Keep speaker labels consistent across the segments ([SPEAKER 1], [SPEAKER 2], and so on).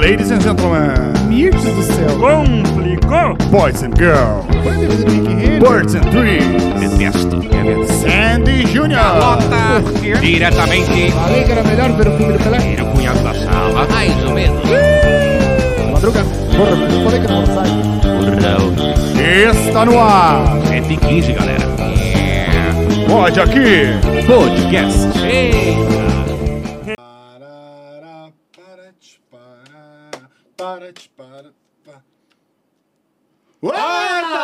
[SPEAKER 1] Ladies and gentlemen,
[SPEAKER 2] Mirtes do céu.
[SPEAKER 3] Complicou?
[SPEAKER 1] boys and girls, birds and trees,
[SPEAKER 3] Detesto.
[SPEAKER 1] Sandy Jr.
[SPEAKER 3] Diretamente
[SPEAKER 2] Falei que era melhor ver o filme do Pelé.
[SPEAKER 3] do cunhado da sala. Mais ou menos.
[SPEAKER 2] Madruga. Porra, mas eu falei que não sai.
[SPEAKER 3] Burrão.
[SPEAKER 1] Está no ar,
[SPEAKER 3] 115, é galera.
[SPEAKER 1] pode aqui.
[SPEAKER 3] Podcast. Eita.
[SPEAKER 4] Parará, para te parar, para te parar.
[SPEAKER 1] Opa!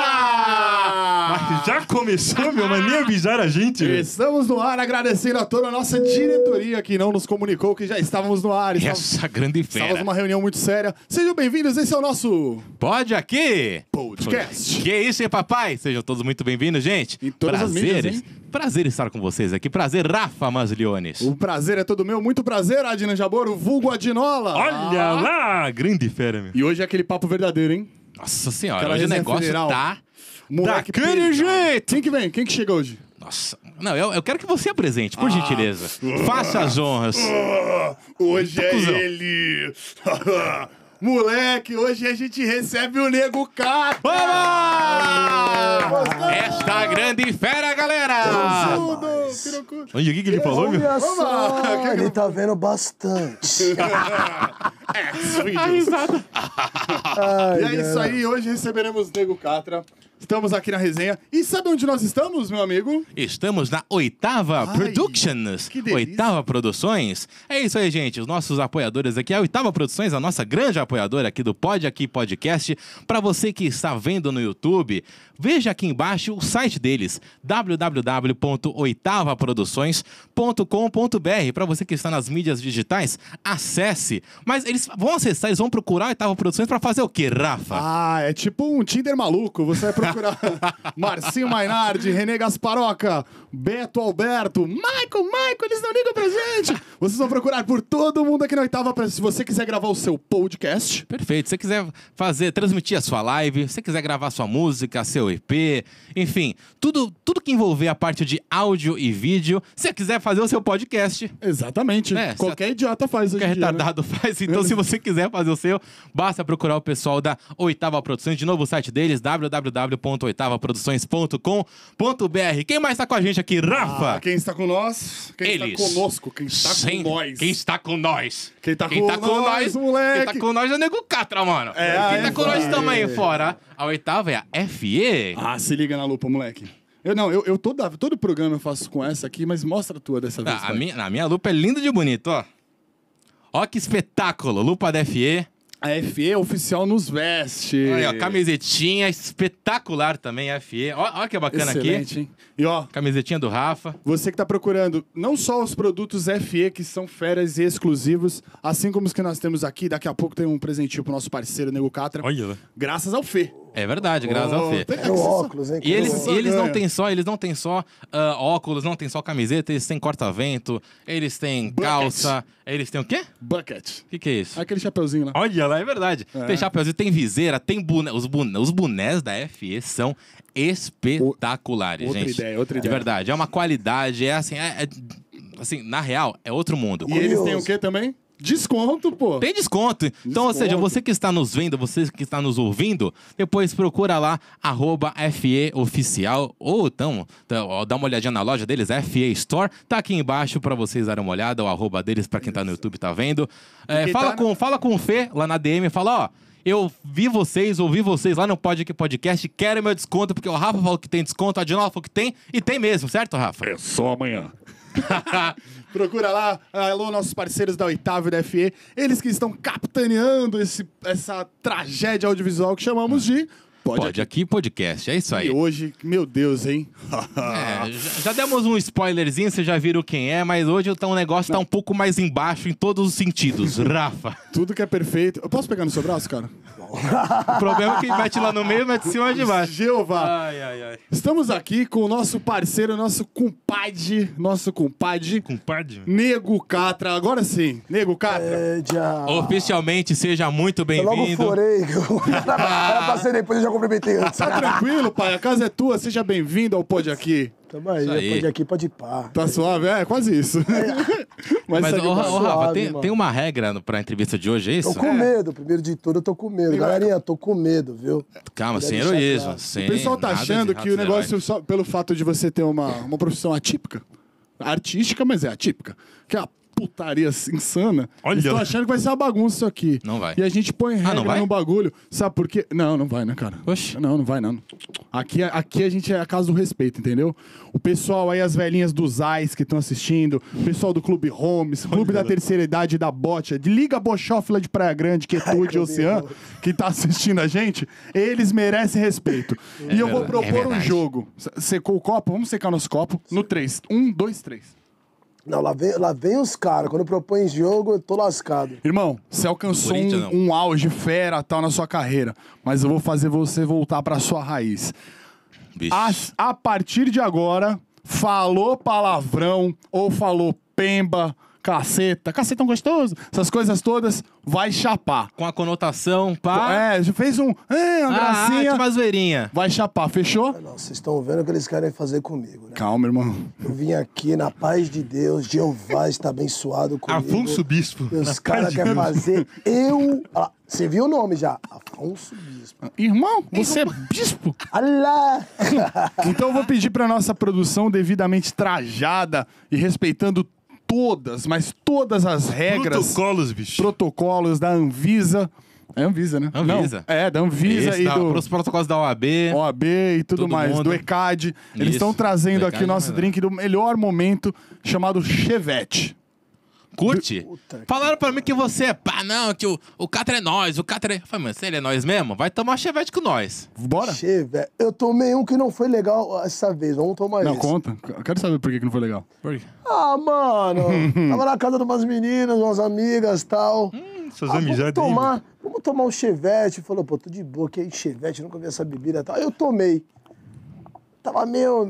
[SPEAKER 5] Já começou, meu, mas nem avisaram a gente. velho.
[SPEAKER 4] Estamos no ar agradecendo a toda a nossa diretoria que não nos comunicou que já estávamos no ar. Estávamos,
[SPEAKER 3] Essa grande
[SPEAKER 4] estávamos
[SPEAKER 3] fera.
[SPEAKER 4] numa reunião muito séria. Sejam bem-vindos, esse é o nosso
[SPEAKER 3] Pode aqui.
[SPEAKER 4] podcast.
[SPEAKER 3] Que isso, hein, papai? Sejam todos muito bem-vindos, gente.
[SPEAKER 4] E todas as mídias,
[SPEAKER 3] Prazeres. Prazer estar com vocês aqui. Prazer, Rafa Masliones.
[SPEAKER 4] O prazer é todo meu, muito prazer, Adina Jabor, o vulgo Adinola.
[SPEAKER 5] Olha
[SPEAKER 4] Ah.
[SPEAKER 5] lá, grande fera, meu.
[SPEAKER 4] E hoje é aquele papo verdadeiro, hein?
[SPEAKER 3] Nossa senhora,
[SPEAKER 4] Aquela
[SPEAKER 3] hoje o
[SPEAKER 4] resenha
[SPEAKER 3] negócio
[SPEAKER 4] federal.
[SPEAKER 3] tá...
[SPEAKER 4] Moleque
[SPEAKER 3] Daquele
[SPEAKER 4] pesado.
[SPEAKER 3] jeito!
[SPEAKER 4] Quem que vem? Quem que chega hoje?
[SPEAKER 3] Nossa, não, eu, eu quero que você apresente,
[SPEAKER 4] Ah.
[SPEAKER 3] por gentileza. Faça as honras.
[SPEAKER 4] Hoje é
[SPEAKER 3] cuzão.
[SPEAKER 4] ele! Moleque, hoje a gente recebe o Nego Cata!
[SPEAKER 3] Vamos! Esta grande fera, galera!
[SPEAKER 4] Tudo, pirocu.
[SPEAKER 5] Olha o que, que ele falou, meu.
[SPEAKER 6] Olha só, ele tá vendo bastante.
[SPEAKER 4] E
[SPEAKER 6] Ai,
[SPEAKER 4] é isso aí, hoje receberemos Nego Catra. Estamos aqui na resenha. E sabe onde nós estamos, meu amigo?
[SPEAKER 3] Estamos na oitava
[SPEAKER 4] Ai,
[SPEAKER 3] Productions,
[SPEAKER 4] que delícia.
[SPEAKER 3] oitava Produções. É isso aí, gente. Os nossos apoiadores aqui, a oitava Produções, a nossa grande apoiadora aqui do Pod Aqui Podcast. Para você que está vendo no YouTube, veja aqui embaixo o site deles, www.oitavaproduções.com.br. Para você que está nas mídias digitais, acesse. Mas eles vão acessar, eles vão procurar a oitava Produções para fazer o quê, Rafa?
[SPEAKER 4] Ah, é tipo um Tinder maluco. Você vai procurar Marcinho Mainardi, René Gasparoca, Beto Alberto, Michael, Michael, eles não ligam pra gente! Vocês vão procurar por todo mundo aqui na oitava. pra- Se você quiser gravar o seu podcast,
[SPEAKER 3] Perfeito. Se você quiser fazer, transmitir a sua live, se você quiser gravar sua música, seu EP, enfim, tudo, tudo que envolver a parte de áudio e vídeo, se você quiser fazer o seu podcast,
[SPEAKER 4] Exatamente.
[SPEAKER 3] É,
[SPEAKER 4] Qualquer idiota faz hoje
[SPEAKER 3] que é
[SPEAKER 4] em dia, né?
[SPEAKER 3] retardado faz. Então, se você quiser fazer o seu, basta procurar o pessoal da Oitava Produções, de novo o site deles, www.oitavaproduções.com.br. Quem mais tá com a gente aqui, Rafa?
[SPEAKER 4] Ah, quem está com nós, quem
[SPEAKER 3] Eles.
[SPEAKER 4] está conosco, quem está
[SPEAKER 3] Sem-
[SPEAKER 4] com nós.
[SPEAKER 3] Quem está com nós?
[SPEAKER 4] Quem tá com nós, moleque?
[SPEAKER 3] Quem tá com nós é o Nego Catra, mano.
[SPEAKER 4] É,
[SPEAKER 3] quem
[SPEAKER 4] é,
[SPEAKER 3] tá com nós
[SPEAKER 4] vai.
[SPEAKER 3] também fora. A oitava é a FE.
[SPEAKER 4] Ah, se liga na lupa, moleque. Eu não, eu, eu toda, todo programa eu faço com essa aqui, mas mostra a tua dessa vez.
[SPEAKER 3] Ah, a
[SPEAKER 4] vai.
[SPEAKER 3] minha, a minha lupa é linda de bonito, ó. Ó que espetáculo. Lupa da FE.
[SPEAKER 4] A FE oficial nos veste.
[SPEAKER 3] Aí, ó, camisetinha espetacular também, a FE. Ó, ó que bacana aqui.
[SPEAKER 4] Excelente, hein? E ó,
[SPEAKER 3] Camisetinha do Rafa.
[SPEAKER 4] você que tá procurando não só os produtos FE, que são férias e exclusivos, assim como os que nós temos aqui, daqui a pouco tem um presentinho pro nosso parceiro, Nego Catra.
[SPEAKER 5] Olha lá.
[SPEAKER 4] Graças ao Fê.
[SPEAKER 3] É verdade, graças ao FE.
[SPEAKER 6] Era o um óculos, hein?
[SPEAKER 3] E eles,
[SPEAKER 4] Nossa,
[SPEAKER 3] e eles não
[SPEAKER 4] Então ganha.
[SPEAKER 3] têm só, eles não têm só ah, óculos, não têm só camiseta, eles têm corta-vento, eles têm calça, eles têm o quê?
[SPEAKER 4] Bucket.
[SPEAKER 3] O que, que é isso?
[SPEAKER 4] Aquele chapeuzinho lá.
[SPEAKER 5] Olha lá, é
[SPEAKER 3] É
[SPEAKER 5] verdade.
[SPEAKER 3] verdade. Tem chapeuzinho, tem viseira, tem boné. Os, boné, os bonés da FE são espetaculares,
[SPEAKER 4] Outra
[SPEAKER 3] gente.
[SPEAKER 4] ideia, outra
[SPEAKER 3] De
[SPEAKER 4] ideia.
[SPEAKER 3] verdade. É uma qualidade, é assim, é- é- assim, na real, é outro mundo.
[SPEAKER 4] E eles têm o quê também? Desconto, pô.
[SPEAKER 3] Tem desconto. Então, ou seja, você que está nos vendo, você que está nos ouvindo, depois procura lá, arroba FE Oficial, ou então, tá, ó, dá uma olhadinha na loja deles, FE Store, tá aqui embaixo para vocês darem uma olhada, o arroba deles, para quem tá no YouTube tá vendo. É,
[SPEAKER 4] quem tá
[SPEAKER 3] fala,
[SPEAKER 4] na-
[SPEAKER 3] com, fala com o Fê lá na DM, fala, ó, eu vi vocês, ouvi vocês lá no Pod Aqui Podcast, quero meu desconto, porque o Rafa falou que tem desconto, a Dinola falou que tem, e tem mesmo, certo, Rafa?
[SPEAKER 1] É só amanhã.
[SPEAKER 4] Procura lá, ah, alô, nossos parceiros da Oitava e da FE, eles que estão capitaneando esse, essa tragédia audiovisual que chamamos de Pode,
[SPEAKER 3] Pode
[SPEAKER 4] Aqui.
[SPEAKER 3] Aqui Podcast, é isso aí.
[SPEAKER 4] E hoje, meu Deus, hein? Ah.
[SPEAKER 3] É, já já demos um spoilerzinho, vocês já viram quem é, mas hoje tá, o negócio tá um pouco mais embaixo em todos os sentidos, Rafa.
[SPEAKER 4] Tudo que é perfeito. Eu posso pegar no seu braço, cara?
[SPEAKER 3] O problema é que mete lá no meio, mete de cima e de baixo.
[SPEAKER 4] Jeová.
[SPEAKER 3] Ai, ai, ai.
[SPEAKER 4] Estamos aqui com o nosso parceiro, nosso compadre, nosso compadre,
[SPEAKER 3] um
[SPEAKER 5] Compadre.
[SPEAKER 4] Nego Catra. Agora sim, Nego Catra.
[SPEAKER 6] É, já-
[SPEAKER 3] Oficialmente, seja muito
[SPEAKER 6] Eu logo
[SPEAKER 3] bem-vindo.
[SPEAKER 6] forei. Era pra ser depois, eu já cumprimentei antes.
[SPEAKER 4] Tá tranquilo, pai? A casa é tua, seja bem-vindo ao Pode Aqui.
[SPEAKER 6] Tamo aí,
[SPEAKER 3] Isso aí.
[SPEAKER 6] pode aqui, pode ir pá.
[SPEAKER 4] Tá suave? É, quase isso. Mas,
[SPEAKER 3] Mas,
[SPEAKER 4] segue
[SPEAKER 3] ô,
[SPEAKER 4] o
[SPEAKER 3] Ra-
[SPEAKER 4] baile.
[SPEAKER 3] ô, Rafa,
[SPEAKER 6] tá suave,
[SPEAKER 3] tem,
[SPEAKER 6] mano.
[SPEAKER 3] tem uma regra no- pra entrevista de hoje, é isso?
[SPEAKER 6] Tô com medo, primeiro de tudo, eu tô com medo. Galerinha, tô com medo, viu?
[SPEAKER 3] Calma, sem
[SPEAKER 6] Deve deixar
[SPEAKER 3] heroísmo.
[SPEAKER 6] claro.
[SPEAKER 3] Sem
[SPEAKER 4] o pessoal tá
[SPEAKER 3] nada de né,
[SPEAKER 4] achando
[SPEAKER 3] ratos
[SPEAKER 4] que o negócio,
[SPEAKER 3] heróis.
[SPEAKER 4] só pelo fato de você ter uma, uma profissão atípica, artística, mas é atípica, que é uma putaria insana,
[SPEAKER 5] Olha.
[SPEAKER 4] eles tão achando que vai ser uma bagunça isso aqui.
[SPEAKER 3] Não vai. Ah,
[SPEAKER 4] E a gente põe regra
[SPEAKER 3] não vai?
[SPEAKER 4] no bagulho, sabe por quê? Não, não vai, né, cara?
[SPEAKER 3] Oxi.
[SPEAKER 4] Não, não vai, não. Aqui, aqui a gente é a casa do respeito, entendeu? O pessoal aí, as velhinhas dos AIS que estão assistindo, o pessoal do Clube Homes, Clube da Terceira Idade da Bocha, de Liga Bochófila de Praia Grande, é Quietude e Oceano, que tá assistindo a gente, eles merecem respeito. e eu vou
[SPEAKER 3] verdade, é
[SPEAKER 4] propor um
[SPEAKER 3] verdade.
[SPEAKER 4] jogo. Se- Secou o copo? Vamos secar nosso copo. No Um, 3. 1, 2, 3.
[SPEAKER 6] Não, lá vem, lá vem os caras. Quando propõem jogo, eu tô lascado.
[SPEAKER 4] Irmão, você alcançou
[SPEAKER 3] Corinthians,
[SPEAKER 4] um, um auge fera tal na sua carreira, mas eu vou fazer você voltar pra sua raiz.
[SPEAKER 3] Bicho.
[SPEAKER 4] A, a partir de agora, falou palavrão ou falou pemba, caceta, cacetão gostoso, essas coisas todas, vai chapar.
[SPEAKER 3] Com a conotação, pá.
[SPEAKER 4] É, já fez um, é, uma
[SPEAKER 3] ah,
[SPEAKER 4] gracinha,
[SPEAKER 3] arte, uma zoeirinha.
[SPEAKER 4] vai chapar, fechou?
[SPEAKER 6] Não, vocês estão vendo o que eles querem fazer comigo, né?
[SPEAKER 4] Calma, irmão.
[SPEAKER 6] Eu vim aqui na paz de Deus, Jeová está abençoado comigo.
[SPEAKER 5] Afonso Bispo.
[SPEAKER 6] E os caras querem fazer eu. Ah, Você viu o nome já? Afonso Bispo.
[SPEAKER 4] Irmão, você é bispo?
[SPEAKER 6] Alá!
[SPEAKER 4] Então eu vou pedir pra nossa produção devidamente trajada e respeitando todas, mas todas as regras,
[SPEAKER 5] Protocolos, bicho.
[SPEAKER 4] protocolos da Anvisa. É Anvisa, né?
[SPEAKER 3] Anvisa.
[SPEAKER 4] Não, é, da Anvisa
[SPEAKER 3] Esse
[SPEAKER 4] e
[SPEAKER 3] da-
[SPEAKER 4] do...
[SPEAKER 3] Os protocolos da OAB.
[SPEAKER 4] OAB e tudo
[SPEAKER 3] Todo
[SPEAKER 4] mais,
[SPEAKER 3] mundo.
[SPEAKER 4] do ECAD. Eles
[SPEAKER 3] Isso.
[SPEAKER 4] estão trazendo
[SPEAKER 3] Do
[SPEAKER 4] aqui
[SPEAKER 3] ECAD
[SPEAKER 4] o nosso
[SPEAKER 3] é melhor.
[SPEAKER 4] drink do melhor momento, chamado Chevette.
[SPEAKER 3] Curte?
[SPEAKER 6] Puta que
[SPEAKER 3] Falaram pra mim que você é pá, não, que o, o Catra é nós, o Catra é. Eu Falei, mano, se ele é nós mesmo, vai tomar chevette com nós.
[SPEAKER 4] Bora?
[SPEAKER 6] Che, velho. Eu tomei um que não foi legal essa vez. Vamos tomar
[SPEAKER 4] Não,
[SPEAKER 6] esse.
[SPEAKER 4] conta. Eu quero saber por que que não foi legal.
[SPEAKER 6] Ah, mano. Tava na casa de umas meninas, umas amigas e tal.
[SPEAKER 3] Hum,
[SPEAKER 5] Essas
[SPEAKER 6] Ah, vamos
[SPEAKER 5] amizades. aí,
[SPEAKER 6] tomar, vamos tomar um chevette. Falou, pô, tô de boa, que aí chevette, nunca vi essa bebida e tal. Aí eu tomei. Tava meio,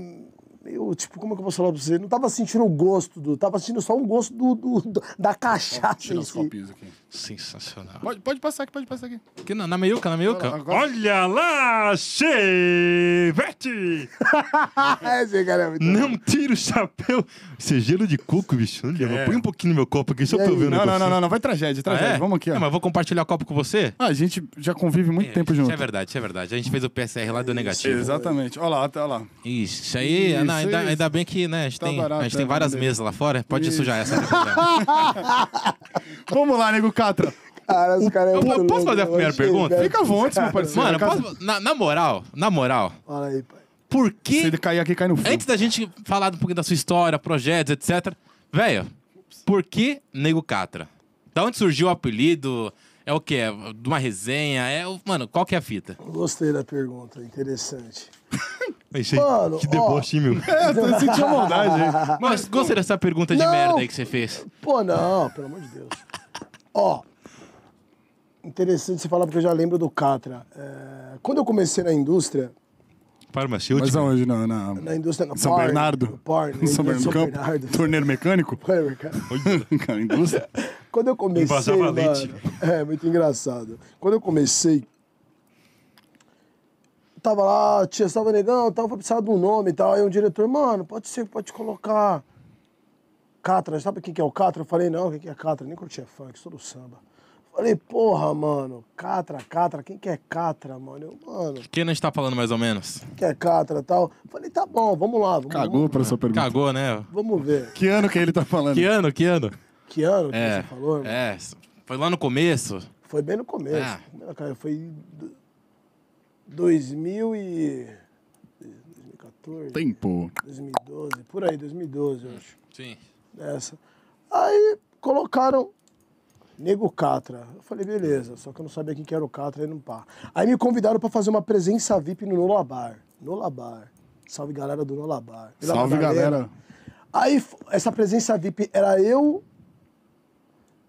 [SPEAKER 6] meio, tipo, como é que eu posso falar pra você? Não tava sentindo o gosto do, tava sentindo só o gosto do, do- do- da cachaça em
[SPEAKER 4] Tirar os
[SPEAKER 6] si.
[SPEAKER 4] copinhos aqui.
[SPEAKER 3] Sensacional.
[SPEAKER 4] Pode, pode passar aqui, pode passar aqui.
[SPEAKER 3] Aqui na, na meiuca, na meiuca.
[SPEAKER 4] Agora-
[SPEAKER 5] Olha lá, Chevette!
[SPEAKER 6] Ah, esse cara é muito...
[SPEAKER 5] Não tira o chapéu. Isso é gelo de coco, bicho. Olha, põe um pouquinho no meu copo aqui só pra eu ver o
[SPEAKER 4] Não, não,
[SPEAKER 5] negócio.
[SPEAKER 4] não, não, não. Vai tragédia,
[SPEAKER 3] Ah,
[SPEAKER 4] tragédia.
[SPEAKER 3] é?
[SPEAKER 4] Vamos aqui,
[SPEAKER 3] Não,
[SPEAKER 4] ó.
[SPEAKER 3] mas eu vou compartilhar o copo com você?
[SPEAKER 4] Ah, a gente já convive muito tempo
[SPEAKER 3] isso
[SPEAKER 4] junto.
[SPEAKER 3] é verdade, isso é verdade. A gente fez o PSR lá e deu negativo.
[SPEAKER 4] Exatamente. Olha lá, tá, olha lá.
[SPEAKER 3] Ixi, isso aí,
[SPEAKER 4] Isso,
[SPEAKER 3] não, ainda,
[SPEAKER 4] isso.
[SPEAKER 3] ainda bem que né, a gente,
[SPEAKER 4] Tá
[SPEAKER 3] tem,
[SPEAKER 4] barato,
[SPEAKER 3] a gente
[SPEAKER 4] é,
[SPEAKER 3] tem várias
[SPEAKER 4] vamos ver.
[SPEAKER 3] mesas lá fora. Pode sujar essa, né? não tem problema.
[SPEAKER 4] Vamos lá, nego Catra.
[SPEAKER 6] Cara, esse cara é
[SPEAKER 3] eu
[SPEAKER 6] muito
[SPEAKER 3] posso fazer
[SPEAKER 6] louco,
[SPEAKER 3] a
[SPEAKER 6] né?
[SPEAKER 3] primeira
[SPEAKER 6] Mas
[SPEAKER 3] pergunta?
[SPEAKER 6] Chevette-
[SPEAKER 4] Fica à vontade, meu parceiro.
[SPEAKER 3] Mano,
[SPEAKER 4] Catra,
[SPEAKER 3] posso- na, na moral, na moral,
[SPEAKER 6] Fala aí, pai.
[SPEAKER 3] por
[SPEAKER 4] Se
[SPEAKER 3] que
[SPEAKER 4] ele cair aqui, cai no fio.
[SPEAKER 3] Antes da gente falar um pouquinho da sua história, projetos, etc. Velho, por que Nego Catra? Da onde surgiu o apelido? É o quê? É de uma resenha? É o... Mano, qual que é a fita?
[SPEAKER 6] Gostei da pergunta, interessante.
[SPEAKER 5] Isso
[SPEAKER 6] Mano,
[SPEAKER 5] aí, que
[SPEAKER 6] ó.
[SPEAKER 5] deboche, hein, meu.
[SPEAKER 4] É, eu senti a maldade, hein?
[SPEAKER 3] Mas gostei dessa pergunta de
[SPEAKER 6] Ah, Não!
[SPEAKER 3] merda aí que você fez.
[SPEAKER 6] Pô, não, pelo amor de Deus. Ó, interessante você falar porque eu já lembro do Catra. É, quando eu comecei na indústria,
[SPEAKER 4] Mas
[SPEAKER 5] Farmacêutico.
[SPEAKER 4] aonde? Na, na...
[SPEAKER 6] na indústria... Na
[SPEAKER 4] São
[SPEAKER 6] Parne,
[SPEAKER 4] Bernardo?
[SPEAKER 6] no Parne, na
[SPEAKER 4] São
[SPEAKER 6] indústria
[SPEAKER 4] Bernardo
[SPEAKER 6] São
[SPEAKER 4] Campo?
[SPEAKER 6] Bernardo.
[SPEAKER 4] Torneiro mecânico?
[SPEAKER 6] Whatever, cara.
[SPEAKER 4] Cara, indústria.
[SPEAKER 6] Quando eu comecei,
[SPEAKER 5] vazava
[SPEAKER 6] mano,
[SPEAKER 5] leite.
[SPEAKER 6] É, muito engraçado. Quando eu comecei, tava lá, tinha, tava negão, tava precisando de um nome e tal. Aí um diretor, mano, pode ser, pode colocar Catra. Sabe quem que é o Catra? Eu falei, não, quem que é Catra? Nem curtia funk, sou do samba. Falei, porra, mano, Catra, Catra, quem que é Catra, mano? Eu, mano,
[SPEAKER 3] Quem não está falando mais ou menos?
[SPEAKER 6] quem é Catra e tal? Falei, tá bom, vamos lá, vamos,
[SPEAKER 4] Cagou pra sua pergunta.
[SPEAKER 3] Cagou, né?
[SPEAKER 6] vamos ver.
[SPEAKER 4] Que ano que ele tá falando?
[SPEAKER 3] Que ano, que ano?
[SPEAKER 6] Que ano que
[SPEAKER 3] É,
[SPEAKER 6] você falou, né? irmão?
[SPEAKER 3] é. Foi lá no começo.
[SPEAKER 6] Foi bem no começo.
[SPEAKER 3] Ah.
[SPEAKER 6] Primeira cara, foi em do- 2000 e 2014,
[SPEAKER 4] Tempo.
[SPEAKER 6] 2012, por aí, 2012, eu acho.
[SPEAKER 3] Sim.
[SPEAKER 6] Nessa. Aí colocaram Nego Catra. Eu falei, beleza, só que eu não sabia quem que era o Catra e não pá. Aí me convidaram pra fazer uma presença VIP no Nolabar. Nolabar. Salve galera do Nolabar. Vila
[SPEAKER 4] Salve,
[SPEAKER 6] Madalena.
[SPEAKER 4] galera.
[SPEAKER 6] Aí f- essa presença VIP era eu,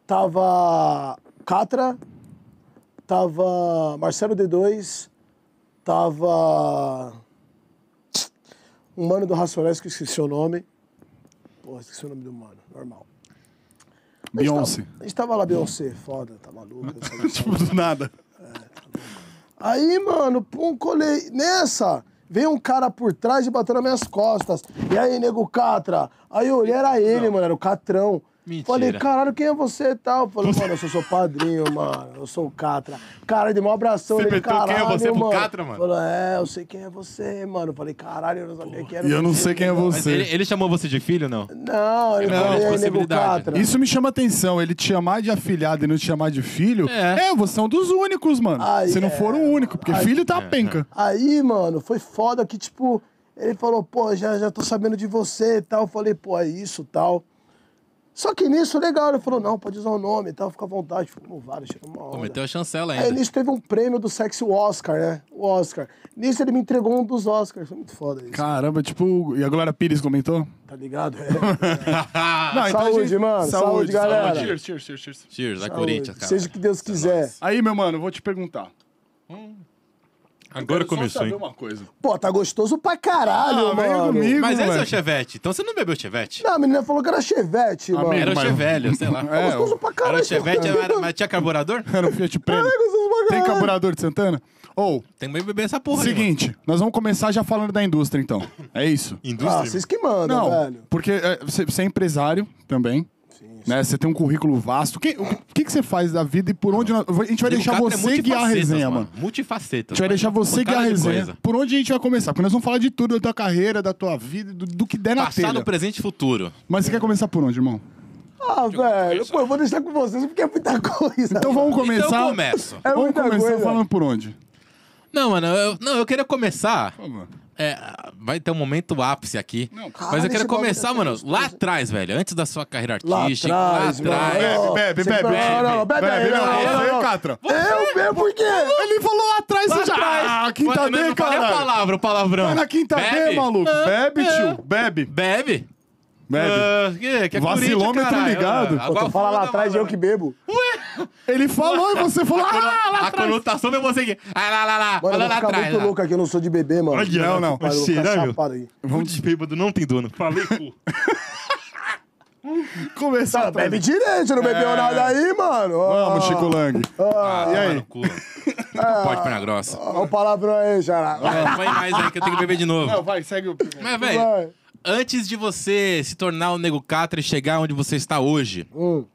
[SPEAKER 6] tava Catra, tava Marcelo D2, tava um mano do Racionais que eu esqueci o nome. Pô, esqueci o nome do mano, normal. A gente
[SPEAKER 4] Beyoncé.
[SPEAKER 6] tava- A gente tava lá, Beyoncé, foda, tá maluco. eu sabia que tava-
[SPEAKER 4] Tipo, do nada.
[SPEAKER 6] Aí, mano, pum, colei. Nessa, Veio um cara por trás e bateu nas minhas costas. E aí, nego Catra? Aí eu olhei, era ele, mano, era o Catrão.
[SPEAKER 3] Mentira.
[SPEAKER 6] Falei, caralho, quem é você e tal? Falei, mano, eu sou seu padrinho, mano. Eu sou o Catra. Cara, deu um abração.
[SPEAKER 5] Você
[SPEAKER 6] ele,
[SPEAKER 5] meteu quem é
[SPEAKER 6] caralho,
[SPEAKER 5] você pro
[SPEAKER 6] mano.
[SPEAKER 5] Catra, mano?
[SPEAKER 6] Falou, é, eu sei quem é você, mano. Falei, caralho, eu não sabia quem era
[SPEAKER 4] E eu não
[SPEAKER 6] você.
[SPEAKER 4] sei quem é
[SPEAKER 3] Mas ele,
[SPEAKER 4] você.
[SPEAKER 3] ele chamou você de filho, não?
[SPEAKER 6] Não, ele
[SPEAKER 3] Não,
[SPEAKER 6] falou, e aí, nego
[SPEAKER 3] possibilidade.
[SPEAKER 6] Catra?
[SPEAKER 4] Isso me chama atenção. Ele te chamar de afilhado e não te chamar de filho.
[SPEAKER 3] É.
[SPEAKER 4] É, você é um dos únicos, mano.
[SPEAKER 6] Ai,
[SPEAKER 4] Se não
[SPEAKER 6] é,
[SPEAKER 4] for o único, porque filho tá penca.
[SPEAKER 6] Aí, mano, foi foda que, tipo, ele falou, pô, já, já tô sabendo de você e tal. Eu falei, pô, é isso tal. Só que nisso, legal, ele falou, não, pode usar o nome e tal, fica à vontade. Fica com vários, chega uma
[SPEAKER 3] Pô,
[SPEAKER 6] hora.
[SPEAKER 3] meteu a chancela
[SPEAKER 6] Aí
[SPEAKER 3] ainda.
[SPEAKER 6] nisso teve um prêmio do sexo o Oscar, né? O Oscar. Nisso ele me entregou um dos Oscars. Foi muito foda isso,
[SPEAKER 4] Caramba, tipo, e a Glória Pires comentou?
[SPEAKER 6] tá ligado? É.
[SPEAKER 4] Não, então a
[SPEAKER 6] saúde,
[SPEAKER 4] gente-
[SPEAKER 6] mano. Saúde, galera.
[SPEAKER 4] Cheers, cheers, cheers, cheers.
[SPEAKER 3] Cheers, a
[SPEAKER 6] Saúde.
[SPEAKER 3] Corinthians, cara.
[SPEAKER 6] Seja o que Deus quiser.
[SPEAKER 4] Aí, meu mano, eu vou te perguntar.
[SPEAKER 5] Agora
[SPEAKER 4] Quero só
[SPEAKER 5] começou,
[SPEAKER 4] saber
[SPEAKER 5] hein?
[SPEAKER 4] uma coisa.
[SPEAKER 6] Pô, tá gostoso pra caralho,
[SPEAKER 4] Ah, vem
[SPEAKER 6] mano.
[SPEAKER 4] comigo,
[SPEAKER 3] Mas esse é o
[SPEAKER 4] moleque.
[SPEAKER 3] Chevette, então você não bebeu Chevette?
[SPEAKER 6] Não, a menina falou que era chevette, mano.
[SPEAKER 3] Era o
[SPEAKER 4] mas-
[SPEAKER 3] Chevelho, sei lá.
[SPEAKER 4] É,
[SPEAKER 6] Gostoso pra caralho.
[SPEAKER 3] Era o Chevette,
[SPEAKER 6] mano.
[SPEAKER 3] era, mas tinha carburador?
[SPEAKER 4] Era um Fiat Prêmio.
[SPEAKER 6] gostoso pra
[SPEAKER 4] Tem
[SPEAKER 6] caralho.
[SPEAKER 4] carburador de Santana? Ou,
[SPEAKER 3] Tem que beber essa porra aí, mano.
[SPEAKER 4] seguinte, nós vamos começar já falando da indústria, então. É isso.
[SPEAKER 6] Ah,
[SPEAKER 5] Indústria?
[SPEAKER 6] vocês que mandam,
[SPEAKER 4] Não,
[SPEAKER 6] velho.
[SPEAKER 4] porque é, você você é empresário também. Né? Você tem um currículo vasto. Que- o que, que você faz da vida e por onde nós- a gente vai deixar
[SPEAKER 3] Digo, o Catra é
[SPEAKER 4] você guiar a
[SPEAKER 3] multifacetas,
[SPEAKER 4] resenha, mano. A
[SPEAKER 3] Multifacetas.
[SPEAKER 4] gente vai deixar você guiar a resenha.
[SPEAKER 3] coisa.
[SPEAKER 4] Por onde a gente vai começar? Porque nós vamos falar de tudo, da tua carreira, da tua vida, do, do que der na
[SPEAKER 3] Passado,
[SPEAKER 4] telha.
[SPEAKER 3] presente e futuro.
[SPEAKER 4] Mas você quer começar por onde, irmão?
[SPEAKER 6] Ah, velho, pô, eu vou deixar com vocês porque é muita coisa.
[SPEAKER 4] Então vamos começar.
[SPEAKER 3] Então eu começo.
[SPEAKER 6] É
[SPEAKER 4] vamos
[SPEAKER 6] muita
[SPEAKER 4] começar
[SPEAKER 6] coisa.
[SPEAKER 4] falando por onde?
[SPEAKER 3] Não, mano, eu, não, eu queria começar.
[SPEAKER 4] Vamos.
[SPEAKER 3] é, vai ter um momento ápice aqui. mas eu
[SPEAKER 6] Caralho,
[SPEAKER 3] quero
[SPEAKER 6] esse bagulho
[SPEAKER 3] começar,
[SPEAKER 6] tá
[SPEAKER 3] mano,
[SPEAKER 6] gostoso.
[SPEAKER 3] lá atrás, velho. Antes da sua carreira
[SPEAKER 6] Lá
[SPEAKER 3] artística.
[SPEAKER 6] atrás, mano.
[SPEAKER 4] Bebe, bebe,
[SPEAKER 6] Você-
[SPEAKER 4] bebe,
[SPEAKER 6] Não, não, bebe aí,
[SPEAKER 4] Bebe,
[SPEAKER 6] não,
[SPEAKER 4] não, é
[SPEAKER 6] não,
[SPEAKER 4] você,
[SPEAKER 6] não.
[SPEAKER 4] Catra.
[SPEAKER 6] Eu mesmo, por quê?
[SPEAKER 4] Ele falou lá atrás,
[SPEAKER 3] Lá
[SPEAKER 4] você já.
[SPEAKER 3] atrás.
[SPEAKER 4] Ah, quinta
[SPEAKER 3] Mas eu
[SPEAKER 4] D,
[SPEAKER 3] não falei a
[SPEAKER 4] cara.
[SPEAKER 3] palavra, o palavrão.
[SPEAKER 4] Tá na quinta D,
[SPEAKER 3] Bebe.
[SPEAKER 4] maluco.
[SPEAKER 3] Ah,
[SPEAKER 4] Bebe,
[SPEAKER 3] é.
[SPEAKER 4] tio. Bebe.
[SPEAKER 3] Bebe.
[SPEAKER 4] Bebe.
[SPEAKER 3] Ah, que, que é
[SPEAKER 4] Vacilômetro
[SPEAKER 3] Corinthians, caralho.
[SPEAKER 4] ligado.
[SPEAKER 3] Ah,
[SPEAKER 6] Pô,
[SPEAKER 3] agora
[SPEAKER 6] tu Então fala lá
[SPEAKER 3] foda,
[SPEAKER 6] atrás,
[SPEAKER 3] mano.
[SPEAKER 6] eu que bebo.
[SPEAKER 4] Ele falou e você falou. Ah, lá
[SPEAKER 3] A conotação é você aqui. Ah, lá, lá, lá. Olha
[SPEAKER 6] Mano, eu
[SPEAKER 3] lá
[SPEAKER 6] vou ficar
[SPEAKER 3] atrás.
[SPEAKER 6] muito
[SPEAKER 3] lá.
[SPEAKER 6] louco aqui, eu não sou de bebê, mano.
[SPEAKER 5] Olha,
[SPEAKER 4] Não, não. é
[SPEAKER 5] Mas
[SPEAKER 6] Pai, eu vou ficar
[SPEAKER 5] será, meu?
[SPEAKER 6] chapado aqui.
[SPEAKER 5] Vamos de bêbado, não tem dono. Falei, pô.
[SPEAKER 4] começar
[SPEAKER 6] Cara,
[SPEAKER 4] atrás.
[SPEAKER 6] bebe direito, não bebeu nada aí, mano.
[SPEAKER 4] É. Vamos, Chico Lang.
[SPEAKER 3] Ah,
[SPEAKER 4] E
[SPEAKER 3] vai
[SPEAKER 4] aí?
[SPEAKER 3] no cu. Pode perna grossa.
[SPEAKER 6] Olha o palavrão aí, xará.
[SPEAKER 3] Vai mais aí que eu tenho que beber de novo.
[SPEAKER 4] Não, vai, segue o.
[SPEAKER 3] Mas, velho,
[SPEAKER 6] Vai.
[SPEAKER 3] antes de você se tornar o Nego Catra e chegar onde você está hoje,
[SPEAKER 6] Hum.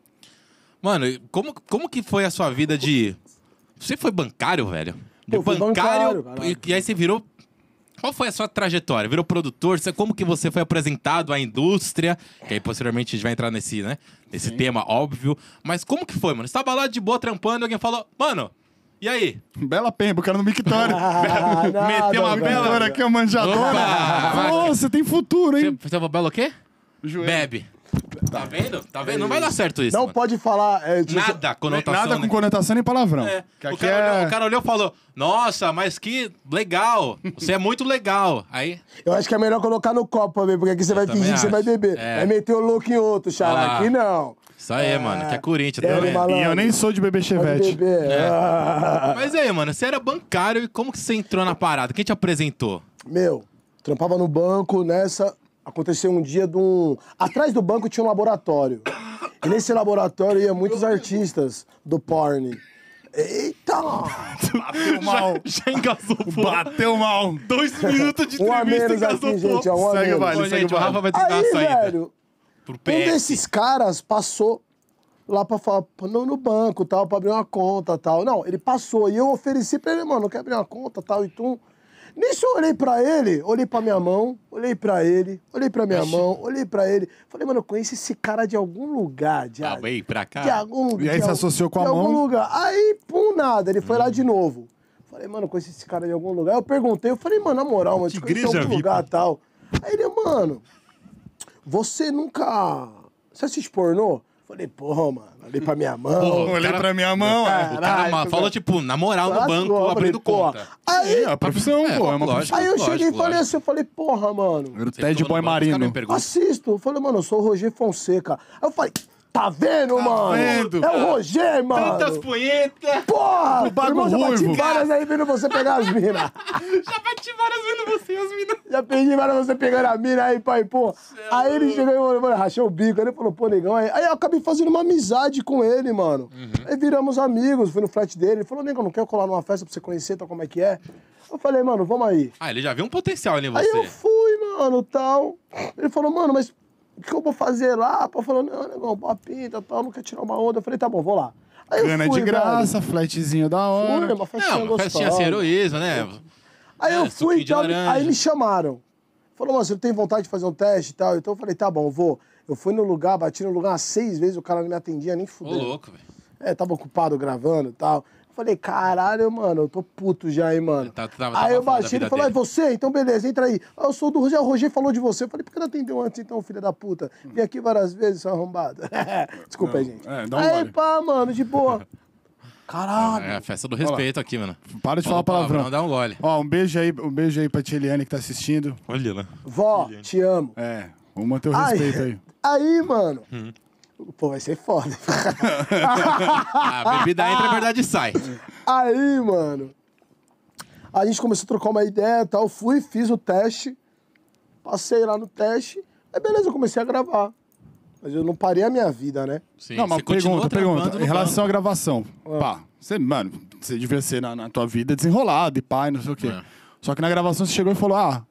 [SPEAKER 3] mano, como, como que foi a sua vida de. Você foi bancário, velho? De
[SPEAKER 6] Pô, fui bancário, caralho.
[SPEAKER 3] e, e aí você virou. Qual foi a sua trajetória? Virou produtor? Você, como que você foi apresentado à indústria? Que aí posteriormente a gente vai entrar nesse, né? Nesse tema, óbvio. Mas como que foi, mano? Você tava lá de boa trampando e alguém falou, mano, e aí?
[SPEAKER 4] Bela pemba, o cara no mictório.
[SPEAKER 6] Ah, nada,
[SPEAKER 3] uma
[SPEAKER 6] velho.
[SPEAKER 3] bela-
[SPEAKER 4] Agora aqui é manjadona.
[SPEAKER 3] Opa!
[SPEAKER 4] Nossa, tem futuro,
[SPEAKER 3] Você,
[SPEAKER 4] hein?
[SPEAKER 3] você tava belo o quê?
[SPEAKER 4] Joelho.
[SPEAKER 3] Bebe. Tá vendo? Tá vendo? Não vai dar certo isso.
[SPEAKER 6] É Não
[SPEAKER 3] mano.
[SPEAKER 6] pode falar. é, tipo,
[SPEAKER 3] Nada, conotação.
[SPEAKER 4] Nada
[SPEAKER 3] né?
[SPEAKER 4] com conotação nem palavrão.
[SPEAKER 3] É.
[SPEAKER 4] Que
[SPEAKER 3] O,
[SPEAKER 4] aqui
[SPEAKER 3] cara olhou,
[SPEAKER 4] é.
[SPEAKER 3] o cara olhou e falou: Nossa, mas que legal! Você é muito legal. Aí,
[SPEAKER 6] Eu acho que é melhor colocar no copo pra beber, porque aqui você vai
[SPEAKER 3] também
[SPEAKER 6] fingir que você
[SPEAKER 3] acho.
[SPEAKER 6] vai beber.
[SPEAKER 3] É.
[SPEAKER 6] Vai meter o louco em outro,
[SPEAKER 3] Ah lá.
[SPEAKER 6] xará. Aqui não.
[SPEAKER 3] isso aí, mano, que é Corinthians.
[SPEAKER 6] é,
[SPEAKER 3] tá
[SPEAKER 6] ele
[SPEAKER 3] vendo?
[SPEAKER 6] malandro.
[SPEAKER 4] E eu nem sou de bebê
[SPEAKER 6] Pode
[SPEAKER 4] chevette.
[SPEAKER 6] beber.
[SPEAKER 3] É.
[SPEAKER 6] Ah.
[SPEAKER 3] Mas aí, mano, você era bancário e como que você entrou na parada? Quem te apresentou?
[SPEAKER 6] Meu, trampava no banco, nessa. Aconteceu um dia de um. Atrás do banco tinha um laboratório. E nesse laboratório ia muitos artistas do porn. Eita!
[SPEAKER 4] Bateu mal.
[SPEAKER 3] Já engasou o
[SPEAKER 4] Bateu mal.
[SPEAKER 3] Dois minutos de
[SPEAKER 6] Um a menos aqui, gente. É um a
[SPEAKER 4] Segue o
[SPEAKER 6] menos.
[SPEAKER 4] baile,
[SPEAKER 3] Pô,
[SPEAKER 4] segue o
[SPEAKER 3] gente, o Rafa
[SPEAKER 4] baile.
[SPEAKER 3] vai te dar a
[SPEAKER 6] Aí,
[SPEAKER 3] saída.
[SPEAKER 6] velho,
[SPEAKER 3] pro PS.
[SPEAKER 6] um desses caras passou lá pra falar, pô, não, no banco tal, pra abrir uma conta tal. Não, ele passou e eu ofereci pra ele, mano, quer abrir uma conta tal e tum. Nisso eu olhei pra ele, olhei pra minha mão, olhei pra ele, olhei pra minha mão, olhei pra ele. Falei, mano, eu conheço esse cara de algum lugar, de,
[SPEAKER 3] Ah, veio pra cá.
[SPEAKER 6] de algum lugar.
[SPEAKER 4] E aí
[SPEAKER 6] de
[SPEAKER 4] se
[SPEAKER 6] al-
[SPEAKER 4] associou com a
[SPEAKER 6] de algum
[SPEAKER 4] mão?
[SPEAKER 6] lugar. Aí, pum, nada, ele
[SPEAKER 3] Hum.
[SPEAKER 6] foi lá de novo. Falei, mano, eu conheci esse cara de algum lugar. Eu perguntei, eu falei, mano, na moral, mano, te conheci em
[SPEAKER 5] igreja
[SPEAKER 6] algum
[SPEAKER 5] VIP?
[SPEAKER 6] lugar tal. Aí ele, mano, você nunca. Você assiste pornô? Falei, porra, mano, olhei pra minha mão.
[SPEAKER 4] Olhei pra minha mão. é.
[SPEAKER 3] O cara ma- falou, tipo, na moral, no
[SPEAKER 6] Lascou,
[SPEAKER 3] banco,
[SPEAKER 6] falei,
[SPEAKER 3] abrindo
[SPEAKER 6] porra.
[SPEAKER 3] conta.
[SPEAKER 6] Aí,
[SPEAKER 4] É a profissão,
[SPEAKER 3] É,
[SPEAKER 4] pô. É uma
[SPEAKER 3] lógico.
[SPEAKER 4] profissão.
[SPEAKER 6] aí eu cheguei e
[SPEAKER 3] lógico,
[SPEAKER 6] falei
[SPEAKER 3] lógico.
[SPEAKER 6] assim, eu falei, porra, mano.
[SPEAKER 4] Era o Ted Boy
[SPEAKER 3] Os caras me
[SPEAKER 4] Marino.
[SPEAKER 3] perguntam.
[SPEAKER 6] Assisto. Eu falei, mano, eu sou o Roger Fonseca. Aí eu falei, Tá vendo, mano?
[SPEAKER 4] vendo,
[SPEAKER 6] é
[SPEAKER 4] cara?
[SPEAKER 6] o Roger, mano.
[SPEAKER 3] Tantas punhetas!
[SPEAKER 6] Porra!
[SPEAKER 4] Bago
[SPEAKER 6] irmão, já bati
[SPEAKER 4] Ruivo.
[SPEAKER 6] várias aí vendo você pegar as minas.
[SPEAKER 3] Já bati várias vendo você, as minas.
[SPEAKER 6] Já perdi várias você pegando a mina aí, pai, pô. Aí ele
[SPEAKER 3] é
[SPEAKER 6] chegou e falou, mano, rachou o bico. Aí ele falou, pô, negão. Aí, aí eu acabei fazendo uma amizade com ele, mano.
[SPEAKER 3] Uhum.
[SPEAKER 6] Aí viramos amigos, fui no flat dele. Ele falou, negão, não quer colar numa festa pra você conhecer, tal, como é que é? Eu falei, mano, vamos aí.
[SPEAKER 3] Ah, ele já viu um potencial ali em
[SPEAKER 6] Aí eu é
[SPEAKER 3] você.
[SPEAKER 6] fui, mano, tal. Ele falou, mano, mas o que eu vou fazer lá? Pô, falou, não, negão, boa pinta, tal, não quer tirar uma onda. Eu falei, tá bom, vou lá. Aí eu
[SPEAKER 4] Cana
[SPEAKER 6] fui,
[SPEAKER 4] é de graça, flatzinho da
[SPEAKER 6] velho. Fui,
[SPEAKER 4] hora.
[SPEAKER 6] uma festinha
[SPEAKER 3] Não, uma festinha
[SPEAKER 6] gostosa.
[SPEAKER 3] sem assim, heroísmo, né?
[SPEAKER 6] Aí
[SPEAKER 3] É,
[SPEAKER 6] eu fui e
[SPEAKER 3] suquinho de
[SPEAKER 6] tal,
[SPEAKER 3] laranja.
[SPEAKER 6] aí me chamaram. Falou, mano, você tem vontade de fazer um teste e tal? Então eu falei, tá bom, vou. Eu fui no lugar, bati no lugar umas seis vezes, o cara não me atendia nem
[SPEAKER 3] Ô,
[SPEAKER 6] fudeu.
[SPEAKER 3] louco, velho.
[SPEAKER 6] É, tava ocupado gravando e tal. Eu falei, caralho, mano, eu tô puto já, hein, mano.
[SPEAKER 3] Tá- tá- tava
[SPEAKER 6] aí eu
[SPEAKER 3] falando da
[SPEAKER 6] baixei,
[SPEAKER 3] vida
[SPEAKER 6] ele falou, é
[SPEAKER 3] dele.
[SPEAKER 6] você? Então beleza, entra aí. Ah, eu sou do Rogério, o Rogério falou de você. Eu falei, por que não atendeu antes então, filha da puta? Vim aqui várias vezes, seu arrombado. Desculpa aí, gente.
[SPEAKER 4] é, dá um
[SPEAKER 6] aí,
[SPEAKER 4] gole.
[SPEAKER 6] pá, mano, de boa. Caralho.
[SPEAKER 3] É a festa do respeito aqui, mano.
[SPEAKER 4] Para de
[SPEAKER 3] Falou
[SPEAKER 4] falar palavrão.
[SPEAKER 3] palavrão, dá um gole.
[SPEAKER 4] Ó, um beijo aí, um beijo aí pra tia Eliane que tá assistindo.
[SPEAKER 3] Olha lá.
[SPEAKER 6] Vó, te amo.
[SPEAKER 4] É, vamos manter o
[SPEAKER 6] Ai,
[SPEAKER 4] respeito aí.
[SPEAKER 6] aí, mano. Pô, vai ser foda.
[SPEAKER 3] Ah, A bebida entra, a verdade sai.
[SPEAKER 6] aí, mano. A gente começou a trocar uma ideia e tal. Fui, fiz o teste. Passei lá no teste. Aí, beleza, eu comecei a gravar. Mas eu não parei a minha vida, né?
[SPEAKER 3] Sim,
[SPEAKER 4] Não, mas
[SPEAKER 3] você continua
[SPEAKER 4] pergunta,
[SPEAKER 3] trampando
[SPEAKER 4] pergunta.
[SPEAKER 3] no
[SPEAKER 4] Em relação
[SPEAKER 3] banco.
[SPEAKER 4] à gravação.
[SPEAKER 6] Ah.
[SPEAKER 4] Pá, você, mano, você devia ser na, na tua vida desenrolado e pai, não sei o quê.
[SPEAKER 3] É.
[SPEAKER 4] Só que na gravação você chegou e falou: ah,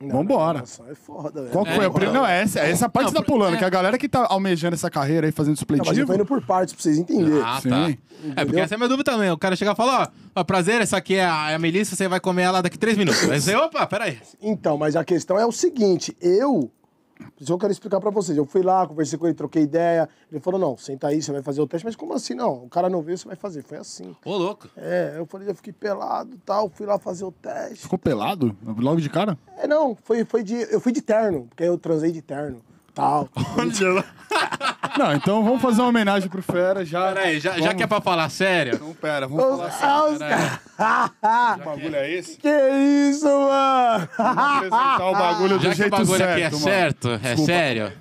[SPEAKER 6] Não,
[SPEAKER 4] vambora.
[SPEAKER 6] Nossa, é foda, velho.
[SPEAKER 4] Qual que foi a
[SPEAKER 3] então.
[SPEAKER 4] primeira? Não, é essa, é essa parte
[SPEAKER 3] Não,
[SPEAKER 4] tá
[SPEAKER 3] por-
[SPEAKER 4] pulando,
[SPEAKER 3] é.
[SPEAKER 4] que a galera que tá almejando essa carreira aí, fazendo
[SPEAKER 6] Não, mas eu
[SPEAKER 4] supletivo.
[SPEAKER 6] tô indo por partes pra vocês entenderem.
[SPEAKER 3] Ah,
[SPEAKER 4] Sim.
[SPEAKER 3] tá. É,
[SPEAKER 6] Entendeu?
[SPEAKER 3] porque essa é a minha dúvida também. O cara chega e fala, ó, ó, prazer, essa aqui é a, é a Melissa, você vai comer ela daqui três minutos. Aí você, opa, peraí.
[SPEAKER 6] Então, mas a questão é o seguinte, eu. Isso eu quero explicar pra vocês. Eu fui lá, conversei com ele, troquei ideia. Ele falou: não, senta aí, você vai fazer o teste. Mas como assim? Não, o cara não veio, você vai fazer. Foi assim.
[SPEAKER 3] Ô, louco.
[SPEAKER 6] É, eu falei, eu fiquei pelado e tal, fui lá fazer o teste.
[SPEAKER 4] Ficou pelado? Logo de cara?
[SPEAKER 6] É, não, foi, foi de. Eu fui de terno, porque eu transei de terno. Tal.
[SPEAKER 4] Não, então vamos fazer uma homenagem pro Fera já.
[SPEAKER 3] Peraí, já, já
[SPEAKER 4] Vamos-
[SPEAKER 3] que é pra falar sério,
[SPEAKER 4] Então, pera, vamos
[SPEAKER 6] Os,
[SPEAKER 4] falar
[SPEAKER 6] ah, os
[SPEAKER 4] que bagulho é esse?
[SPEAKER 6] Que isso, mano!
[SPEAKER 4] Vamos apresentar o Ah, bagulho do
[SPEAKER 3] já que o
[SPEAKER 4] jeito
[SPEAKER 3] bagulho
[SPEAKER 4] certo,
[SPEAKER 3] aqui é
[SPEAKER 4] mano.
[SPEAKER 3] certo, é sério.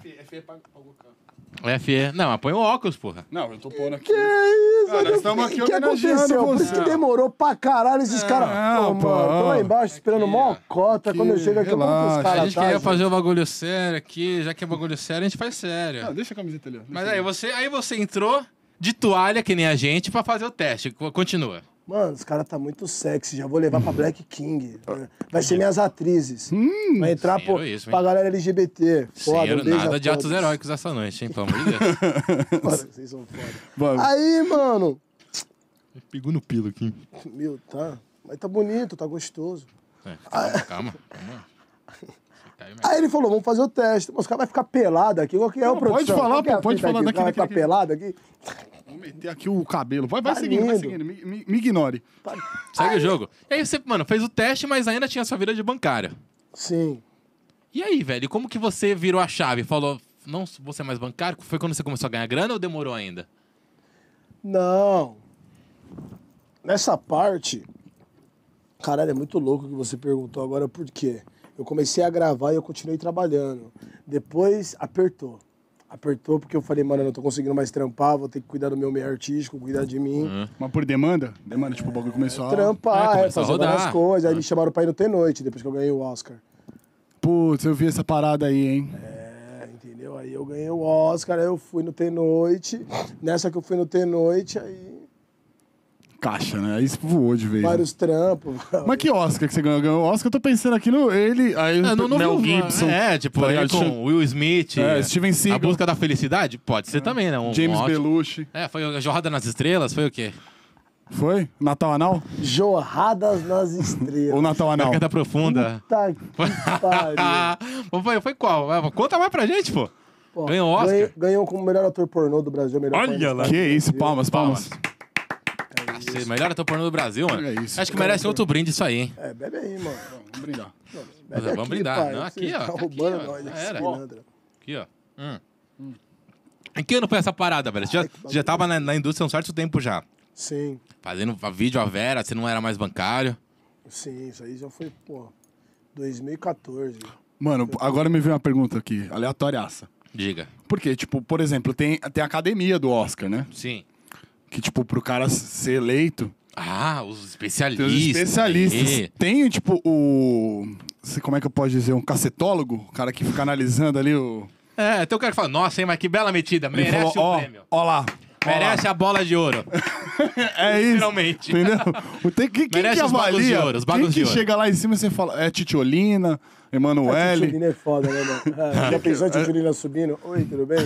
[SPEAKER 3] FE, não, mas põe o óculos, porra.
[SPEAKER 4] Não, eu tô pondo aqui.
[SPEAKER 6] Que isso,
[SPEAKER 4] Cara,
[SPEAKER 6] meu-
[SPEAKER 4] estamos aqui
[SPEAKER 6] O que
[SPEAKER 4] homenageando
[SPEAKER 6] aconteceu? Por isso
[SPEAKER 4] você. É,
[SPEAKER 6] que demorou pra caralho esses caras. Pô,
[SPEAKER 4] pô,
[SPEAKER 6] mano, tô lá embaixo esperando mó cota. Quando eu chego aqui, eu como que os
[SPEAKER 4] relaxa.
[SPEAKER 3] A
[SPEAKER 6] caras
[SPEAKER 3] gente
[SPEAKER 6] tá,
[SPEAKER 3] queria
[SPEAKER 6] gente?
[SPEAKER 3] fazer o bagulho sério aqui, já que é bagulho sério, a gente faz sério.
[SPEAKER 4] deixa a camiseta ali. ó. Deixa
[SPEAKER 3] Mas
[SPEAKER 4] ali.
[SPEAKER 3] aí você, aí você entrou de toalha, que nem a gente, pra fazer o teste. Co- Continua.
[SPEAKER 6] Mano, os caras tá muito sexy. Já vou levar pra Black King. Vai ser minhas atrizes.
[SPEAKER 4] Hum,
[SPEAKER 6] Vai entrar
[SPEAKER 3] Sem
[SPEAKER 6] pro,
[SPEAKER 3] heroísmo, é hein?
[SPEAKER 6] pra galera LGBT. Foda,
[SPEAKER 3] Sem
[SPEAKER 6] um beijo
[SPEAKER 3] nada
[SPEAKER 6] a
[SPEAKER 3] de atos
[SPEAKER 6] todos.
[SPEAKER 3] heróicos essa noite, hein, pelo amor de Deus.
[SPEAKER 6] Mano, vocês são foda.
[SPEAKER 4] Mano,
[SPEAKER 6] Aí, mano.
[SPEAKER 5] Pegou no pilo aqui.
[SPEAKER 6] Meu, tá. Mas tá bonito, tá gostoso.
[SPEAKER 3] É, calma, calma, calma. Você caiu, mas-
[SPEAKER 6] Aí ele falou, vamos fazer o teste. Mas o cara vai ficar pelado aqui. Qual que é o
[SPEAKER 4] Não,
[SPEAKER 6] produção?
[SPEAKER 4] pode falar,
[SPEAKER 6] Qual que é a
[SPEAKER 4] pô, pode
[SPEAKER 6] fita
[SPEAKER 4] falar
[SPEAKER 6] aqui?
[SPEAKER 4] daqui,
[SPEAKER 6] O cara
[SPEAKER 4] daqui,
[SPEAKER 6] vai
[SPEAKER 4] daqui.
[SPEAKER 6] ficar pelado aqui?
[SPEAKER 4] vamos meter aqui o cabelo. Vai, vai
[SPEAKER 6] Tá
[SPEAKER 4] seguindo, vai
[SPEAKER 6] lindo.
[SPEAKER 4] seguindo. Me, me- me ignore.
[SPEAKER 3] Segue o jogo. E aí você, mano, fez o teste, mas ainda tinha sua vida de bancário.
[SPEAKER 6] Sim.
[SPEAKER 3] E aí, velho, como que você virou a chave? Falou, não vou ser mais bancário? Foi quando você começou a ganhar grana ou demorou ainda?
[SPEAKER 6] Não. Nessa parte, caralho, é muito louco que você perguntou agora por quê. Eu comecei a gravar e eu continuei trabalhando. Depois apertou. Apertou porque eu falei, mano, eu não tô conseguindo mais trampar, vou ter que cuidar do meu meio artístico, cuidar de mim.
[SPEAKER 4] Mas por demanda? Demanda, tipo, o bagulho começou a...
[SPEAKER 6] Trampar,
[SPEAKER 3] É,
[SPEAKER 6] é,
[SPEAKER 3] começou a
[SPEAKER 6] fazer várias
[SPEAKER 3] rodar. Ah.
[SPEAKER 6] coisas. Aí me chamaram pra ir no T Noite, depois que eu ganhei o Oscar.
[SPEAKER 4] Putz, eu vi essa parada aí, hein?
[SPEAKER 6] É, entendeu? Aí eu ganhei o Oscar, aí eu fui no T Noite. Nessa que eu fui no T Noite, aí
[SPEAKER 4] Caixa, né? Aí isso voou de vez.
[SPEAKER 6] vários trampos.
[SPEAKER 4] Mas que Oscar que você ganhou? Ganhou o Oscar, eu tô pensando aqui no... Ele, aí
[SPEAKER 3] É,
[SPEAKER 4] o Mel
[SPEAKER 3] vi-
[SPEAKER 4] Gibson.
[SPEAKER 3] É, tipo,
[SPEAKER 4] tá
[SPEAKER 3] aí
[SPEAKER 4] ligado?
[SPEAKER 3] com Will Smith.
[SPEAKER 4] É, Steven Seagal. É.
[SPEAKER 3] A busca da felicidade? Pode ser também, né? Um,
[SPEAKER 4] James
[SPEAKER 3] um ótimo-
[SPEAKER 4] Belushi.
[SPEAKER 3] É, foi a Jornada nas Estrelas, foi o quê?
[SPEAKER 4] Foi? Natal Anal?
[SPEAKER 6] Jorradas nas estrelas.
[SPEAKER 4] Ou Natal Anal?
[SPEAKER 3] Canta Profunda.
[SPEAKER 6] Puta que pariu.
[SPEAKER 3] Ah, foi, foi qual? É, Conta mais pra gente, pô.
[SPEAKER 6] Pô,
[SPEAKER 3] Ganhou o Oscar?
[SPEAKER 6] ganhou- Ganhou como melhor ator pornô do Brasil. Melhor
[SPEAKER 5] Olha lá.
[SPEAKER 3] né?
[SPEAKER 4] Que isso, palmas, palmas.
[SPEAKER 3] Cacete, melhor ator pornô do Brasil, mano.
[SPEAKER 4] Olha isso.
[SPEAKER 3] Acho que merece outro brinde isso aí, hein?
[SPEAKER 6] É, bebe aí, mano.
[SPEAKER 4] Vamos brindar.
[SPEAKER 6] Bebe
[SPEAKER 3] é, Vamos brindar. Não, aqui,
[SPEAKER 6] Você
[SPEAKER 3] ó,
[SPEAKER 6] Tá
[SPEAKER 3] aqui,
[SPEAKER 6] roubando
[SPEAKER 3] ó.
[SPEAKER 6] nós,
[SPEAKER 3] Já
[SPEAKER 6] esse
[SPEAKER 3] era.
[SPEAKER 6] malandro.
[SPEAKER 3] Aqui, ó. Hum. Em que ano foi essa parada, velho? Você já, já tava na, na indústria há um certo tempo já.
[SPEAKER 6] Sim,
[SPEAKER 3] Fazendo a vídeo a Vera, você não era mais bancário.
[SPEAKER 6] sim. Isso aí já foi, pô, 2014.
[SPEAKER 4] Mano, agora me veio uma pergunta aqui, aleatoriaça.
[SPEAKER 3] Diga.
[SPEAKER 4] Porque, tipo, por exemplo, tem, tem a academia do Oscar, né?
[SPEAKER 3] Sim.
[SPEAKER 4] Que, tipo, pro cara ser eleito,
[SPEAKER 3] Ah, os
[SPEAKER 4] tem
[SPEAKER 3] especialistas.
[SPEAKER 4] os
[SPEAKER 3] É.
[SPEAKER 4] especialistas. Tem, tipo, o. sei Como é que eu posso dizer? Um cacetólogo? O cara que fica analisando ali o.
[SPEAKER 3] É, tem o cara que fala, nossa, hein, mas que bela metida.
[SPEAKER 4] Ele
[SPEAKER 3] Merece
[SPEAKER 4] falou,
[SPEAKER 3] o
[SPEAKER 4] ó,
[SPEAKER 3] prêmio.
[SPEAKER 4] ó lá. ó lá."
[SPEAKER 3] Merece a bola de ouro.
[SPEAKER 4] É isso.
[SPEAKER 3] Literalmente.
[SPEAKER 4] Entendeu? O te- Quem, quem
[SPEAKER 3] Merece
[SPEAKER 4] que
[SPEAKER 3] os bagos
[SPEAKER 4] avalia?
[SPEAKER 3] de ouro, os bagos
[SPEAKER 4] quem que
[SPEAKER 3] de ouro.
[SPEAKER 4] chega lá em cima e você fala, é Titiolina, Emanuele.
[SPEAKER 6] Titiolina é foda, né, mano? É, já pensou a Titiolina subindo? Oi, tudo bem?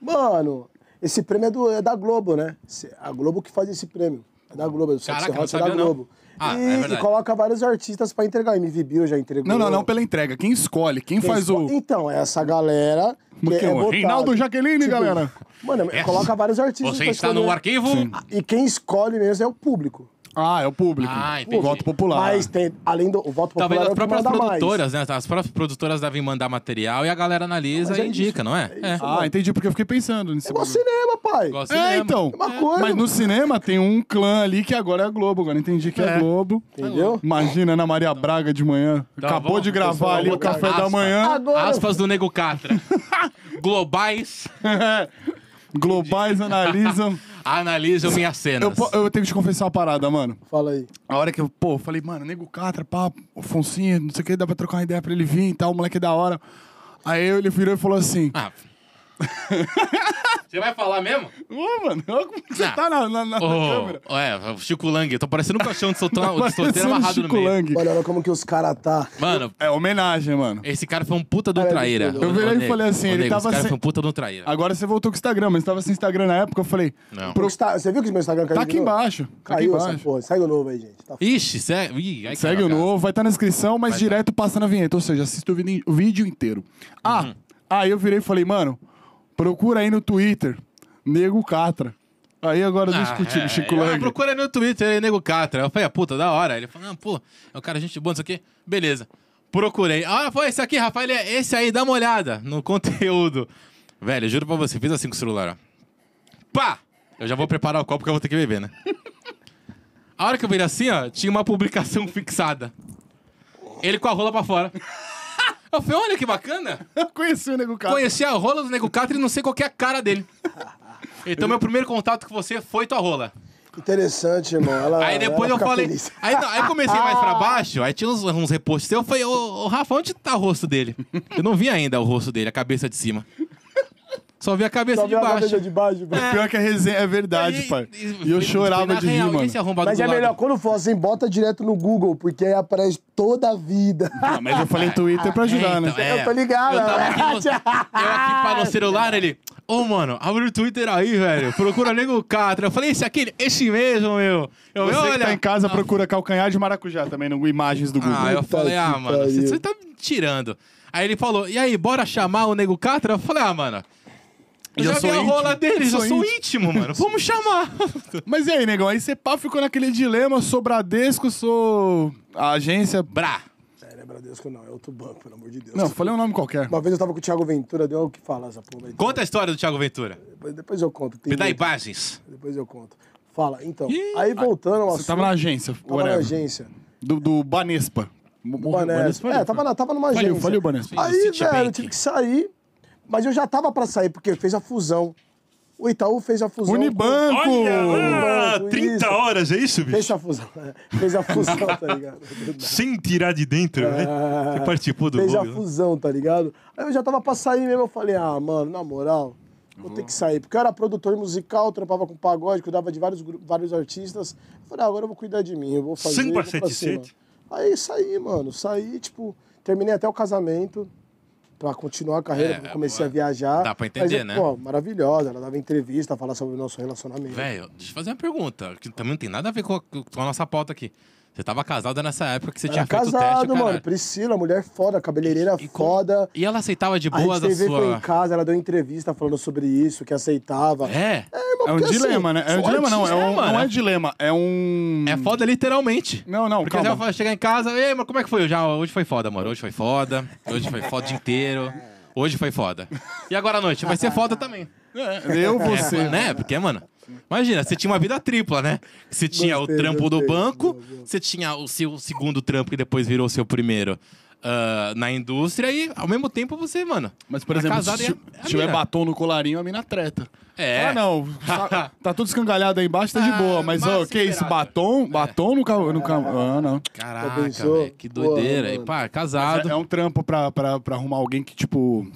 [SPEAKER 6] Mano, esse prêmio é, do- é da Globo, né? Esse- A Globo que faz esse prêmio. É da Globo, é do
[SPEAKER 3] Caraca,
[SPEAKER 6] Sexy
[SPEAKER 3] não
[SPEAKER 6] Hot, é da
[SPEAKER 3] sabia, não.
[SPEAKER 6] Globo.
[SPEAKER 3] Ah,
[SPEAKER 6] e,
[SPEAKER 3] é
[SPEAKER 6] e
[SPEAKER 3] verdade.
[SPEAKER 6] coloca vários artistas pra entregar. MV Bill já entregou.
[SPEAKER 4] Não, não, não pela entrega. Quem escolhe? Quem,
[SPEAKER 6] Quem
[SPEAKER 4] faz
[SPEAKER 6] esco-
[SPEAKER 4] o.
[SPEAKER 6] Então, essa galera.
[SPEAKER 4] No
[SPEAKER 6] que
[SPEAKER 4] que
[SPEAKER 6] é
[SPEAKER 4] é o
[SPEAKER 6] votada.
[SPEAKER 4] Reinaldo Jaqueline, galera.
[SPEAKER 6] Mano,
[SPEAKER 3] Essa-
[SPEAKER 6] coloca vários artistas.
[SPEAKER 3] É. Você
[SPEAKER 6] pra
[SPEAKER 3] está no
[SPEAKER 6] escolher.
[SPEAKER 3] arquivo?
[SPEAKER 6] E quem escolhe mesmo é o público.
[SPEAKER 4] Ah, é o público.
[SPEAKER 3] Ah,
[SPEAKER 4] o
[SPEAKER 3] entendi.
[SPEAKER 4] voto popular.
[SPEAKER 6] Mas tem, além do o voto
[SPEAKER 3] Talvez
[SPEAKER 6] popular, é
[SPEAKER 3] as
[SPEAKER 6] o que
[SPEAKER 3] próprias
[SPEAKER 6] manda mais.
[SPEAKER 3] produtoras, né? As próprias produtoras devem mandar material e a galera analisa
[SPEAKER 6] Mas é
[SPEAKER 3] e indica,
[SPEAKER 6] isso,
[SPEAKER 3] não é?
[SPEAKER 6] é isso.
[SPEAKER 4] Ah, entendi, porque eu fiquei pensando nisso.
[SPEAKER 6] É igual cinema, pai.
[SPEAKER 3] Igual
[SPEAKER 4] É,
[SPEAKER 3] cinema.
[SPEAKER 4] então.
[SPEAKER 6] É uma coisa,
[SPEAKER 4] Mas
[SPEAKER 6] mano.
[SPEAKER 4] no cinema tem um clã ali que agora é a Globo. Agora entendi que é, a Globo.
[SPEAKER 6] Entendeu?
[SPEAKER 4] Imagina Ana Maria Braga de manhã.
[SPEAKER 3] Tá
[SPEAKER 4] Acabou
[SPEAKER 3] bom.
[SPEAKER 4] de gravar ali o
[SPEAKER 3] Vamos
[SPEAKER 4] café
[SPEAKER 3] aspa.
[SPEAKER 4] da manhã.
[SPEAKER 6] Agora,
[SPEAKER 3] Aspas do Nego Catra. Globais
[SPEAKER 6] Ah,
[SPEAKER 4] Globais analisam.
[SPEAKER 3] analisam minhas cenas.
[SPEAKER 4] Eu, po- eu tenho que te confessar uma parada, mano.
[SPEAKER 6] fala aí.
[SPEAKER 4] A hora que eu, pô, eu falei, mano, nego Catra, pá, o Foncinha, não sei o que, dá pra trocar uma ideia pra ele vir e tal, o moleque é da hora. Aí eu- ele virou e falou assim:
[SPEAKER 3] Ah. Você vai falar mesmo?
[SPEAKER 4] Ô, mano, olha como que você
[SPEAKER 3] Ah.
[SPEAKER 4] tá na, na- na câmera.
[SPEAKER 3] Ô, é, o Chico Lang. Eu tô parecendo um caixão de soltão- de
[SPEAKER 4] Parecendo um
[SPEAKER 3] solteiro amarrado no
[SPEAKER 4] Chico
[SPEAKER 3] meio.
[SPEAKER 4] Lang.
[SPEAKER 6] Olha, olha como que os caras tá.
[SPEAKER 3] Mano,
[SPEAKER 4] É homenagem, mano.
[SPEAKER 3] esse cara foi um puta do
[SPEAKER 6] Cara,
[SPEAKER 3] traíra.
[SPEAKER 6] eu
[SPEAKER 3] Ô,
[SPEAKER 4] virei e
[SPEAKER 3] nego,
[SPEAKER 4] falei assim,
[SPEAKER 3] ô,
[SPEAKER 4] ele
[SPEAKER 3] nego,
[SPEAKER 4] tava
[SPEAKER 3] Esse cara
[SPEAKER 4] sem-
[SPEAKER 3] foi um puta do traíra.
[SPEAKER 4] Agora você voltou com o Instagram, mas tava sem Instagram na época, eu falei,
[SPEAKER 3] Não.
[SPEAKER 4] pro-
[SPEAKER 6] O Insta- Você viu que meu Instagram caiu?
[SPEAKER 4] tá
[SPEAKER 6] de
[SPEAKER 4] aqui
[SPEAKER 6] novo?
[SPEAKER 4] embaixo. Tá aqui
[SPEAKER 6] Caiu essa
[SPEAKER 4] embaixo.
[SPEAKER 6] porra. Segue o novo aí, gente. Tá f-
[SPEAKER 3] Ixi, segue. Ih, ai,
[SPEAKER 4] Segue o
[SPEAKER 3] caraca.
[SPEAKER 4] novo, vai estar na descrição,
[SPEAKER 3] tá.
[SPEAKER 4] mas direto passa na vinheta. Ou seja, assista o vídeo, o vídeo inteiro. Ah,
[SPEAKER 3] Uhum.
[SPEAKER 4] aí eu virei e falei, mano, procura aí no Twitter, Nego Catra. Aí agora eu
[SPEAKER 3] Ah,
[SPEAKER 4] discuti
[SPEAKER 3] é,
[SPEAKER 4] o Chico
[SPEAKER 3] eu-
[SPEAKER 4] Lang.
[SPEAKER 3] ah, Procura no Twitter, aí, Nego Catra. Eu falei, ah, puta, da hora. Ele falou, ah, pô, é um cara gente boa, não sei o quê. Beleza. Procurei. Ah, foi esse aqui, rapaz. Ele é esse aí, dá uma olhada no conteúdo. Velho, juro pra você, fiz assim com o celular, ó. Pá! Eu já vou preparar o copo que eu vou ter que beber, né? A hora que eu virei assim, ó, tinha uma publicação fixada. Ele com a rola pra fora. Eu falei, olha que bacana.
[SPEAKER 4] Eu conheci o Nego Catra.
[SPEAKER 3] Conheci a rola do Nego Catra e não sei qual que é a cara dele. Então, meu primeiro contato com você foi tua rola.
[SPEAKER 6] Interessante, irmão. Ela,
[SPEAKER 3] Aí depois
[SPEAKER 6] ela
[SPEAKER 3] eu
[SPEAKER 6] fica
[SPEAKER 3] falei.
[SPEAKER 6] feliz.
[SPEAKER 3] Aí, não, aí comecei mais pra baixo, aí tinha uns, uns repostos. Eu falei, ô, ô Rafa, onde tá o rosto dele? Eu não vi ainda o rosto dele, a cabeça de cima. Só vi a cabeça
[SPEAKER 6] Só
[SPEAKER 3] de
[SPEAKER 6] viu a
[SPEAKER 3] baixo.
[SPEAKER 6] cabeça de baixo? mano?
[SPEAKER 4] Pior que a resenha "Tá é verdade,
[SPEAKER 3] Aí-
[SPEAKER 4] pai. E eu
[SPEAKER 3] fui
[SPEAKER 4] chorava
[SPEAKER 3] na
[SPEAKER 4] de rir,
[SPEAKER 3] real, assim, e
[SPEAKER 4] mano.
[SPEAKER 3] esse arrombado
[SPEAKER 6] Mas
[SPEAKER 3] do
[SPEAKER 6] é
[SPEAKER 3] lado?
[SPEAKER 6] melhor, quando for assim, bota direto no Google, porque aí aparece toda a vida.
[SPEAKER 4] Ah, mas eu falei Twitter pra ajudar,
[SPEAKER 3] É, então,
[SPEAKER 4] né?
[SPEAKER 3] é.
[SPEAKER 6] Eu tô ligado.
[SPEAKER 3] Eu tava aqui, no, eu aqui para o celular, ele. Ô, mano, abre o Twitter aí, velho. Procura Nego Catra. Eu falei, esse aqui, esse mesmo, meu. Eu,
[SPEAKER 4] Você
[SPEAKER 3] olha.
[SPEAKER 4] que tá em casa, procura calcanhar de maracujá também no Imagens do Google.
[SPEAKER 3] Ah, eu falei, ah,
[SPEAKER 6] que
[SPEAKER 3] mano,
[SPEAKER 6] pariu.
[SPEAKER 3] você você tá me tirando. Aí ele falou, e aí, bora chamar o Nego Catra? Eu falei, ah, mano, eu
[SPEAKER 4] E eu
[SPEAKER 3] já vi
[SPEAKER 4] sou
[SPEAKER 3] a
[SPEAKER 4] íntimo.
[SPEAKER 3] rola deles, eu
[SPEAKER 4] Sou
[SPEAKER 3] sou íntimo, mano. Vamos chamar.
[SPEAKER 4] Mas e aí, negão? Aí você pá ficou naquele dilema, sou Bradesco, sou a agência...
[SPEAKER 3] Brá.
[SPEAKER 6] É, não é Bradesco, não. É outro banco, pelo amor de Deus.
[SPEAKER 4] Não, falei um nome qualquer.
[SPEAKER 6] Uma vez eu tava com o Thiago Ventura, deu o que falar essa porra. mas
[SPEAKER 3] Conta a história do Thiago Ventura.
[SPEAKER 6] Depois, depois eu conto. Tem
[SPEAKER 3] Me dá
[SPEAKER 6] muito.
[SPEAKER 3] imagens.
[SPEAKER 6] Depois eu conto. Fala, então. aí voltando ao
[SPEAKER 4] Você tava na agência,
[SPEAKER 6] Tava na
[SPEAKER 4] whatever.
[SPEAKER 6] agência.
[SPEAKER 4] Do, do Banespa. Morreu,
[SPEAKER 6] Banespa.
[SPEAKER 4] faliu,
[SPEAKER 6] É, tava, na, tava numa
[SPEAKER 4] Faliu,
[SPEAKER 6] agência.
[SPEAKER 4] faliu o Banespa.
[SPEAKER 6] Aí,
[SPEAKER 3] Citibank.
[SPEAKER 6] velho, eu tive que sair. Mas eu já tava pra sair, porque fez a fusão. O Itaú fez a fusão. com-
[SPEAKER 4] Unibanco!
[SPEAKER 5] Olha,
[SPEAKER 6] Banco,
[SPEAKER 5] 30
[SPEAKER 6] isso.
[SPEAKER 5] horas, é isso, bicho?
[SPEAKER 6] Fez a fusão. Fez a fusão, tá ligado?
[SPEAKER 5] Sem tirar de dentro, velho.
[SPEAKER 3] Ah,
[SPEAKER 5] Você participou do
[SPEAKER 6] Fez a
[SPEAKER 5] jogo. né?
[SPEAKER 6] fusão, tá ligado? Aí eu já tava pra sair mesmo, eu falei, ah, mano, na moral, vou ter que sair. Porque eu era produtor musical, trampava com pagode, cuidava de vários, gru- vários artistas. Eu falei, ah, agora eu vou cuidar de mim, eu vou fazer.
[SPEAKER 5] Sem
[SPEAKER 6] eu vou pra
[SPEAKER 5] parceticete.
[SPEAKER 6] cima. Aí saí, mano, saí, tipo, terminei até o casamento pra continuar a carreira,
[SPEAKER 3] É,
[SPEAKER 6] porque eu comecei
[SPEAKER 3] é,
[SPEAKER 6] a viajar.
[SPEAKER 3] dá pra
[SPEAKER 6] Mas,
[SPEAKER 3] entender, né?
[SPEAKER 6] Pô, maravilhosa, ela dava entrevista, falava sobre o nosso relacionamento.
[SPEAKER 3] Velho, deixa eu fazer uma pergunta, que também não tem nada a ver com a, com a nossa pauta aqui. Você tava casada nessa época que você tinha
[SPEAKER 6] Era
[SPEAKER 3] feito o teste,
[SPEAKER 6] casado,
[SPEAKER 3] caralho.
[SPEAKER 6] mano, Priscila, mulher foda, cabeleireira
[SPEAKER 3] E como-
[SPEAKER 6] foda.
[SPEAKER 3] E ela aceitava de
[SPEAKER 6] A
[SPEAKER 3] boas
[SPEAKER 6] Rede
[SPEAKER 3] a
[SPEAKER 6] TV foi em
[SPEAKER 3] sua...
[SPEAKER 6] casa, ela deu entrevista falando sobre isso, que aceitava.
[SPEAKER 3] É,
[SPEAKER 6] irmão,
[SPEAKER 4] É um
[SPEAKER 6] porque,
[SPEAKER 4] dilema,
[SPEAKER 6] assim, né?
[SPEAKER 4] né? É um
[SPEAKER 6] sou
[SPEAKER 4] dilema, não. É
[SPEAKER 6] artista,
[SPEAKER 4] um, não é
[SPEAKER 3] mano.
[SPEAKER 4] dilema, é um...
[SPEAKER 6] Hum.
[SPEAKER 3] é foda literalmente.
[SPEAKER 4] Não, não,
[SPEAKER 3] Porque
[SPEAKER 4] calma.
[SPEAKER 3] já vai chegar em casa, ei, mas como é que foi? Já, hoje foi foda, amor. Hoje foi foda. Hoje foi foda o dia inteiro. Hoje foi foda. E agora à noite? Vai ser foda também.
[SPEAKER 4] Eu,
[SPEAKER 3] É,
[SPEAKER 4] você...
[SPEAKER 3] né? Porque, mano, imagina, você tinha uma vida tripla, né? Você tinha o
[SPEAKER 6] Gostei,
[SPEAKER 3] trampo do
[SPEAKER 6] gostei.
[SPEAKER 3] banco, você tinha o seu segundo trampo que depois virou o seu primeiro. ah, na indústria e, ao mesmo tempo, você, mano.
[SPEAKER 4] Mas, por
[SPEAKER 3] é
[SPEAKER 4] exemplo,
[SPEAKER 3] casado
[SPEAKER 4] se,
[SPEAKER 3] e
[SPEAKER 4] ti-
[SPEAKER 3] é- é
[SPEAKER 4] se tiver
[SPEAKER 3] mina.
[SPEAKER 4] batom no colarinho, a mina treta.
[SPEAKER 3] É.
[SPEAKER 4] Ah, não. Tá, tá tudo escangalhado aí embaixo, tá de
[SPEAKER 3] Ah,
[SPEAKER 4] boa. Mas, ô,
[SPEAKER 3] massa, É.
[SPEAKER 4] que isso?
[SPEAKER 3] liberado.
[SPEAKER 4] Batom? Batom no carro. No ca... Ah, não.
[SPEAKER 3] Caraca,
[SPEAKER 6] pensou?
[SPEAKER 3] velho, que
[SPEAKER 6] Porra,
[SPEAKER 3] doideira. E
[SPEAKER 6] mano.
[SPEAKER 3] pá,
[SPEAKER 4] É-
[SPEAKER 3] casado.
[SPEAKER 4] É um trampo pra, pra, pra arrumar alguém que, tipo,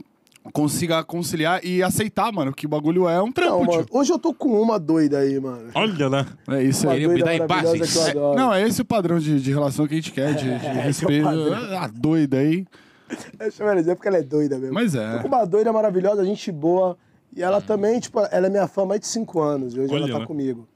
[SPEAKER 4] consiga conciliar e aceitar, mano, que o bagulho é um
[SPEAKER 6] Não,
[SPEAKER 4] trampo,
[SPEAKER 6] mano,
[SPEAKER 4] tio.
[SPEAKER 6] hoje eu tô com uma doida aí, mano.
[SPEAKER 5] Olha lá.
[SPEAKER 4] É isso
[SPEAKER 6] Uma
[SPEAKER 4] aí.
[SPEAKER 3] Queria me
[SPEAKER 6] doida
[SPEAKER 3] dar
[SPEAKER 6] maravilhosa
[SPEAKER 3] imagens.
[SPEAKER 6] que eu
[SPEAKER 3] É,
[SPEAKER 6] adoro.
[SPEAKER 4] Não, é esse o padrão de, de relação que a gente quer, de, de
[SPEAKER 6] esse é o
[SPEAKER 4] respeito.
[SPEAKER 6] padrão.
[SPEAKER 4] Ah, doida aí.
[SPEAKER 6] Eu chamo ela de Zé porque ela é doida mesmo.
[SPEAKER 4] Mas
[SPEAKER 6] Tô
[SPEAKER 4] é.
[SPEAKER 6] com uma doida maravilhosa, gente boa. E ela também, tipo, ela é minha fã há mais de cinco anos. E hoje
[SPEAKER 5] Olha,
[SPEAKER 6] ela tá
[SPEAKER 5] né?
[SPEAKER 6] comigo.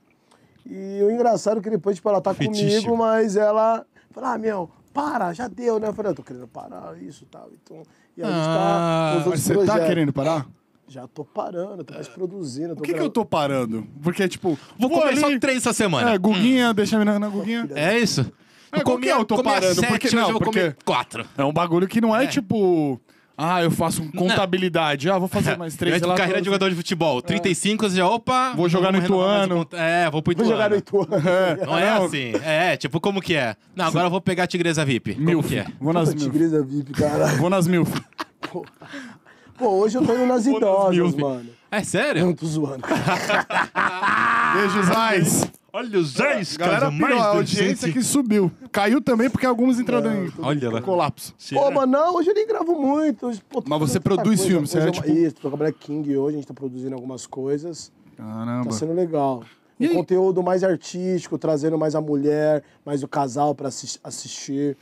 [SPEAKER 6] E o engraçado é que depois, tipo, ela tá
[SPEAKER 5] Fetiche.
[SPEAKER 6] comigo, mas ela fala, ah, meu, para, já deu, né? Eu falei, eu tô querendo parar, isso e tal. Então, e a gente
[SPEAKER 3] Ah,
[SPEAKER 6] tá nos
[SPEAKER 4] Mas
[SPEAKER 6] outros
[SPEAKER 4] você
[SPEAKER 6] projetos.
[SPEAKER 4] tá querendo parar?
[SPEAKER 6] Já tô parando, tô mais produzindo.
[SPEAKER 4] Por que, que eu tô parando? Porque, tipo,
[SPEAKER 3] Vou comer
[SPEAKER 4] ali-
[SPEAKER 3] só três essa semana.
[SPEAKER 4] É, Guguinha, deixa a menina na Guguinha.
[SPEAKER 3] É isso?
[SPEAKER 4] É, qual que é? Eu tô
[SPEAKER 3] comia
[SPEAKER 4] parando,
[SPEAKER 3] sete,
[SPEAKER 4] porque-
[SPEAKER 3] hoje
[SPEAKER 4] não,
[SPEAKER 3] eu vou
[SPEAKER 4] porque-
[SPEAKER 3] comer quatro.
[SPEAKER 4] É um bagulho que não é, tipo. Ah, eu faço um contabilidade. Ah, vou fazer mais três.
[SPEAKER 3] Minha
[SPEAKER 4] sei lá,
[SPEAKER 3] carreira de
[SPEAKER 4] quantos.
[SPEAKER 3] jogador de futebol, 35, você já, opa...
[SPEAKER 4] Vou jogar no
[SPEAKER 3] vamos renovar mais
[SPEAKER 4] Ituano.
[SPEAKER 3] um contra- É, vou pro
[SPEAKER 6] Vou
[SPEAKER 3] Ituano.
[SPEAKER 6] jogar no Ituano.
[SPEAKER 3] Não é assim. É, tipo, como que é? Não, agora eu vou pegar a Tigresa VIP. Como
[SPEAKER 4] Milf.
[SPEAKER 3] que é?
[SPEAKER 4] Vou nas
[SPEAKER 6] Puta,
[SPEAKER 4] Milf.
[SPEAKER 6] tigresa VIP, caralho.
[SPEAKER 4] Vou nas Milf.
[SPEAKER 6] Pô, hoje eu tô indo nas idosas, mano.
[SPEAKER 3] É
[SPEAKER 6] Eu
[SPEAKER 3] sério?
[SPEAKER 6] não tô zoando.
[SPEAKER 3] Ah,
[SPEAKER 4] Beijo, Zais.
[SPEAKER 5] Olha os ex,
[SPEAKER 4] Galera,
[SPEAKER 5] cara.
[SPEAKER 3] um
[SPEAKER 4] pirou,
[SPEAKER 5] Mais
[SPEAKER 4] a
[SPEAKER 5] audiência
[SPEAKER 4] audiência que subiu. Caiu também porque alguns entraram
[SPEAKER 3] É.
[SPEAKER 4] em
[SPEAKER 5] Olha lá.
[SPEAKER 4] colapso.
[SPEAKER 6] Pô, mas não, hoje eu nem gravo muito. hoje, pô, tô
[SPEAKER 4] Mas você
[SPEAKER 6] fazendo tanta
[SPEAKER 4] produz filme, você
[SPEAKER 6] hoje
[SPEAKER 4] é
[SPEAKER 6] eu-
[SPEAKER 4] tipo-
[SPEAKER 6] Isso, tô com a Black King hoje, a gente tá produzindo algumas coisas. Tá
[SPEAKER 4] Caramba.
[SPEAKER 6] sendo legal. Um conteúdo mais artístico, trazendo mais a mulher, mais o casal pra assis- assistir.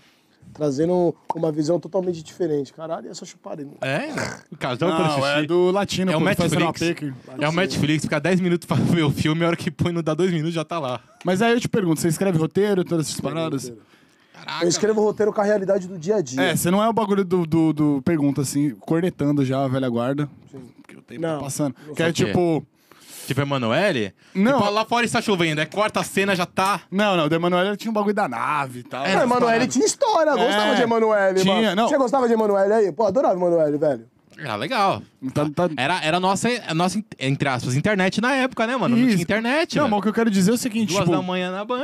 [SPEAKER 6] Trazendo uma visão totalmente diferente. Caralho, essa chupada aí.
[SPEAKER 3] É? O casal pra
[SPEAKER 4] Não, é
[SPEAKER 3] assistir.
[SPEAKER 4] do latino,
[SPEAKER 3] É o
[SPEAKER 4] pô, ele faz assim.
[SPEAKER 3] Netflix.
[SPEAKER 4] terapia que-
[SPEAKER 3] É o Netflix, fica 10 minutos pra ver o filme, a hora que põe não dá 2 minutos já tá lá.
[SPEAKER 4] Mas aí eu te pergunto, você escreve roteiro, todas essas paradas?
[SPEAKER 6] Eu escrevo o roteiro com a realidade do dia a dia.
[SPEAKER 4] É, você não é o bagulho do, do, do pergunta assim, cornetando já a velha guarda. Porque o tempo tá
[SPEAKER 6] Não.
[SPEAKER 4] passando. Que é
[SPEAKER 3] o quê?
[SPEAKER 4] tipo.
[SPEAKER 3] Tipo, Emanuele?
[SPEAKER 4] Não.
[SPEAKER 3] Tipo, lá fora está chovendo, é quarta cena, já tá...
[SPEAKER 4] Não, não, o da Emanuele tinha um bagulho da nave e
[SPEAKER 3] É,
[SPEAKER 4] tal.
[SPEAKER 6] Ah, Emanuele tinha história, eu gostava
[SPEAKER 4] É,
[SPEAKER 6] de Emanuele,
[SPEAKER 4] tinha,
[SPEAKER 6] mano.
[SPEAKER 4] não.
[SPEAKER 6] Você gostava de Emanuele aí? Pô, adorava Emanuele, velho.
[SPEAKER 3] Ah, legal.
[SPEAKER 4] Tá- tá-
[SPEAKER 3] Era, era a nossa, a nossa, entre aspas, internet na época, né, mano? Não
[SPEAKER 4] Isso.
[SPEAKER 3] tinha internet,
[SPEAKER 4] Não,
[SPEAKER 3] velho.
[SPEAKER 4] mas o que eu quero dizer é o seguinte,
[SPEAKER 3] Duas
[SPEAKER 4] tipo.
[SPEAKER 3] da manhã na Band.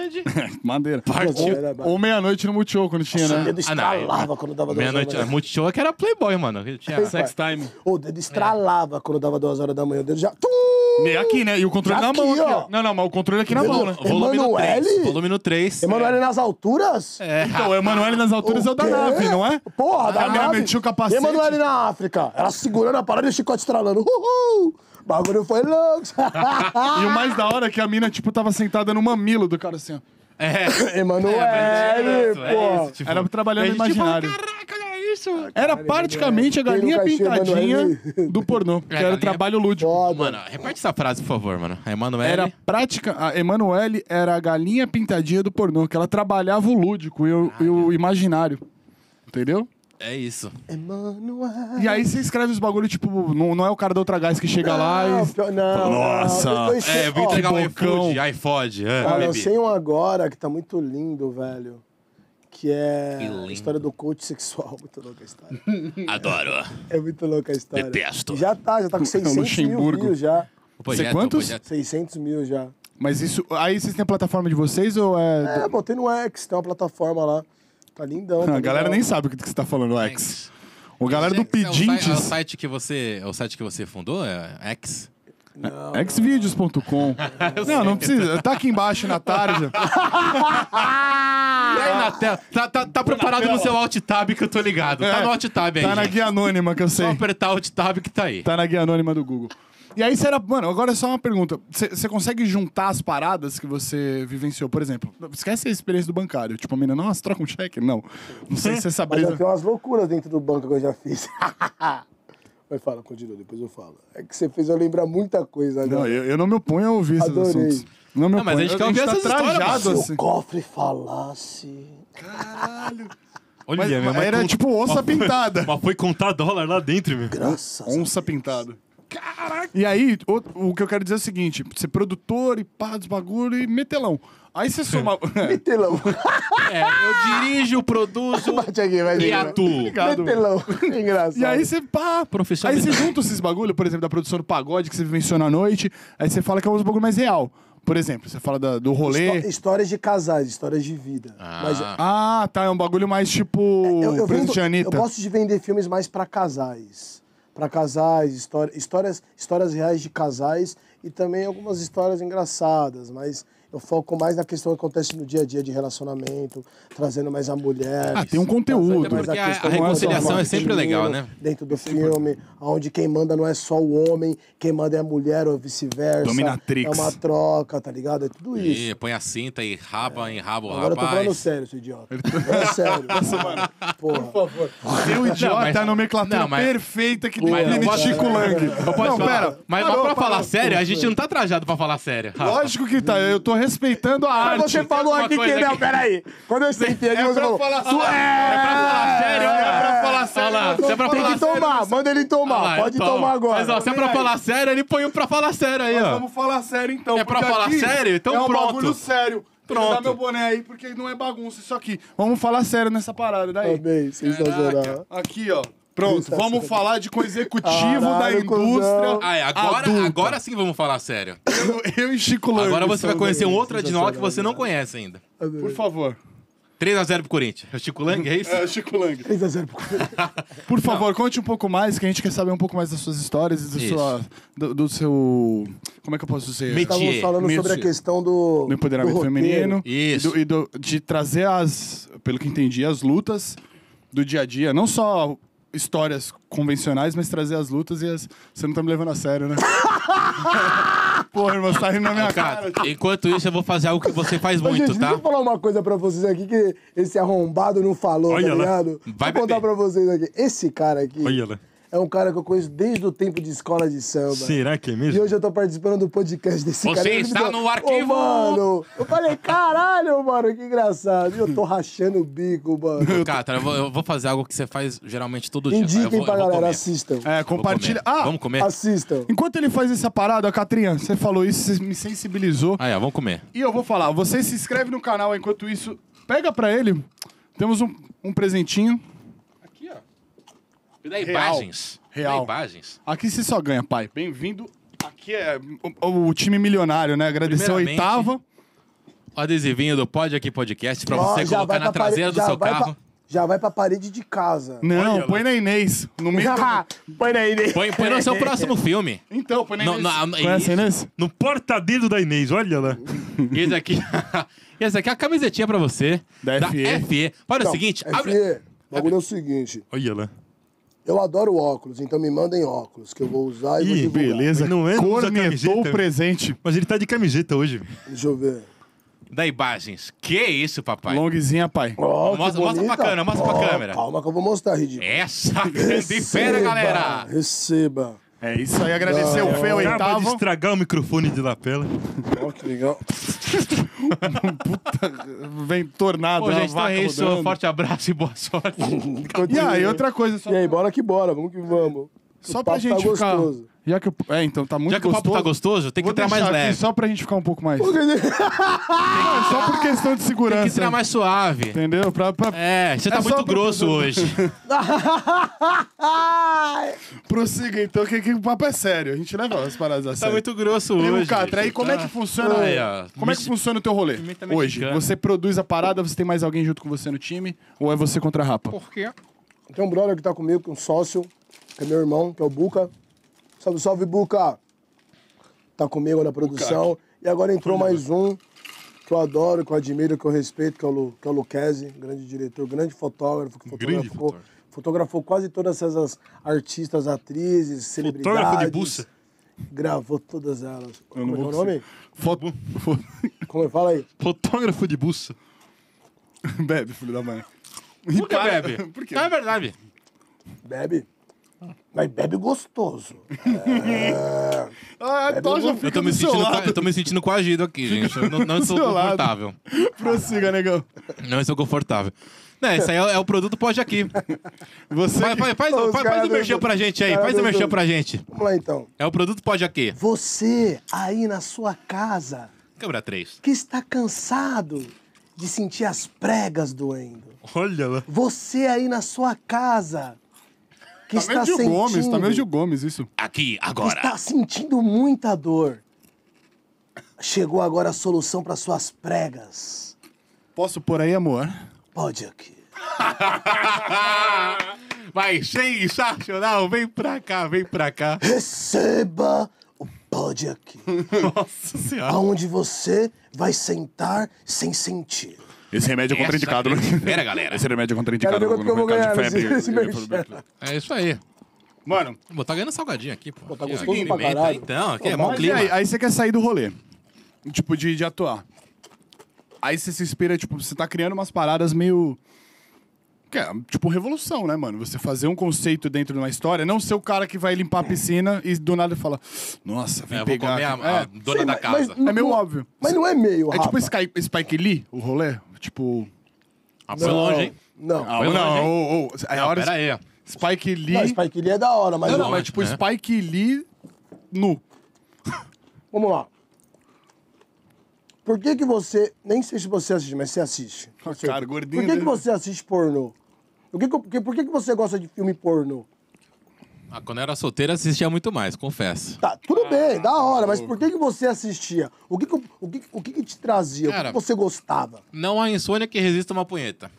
[SPEAKER 4] Madeira.
[SPEAKER 3] Partiu.
[SPEAKER 6] Era, mano.
[SPEAKER 4] Ou meia-noite no Multishow, quando tinha,
[SPEAKER 6] Nossa, O
[SPEAKER 4] né?
[SPEAKER 6] dedo estralava quando dava duas
[SPEAKER 3] Meia-noite.
[SPEAKER 6] horas.
[SPEAKER 3] é, Multishow é que era Playboy, mano. que Tinha sex time.
[SPEAKER 6] O dedo estralava quando dava duas horas da manhã. O dedo já. Tum!
[SPEAKER 4] E aqui, né? E o controle
[SPEAKER 6] Aqui,
[SPEAKER 4] na mão. Aqui,
[SPEAKER 6] ó.
[SPEAKER 4] ó. Não, não, mas o controle aqui na
[SPEAKER 6] Dedo-
[SPEAKER 4] mão, né?
[SPEAKER 3] Volume no 3.
[SPEAKER 6] Emanuele?
[SPEAKER 3] Volume no É. 3.
[SPEAKER 6] Emanuele nas alturas? É.
[SPEAKER 4] Então, o Emanuele nas alturas é o da
[SPEAKER 6] quê?
[SPEAKER 4] nave, não é?
[SPEAKER 6] Porra, da
[SPEAKER 4] a mina
[SPEAKER 6] nave.
[SPEAKER 4] metia o capacete.
[SPEAKER 6] Emanuele na África. Ela segurando a parada e o chicote estralando. Uhul! O bagulho foi louco.
[SPEAKER 4] E o mais da hora é que a mina, tipo, tava sentada no mamilo do cara assim, ó.
[SPEAKER 3] É.
[SPEAKER 6] Emanuele,
[SPEAKER 3] isso, é isso,
[SPEAKER 6] pô.
[SPEAKER 3] tipo,
[SPEAKER 4] Era trabalhando
[SPEAKER 3] a
[SPEAKER 4] no
[SPEAKER 3] gente fala,
[SPEAKER 4] imaginário.
[SPEAKER 3] Caraca, olha isso.
[SPEAKER 4] Era praticamente a
[SPEAKER 6] Tem no
[SPEAKER 4] galinha
[SPEAKER 6] cachê,
[SPEAKER 4] pintadinha
[SPEAKER 6] Emanuele.
[SPEAKER 4] do pornô, que
[SPEAKER 3] É,
[SPEAKER 4] era
[SPEAKER 3] galinha-
[SPEAKER 4] trabalho lúdico.
[SPEAKER 6] Foda.
[SPEAKER 3] Mano, reparte essa frase, por favor, mano. A Emanuele.
[SPEAKER 4] Era prática. A Emanuele era a galinha pintadinha do pornô, que ela trabalhava o lúdico e o, e o imaginário. Entendeu?
[SPEAKER 3] É isso.
[SPEAKER 6] Emanuele.
[SPEAKER 4] E aí você escreve os bagulho, tipo, não, não é o cara da outra gás que chega lá
[SPEAKER 6] Não,
[SPEAKER 4] e.
[SPEAKER 6] pior- não,
[SPEAKER 4] Nossa.
[SPEAKER 6] não. Eu- eu enche-
[SPEAKER 3] É, eu vim
[SPEAKER 6] ó,
[SPEAKER 3] entregar um
[SPEAKER 4] bocão.
[SPEAKER 3] iFood, iFood. É,
[SPEAKER 6] Ah,
[SPEAKER 3] bebê.
[SPEAKER 6] lancei um agora que tá muito lindo, velho. Que é a história do coach sexual. Muito louca a história.
[SPEAKER 3] Adoro.
[SPEAKER 6] é muito louca a história.
[SPEAKER 3] Detesto.
[SPEAKER 6] Já tá, já tá com 600 mil
[SPEAKER 4] É Luxemburgo.
[SPEAKER 6] views já.
[SPEAKER 3] O projeto,
[SPEAKER 4] Você quantos?
[SPEAKER 3] o projeto.
[SPEAKER 6] 600 mil já.
[SPEAKER 4] Mas isso. Aí vocês têm a plataforma de vocês ou é.
[SPEAKER 6] É, botei no X, tem uma plataforma lá. Tá lindão.
[SPEAKER 3] É,
[SPEAKER 4] Não,
[SPEAKER 6] tá
[SPEAKER 4] a galera
[SPEAKER 6] legal.
[SPEAKER 4] nem sabe o que que você tá falando, X. O galera do
[SPEAKER 3] É o si- É o
[SPEAKER 4] Pedintes.
[SPEAKER 3] site que você, é o site que você fundou, é X.
[SPEAKER 4] Xvideos.com. Não, não precisa. Tá aqui embaixo na tarja.
[SPEAKER 3] E aí na tela, tá, tá, tá preparado no seu alt tab que eu tô ligado. Tá
[SPEAKER 4] É,
[SPEAKER 3] no alt tab aí.
[SPEAKER 4] Tá na
[SPEAKER 3] gente.
[SPEAKER 4] guia anônima que eu sei.
[SPEAKER 3] Só apertar alt tab que tá aí.
[SPEAKER 4] Tá na guia anônima do Google. E aí, será. Mano, agora é só uma pergunta. Você consegue juntar as paradas que você vivenciou? Por exemplo, esquece a experiência do bancário. Tipo, a mina, nossa, troca um cheque? Não. Não sei se essa
[SPEAKER 6] Mas já
[SPEAKER 4] brisa.
[SPEAKER 6] tem umas loucuras dentro do banco que eu já fiz. Mas fala, continua, depois eu falo. É que você fez eu lembrar muita coisa né? agora.
[SPEAKER 4] Não, eu, eu não me oponho a ouvir esses
[SPEAKER 6] Adorei.
[SPEAKER 4] assuntos. Não me oponho.
[SPEAKER 3] Não, mas a gente quer ouvir
[SPEAKER 4] tá
[SPEAKER 3] essas histórias,
[SPEAKER 4] trajado,
[SPEAKER 6] Se
[SPEAKER 4] assim.
[SPEAKER 6] o cofre falasse.
[SPEAKER 5] Olha,
[SPEAKER 4] Mas,
[SPEAKER 5] minha mãe
[SPEAKER 4] era
[SPEAKER 5] com-
[SPEAKER 4] tipo onça pintada.
[SPEAKER 5] Mas foi contar dólar lá dentro, meu.
[SPEAKER 6] Graças a
[SPEAKER 4] Onça pintada. Caraca! E aí, o, o que eu quero dizer é o seguinte: ser produtor e pá dos bagulho e metelão. Aí você soma.
[SPEAKER 6] Metelão.
[SPEAKER 3] É, eu dirijo, produzo
[SPEAKER 6] Bate aqui, vai
[SPEAKER 3] e
[SPEAKER 6] ver.
[SPEAKER 3] atuo.
[SPEAKER 6] Metelão. Engraçado.
[SPEAKER 4] E aí você pá.
[SPEAKER 3] Profissional.
[SPEAKER 4] Aí você junta esses bagulho, por exemplo, da produção do pagode que você vivenciou na noite, aí você fala que é um bagulho mais real. Por exemplo, você fala da- do rolê.
[SPEAKER 6] Histó- Histórias de casais, histórias de vida. Mas
[SPEAKER 3] Ah.
[SPEAKER 4] Ah, tá. É um bagulho mais tipo.
[SPEAKER 6] É, eu, eu,
[SPEAKER 4] presente
[SPEAKER 6] vendo-
[SPEAKER 4] de Anitta.
[SPEAKER 6] eu gosto de vender filmes mais pra casais. Pra casais, história- histórias, histórias reais de casais e também algumas histórias engraçadas, mas eu foco mais na questão que acontece no dia a dia de relacionamento, trazendo mais a mulher.
[SPEAKER 4] Ah, tem um
[SPEAKER 6] trazendo
[SPEAKER 4] conteúdo.
[SPEAKER 6] mais
[SPEAKER 3] Até porque a-
[SPEAKER 6] questão
[SPEAKER 3] a reconciliação é
[SPEAKER 6] do
[SPEAKER 3] sempre legal, né?
[SPEAKER 6] Dentro do filme, onde quem manda não é só o homem, quem manda é a mulher ou vice-versa.
[SPEAKER 4] Dominatrix.
[SPEAKER 6] É uma troca, tá ligado? É tudo isso.
[SPEAKER 3] E põe a cinta e raba, enraba o
[SPEAKER 6] Agora eu tô falando
[SPEAKER 3] rapaz.
[SPEAKER 6] sério, seu idiota. É sério. Porra. Por favor.
[SPEAKER 4] Seu idiota,
[SPEAKER 3] mas-
[SPEAKER 4] a nomenclatura
[SPEAKER 3] não, mas-
[SPEAKER 4] perfeita que
[SPEAKER 3] Mas não
[SPEAKER 4] define
[SPEAKER 3] pode-
[SPEAKER 4] Chico Lang.
[SPEAKER 3] Não pode
[SPEAKER 4] não,
[SPEAKER 3] falar.
[SPEAKER 4] pera.
[SPEAKER 3] mas, mas
[SPEAKER 4] Parou,
[SPEAKER 3] pra falar
[SPEAKER 4] parou.
[SPEAKER 3] sério, a gente não tá trajado pra falar sério. Rafa.
[SPEAKER 4] Lógico que tá, eu tô respeitando a
[SPEAKER 6] Mas
[SPEAKER 4] arte.
[SPEAKER 6] você falou
[SPEAKER 3] uma
[SPEAKER 6] aqui que.
[SPEAKER 3] coisa
[SPEAKER 6] Não,
[SPEAKER 3] aqui.
[SPEAKER 6] peraí. Quando eu sentei aqui,
[SPEAKER 4] É
[SPEAKER 6] você
[SPEAKER 4] pra
[SPEAKER 6] falou.
[SPEAKER 4] falar
[SPEAKER 6] tu
[SPEAKER 4] sério.
[SPEAKER 6] é.
[SPEAKER 3] É pra falar sério, é pra falar sério. Olha lá, se é pra
[SPEAKER 6] Tem
[SPEAKER 3] falar
[SPEAKER 6] que tomar, manda ele tomar.
[SPEAKER 3] Ah,
[SPEAKER 6] Pode
[SPEAKER 3] toma.
[SPEAKER 6] tomar agora.
[SPEAKER 3] Mas ó, se é pra falar sério, ele põe um pra falar sério aí, ó.
[SPEAKER 4] Vamos falar sério então.
[SPEAKER 3] É pra
[SPEAKER 4] porque
[SPEAKER 3] falar
[SPEAKER 4] aqui
[SPEAKER 3] sério? Então
[SPEAKER 4] é um
[SPEAKER 3] pronto.
[SPEAKER 4] bagulho sério. Pronto. Dá
[SPEAKER 3] Pronto.
[SPEAKER 4] meu boné aí, porque não é bagunça isso aqui. Vamos falar sério nessa parada, daí.
[SPEAKER 6] Amei, sensacional.
[SPEAKER 4] Aqui, ó. Pronto,
[SPEAKER 6] Isso,
[SPEAKER 4] vamos
[SPEAKER 6] isso.
[SPEAKER 4] falar de com o executivo da
[SPEAKER 6] Caralho,
[SPEAKER 4] indústria.
[SPEAKER 6] cuzão.
[SPEAKER 3] tá Ah, é, agora,
[SPEAKER 4] adulta.
[SPEAKER 3] agora sim vamos falar sério.
[SPEAKER 4] Eu e Chico Lang.
[SPEAKER 3] Agora você vai conhecer um
[SPEAKER 6] aí,
[SPEAKER 3] outro Adnol que você não conhece ainda.
[SPEAKER 4] Por favor.
[SPEAKER 3] 3x0 pro Corinthians. É o Chico Lang, é isso?
[SPEAKER 4] É, Chico Lang.
[SPEAKER 6] 3 a 0 pro
[SPEAKER 4] Por favor, conte um pouco mais, que a gente quer saber um pouco mais das suas histórias e da
[SPEAKER 3] Isso.
[SPEAKER 4] sua, do, do seu. Como é que eu posso dizer?
[SPEAKER 3] Meti-
[SPEAKER 6] Estavam falando
[SPEAKER 4] Mentira.
[SPEAKER 6] sobre a questão do.
[SPEAKER 4] Do empoderamento
[SPEAKER 6] do roteiro.
[SPEAKER 4] feminino.
[SPEAKER 3] Isso.
[SPEAKER 4] E, do- e do- de trazer as, pelo que entendi, as lutas do dia a dia. Não só histórias convencionais, mas trazer as lutas e as. Você não tá me levando a sério, né? Porra, irmão, você tá rindo na minha cara.
[SPEAKER 3] Cara, enquanto isso, eu vou fazer algo que você faz
[SPEAKER 6] Mas,
[SPEAKER 3] muito,
[SPEAKER 6] gente,
[SPEAKER 3] tá?
[SPEAKER 6] deixa eu falar uma coisa pra vocês aqui que esse arrombado não falou,
[SPEAKER 3] Olha
[SPEAKER 6] tá
[SPEAKER 3] lá.
[SPEAKER 6] ligado?
[SPEAKER 3] Vai
[SPEAKER 6] Vou contar
[SPEAKER 3] beber.
[SPEAKER 6] pra vocês aqui. Esse cara aqui
[SPEAKER 5] Olha lá.
[SPEAKER 6] é um cara que eu conheço desde o tempo de escola de samba.
[SPEAKER 5] Será que é mesmo?
[SPEAKER 6] E hoje eu tô participando do podcast desse
[SPEAKER 3] Você
[SPEAKER 6] cara. Ele me
[SPEAKER 3] está
[SPEAKER 6] deu-
[SPEAKER 3] no arquivo!
[SPEAKER 6] Ô, mano, eu falei, caralho, mano, que engraçado. E eu tô rachando o bico, mano.
[SPEAKER 3] Catra, eu vou, eu vou fazer algo que você faz geralmente todo dia. Eu
[SPEAKER 6] Indiquem
[SPEAKER 3] vou,
[SPEAKER 6] pra
[SPEAKER 3] eu vou
[SPEAKER 6] galera, assim.
[SPEAKER 3] comer. é.
[SPEAKER 6] assistam.
[SPEAKER 4] É,
[SPEAKER 3] Vou comer.
[SPEAKER 4] compartilha. Ah!
[SPEAKER 3] Vamos comer?
[SPEAKER 6] Assistam.
[SPEAKER 4] Enquanto ele faz essa parada, ó, Catrinha, você falou isso, você me sensibilizou.
[SPEAKER 3] Ah, é, vamos comer.
[SPEAKER 4] E eu vou falar, você se inscreve no canal enquanto isso. Pega pra ele. Temos um, um presentinho.
[SPEAKER 3] E daí,
[SPEAKER 4] Real.
[SPEAKER 3] imagens.
[SPEAKER 4] Real.
[SPEAKER 3] E daí, imagens.
[SPEAKER 4] Aqui você só ganha, pai. Bem-vindo. Aqui é o, o time milionário, né? Agradecer a
[SPEAKER 3] Primeiramente-
[SPEAKER 4] oitava.
[SPEAKER 3] O adesivinho do Pod Aqui Podcast pra
[SPEAKER 6] Ó,
[SPEAKER 3] você colocar na
[SPEAKER 6] pare-
[SPEAKER 3] traseira do
[SPEAKER 6] já
[SPEAKER 3] seu
[SPEAKER 6] vai tá
[SPEAKER 3] carro.
[SPEAKER 6] Pra, já vai pra parede de casa.
[SPEAKER 4] Não, põe na Inês. No meio. do-
[SPEAKER 6] Põe na ele.
[SPEAKER 3] Põe, põe no seu próximo filme.
[SPEAKER 4] Então, põe na
[SPEAKER 3] Não,
[SPEAKER 4] Inês.
[SPEAKER 3] não, não,
[SPEAKER 4] Conhece né? a
[SPEAKER 3] isso.
[SPEAKER 4] Inês?
[SPEAKER 5] No porta-dedo da Inês, olha lá.
[SPEAKER 3] Esse aqui, esse aqui é a camisetinha pra você.
[SPEAKER 4] Da FE.
[SPEAKER 3] FE. Olha o seguinte,
[SPEAKER 6] É
[SPEAKER 3] abre-
[SPEAKER 6] que o bagulho é o seguinte.
[SPEAKER 5] Olha lá.
[SPEAKER 6] Eu adoro óculos, então me mandem óculos, que eu vou usar e vou
[SPEAKER 5] Ih,
[SPEAKER 6] divulgar.
[SPEAKER 5] beleza. Não é? Não usa
[SPEAKER 4] Cornetou o
[SPEAKER 5] camiseta.
[SPEAKER 4] presente.
[SPEAKER 5] Mas ele tá de camiseta hoje.
[SPEAKER 6] Deixa eu ver.
[SPEAKER 3] da imagens. Que isso, papai?
[SPEAKER 4] Longzinha, pai.
[SPEAKER 6] Ó, que
[SPEAKER 3] Mostra- mostra
[SPEAKER 6] bonita.
[SPEAKER 3] pra câmera, mostra pra
[SPEAKER 6] Ó,
[SPEAKER 3] câmera.
[SPEAKER 6] Calma que eu vou mostrar, ridículo.
[SPEAKER 3] Essa grande fera, galera!
[SPEAKER 6] Receba.
[SPEAKER 4] É isso aí, agradecer
[SPEAKER 6] Ah.
[SPEAKER 4] o Fê,
[SPEAKER 5] Acaba de
[SPEAKER 4] oitava.
[SPEAKER 5] estragar o microfone de lapela.
[SPEAKER 6] Ó, que legal.
[SPEAKER 4] Vem tornado,
[SPEAKER 3] Pô,
[SPEAKER 4] uma
[SPEAKER 3] gente, então
[SPEAKER 4] vaca
[SPEAKER 3] é isso.
[SPEAKER 4] rodando.
[SPEAKER 3] Forte abraço e boa sorte.
[SPEAKER 4] E aí, outra coisa, só,
[SPEAKER 6] E aí, bora que bora, vamos que vamos.
[SPEAKER 4] só
[SPEAKER 6] O
[SPEAKER 4] pra
[SPEAKER 6] papo
[SPEAKER 4] gente
[SPEAKER 6] tá
[SPEAKER 4] ficar.
[SPEAKER 6] gostoso.
[SPEAKER 4] Já que o- É, então tá muito
[SPEAKER 3] Já que o papo tá gostoso, tem que
[SPEAKER 4] Vou
[SPEAKER 3] entrar mais
[SPEAKER 4] deixar aqui
[SPEAKER 3] leve.
[SPEAKER 4] Só pra gente ficar um pouco mais. Não, só por questão de
[SPEAKER 3] Tem que
[SPEAKER 4] segurança.
[SPEAKER 3] entrar mais suave.
[SPEAKER 4] Entendeu? Pra, pra,
[SPEAKER 3] É, você tá
[SPEAKER 4] É só
[SPEAKER 3] muito
[SPEAKER 4] pra-
[SPEAKER 3] grosso hoje.
[SPEAKER 6] Ai!
[SPEAKER 4] Prossiga então, que, que o papo é sério. A gente leva as paradas a
[SPEAKER 3] É. tá
[SPEAKER 4] sério.
[SPEAKER 3] muito grosso
[SPEAKER 4] E,
[SPEAKER 3] hoje.
[SPEAKER 4] Catra, aí
[SPEAKER 3] gente. Ah.
[SPEAKER 4] como é que funciona?
[SPEAKER 3] Aí, ó. tá
[SPEAKER 4] como é que
[SPEAKER 3] Mexi-
[SPEAKER 4] funciona o teu rolê?
[SPEAKER 3] Pimenta
[SPEAKER 4] Hoje,
[SPEAKER 3] mexicana.
[SPEAKER 4] você produz a parada, você tem mais alguém junto com você no time? Ou é você contra a rapa?
[SPEAKER 6] Tem um brother que tá comigo, que é um sócio, que é meu irmão, que é o Buca. Salve, salve, Buca! Tá comigo na produção. E agora entrou mais um que eu adoro, que eu admiro, que eu respeito, que é o, Lu- que é o Luquezzi, grande diretor, grande fotógrafo, que
[SPEAKER 5] Grande
[SPEAKER 6] fotografou, fotografou quase todas essas artistas, atrizes, celebridades.
[SPEAKER 5] Fotógrafo de buça.
[SPEAKER 6] Gravou todas elas. Como é que é
[SPEAKER 4] vou
[SPEAKER 6] o nome?
[SPEAKER 4] Foto. Foto-
[SPEAKER 6] Como é? Fala aí.
[SPEAKER 5] Fotógrafo de buça.
[SPEAKER 4] Bebe, filho da mãe.
[SPEAKER 3] Por que bebe?
[SPEAKER 4] Por quê?
[SPEAKER 3] Não, é verdade.
[SPEAKER 6] Bebe. Mas bebe gostoso.
[SPEAKER 4] Ah,
[SPEAKER 6] é
[SPEAKER 4] a Doja
[SPEAKER 3] Eu
[SPEAKER 4] fica
[SPEAKER 3] tô,
[SPEAKER 4] do
[SPEAKER 3] me
[SPEAKER 4] seu
[SPEAKER 3] sentindo,
[SPEAKER 4] lado.
[SPEAKER 3] eu tô me sentindo coagido aqui, gente. Eu não, não
[SPEAKER 4] do
[SPEAKER 3] estou
[SPEAKER 4] seu lado.
[SPEAKER 3] confortável.
[SPEAKER 4] Prossiga, negão.
[SPEAKER 3] Não estou confortável. Não, isso aí é, o- é o produto pode aqui.
[SPEAKER 4] Você.
[SPEAKER 3] Faz, faz, faz,
[SPEAKER 6] Os
[SPEAKER 3] faz,
[SPEAKER 6] caras
[SPEAKER 3] faz o merchan
[SPEAKER 6] do-
[SPEAKER 3] pra gente aí.
[SPEAKER 6] cara
[SPEAKER 3] Faz o
[SPEAKER 6] do-
[SPEAKER 3] merchan pra gente.
[SPEAKER 6] Vamos lá, então.
[SPEAKER 3] É o produto pode aqui.
[SPEAKER 6] Você aí na sua casa
[SPEAKER 3] Câmera 3.
[SPEAKER 6] que está cansado de sentir as pregas doendo.
[SPEAKER 5] Olha lá.
[SPEAKER 6] Você aí na sua casa que
[SPEAKER 4] Tá
[SPEAKER 6] está
[SPEAKER 4] meio Gil
[SPEAKER 6] sentindo
[SPEAKER 4] Gomes, tá meio Gil Gomes, isso.
[SPEAKER 3] Aqui,
[SPEAKER 6] que
[SPEAKER 3] agora.
[SPEAKER 6] está sentindo muita dor. Chegou agora a solução para suas pregas.
[SPEAKER 4] Posso pôr aí, amor?
[SPEAKER 6] Pode aqui.
[SPEAKER 3] Vai, sensacional, vem pra cá, vem pra cá.
[SPEAKER 6] Receba o Pode aqui.
[SPEAKER 3] Nossa senhora.
[SPEAKER 6] Aonde você vai sentar sem sentir.
[SPEAKER 4] Esse remédio é
[SPEAKER 3] Essa
[SPEAKER 4] contraindicado,
[SPEAKER 3] é
[SPEAKER 4] né?
[SPEAKER 3] fera, galera.
[SPEAKER 4] Esse remédio é contraindicado.
[SPEAKER 6] Quero ver
[SPEAKER 4] no- no
[SPEAKER 6] quanto que eu vou
[SPEAKER 4] mercado de
[SPEAKER 6] ganhar
[SPEAKER 4] febre.
[SPEAKER 6] nesse- nesse merchan.
[SPEAKER 3] É isso aí.
[SPEAKER 4] Mano,
[SPEAKER 3] Pô, tá ganhando salgadinho aqui, pô.
[SPEAKER 6] tá
[SPEAKER 3] Aqui, ó,
[SPEAKER 6] gostoso
[SPEAKER 3] aqui,
[SPEAKER 6] pra
[SPEAKER 3] pimenta.
[SPEAKER 6] caralho.
[SPEAKER 3] Então, aqui é mó
[SPEAKER 4] mas e
[SPEAKER 3] clima.
[SPEAKER 4] aí, aí você quer sair do rolê. Tipo, de, de atuar. Aí você se inspira, tipo, você tá criando umas paradas meio. que é, tipo, revolução, né, mano? Você fazer um conceito dentro de uma história, não ser o cara que vai limpar a piscina e do nada fala, nossa, vem
[SPEAKER 3] É, eu vou
[SPEAKER 4] pegar.
[SPEAKER 3] comer a,
[SPEAKER 4] aqui."
[SPEAKER 3] a
[SPEAKER 4] É.
[SPEAKER 3] dona
[SPEAKER 6] Sim,
[SPEAKER 3] da
[SPEAKER 6] mas-
[SPEAKER 3] casa.
[SPEAKER 6] mas-
[SPEAKER 4] É meio
[SPEAKER 6] Não-
[SPEAKER 4] óbvio.
[SPEAKER 6] Mas não é meio,
[SPEAKER 4] É
[SPEAKER 6] rapaz.
[SPEAKER 4] tipo Sky, Spike Lee, o rolê? Tipo.
[SPEAKER 3] Ah, foi longe, hein?
[SPEAKER 6] Não.
[SPEAKER 4] Ah,
[SPEAKER 3] foi longe,
[SPEAKER 4] não,
[SPEAKER 3] hein? Ah,
[SPEAKER 4] ou, ou, é a hora.
[SPEAKER 3] Pera aí, ó.
[SPEAKER 4] Spike Lee.
[SPEAKER 6] Não, Spike Lee é da hora, mas.
[SPEAKER 4] Não, não,
[SPEAKER 6] ó,
[SPEAKER 4] mas tipo
[SPEAKER 3] É.
[SPEAKER 4] Spike Lee nu.
[SPEAKER 6] Vamos lá. Por que que você. Nem sei se você assiste, mas você assiste.
[SPEAKER 4] Ah, cara, gordinho,
[SPEAKER 6] Por que, que
[SPEAKER 4] né?
[SPEAKER 6] você assiste pornô? O que que eu- que- por que, que você gosta de filme pornô?
[SPEAKER 3] Ah, quando eu era solteiro, eu assistia muito mais, confesso.
[SPEAKER 6] Tá,
[SPEAKER 4] Ah,
[SPEAKER 6] tudo bem, da hora, mas por que, que você assistia? O que, que, eu- o que, o que, que te trazia?
[SPEAKER 3] Cara,
[SPEAKER 6] o que que você gostava?
[SPEAKER 3] Não há insônia que resista uma punheta.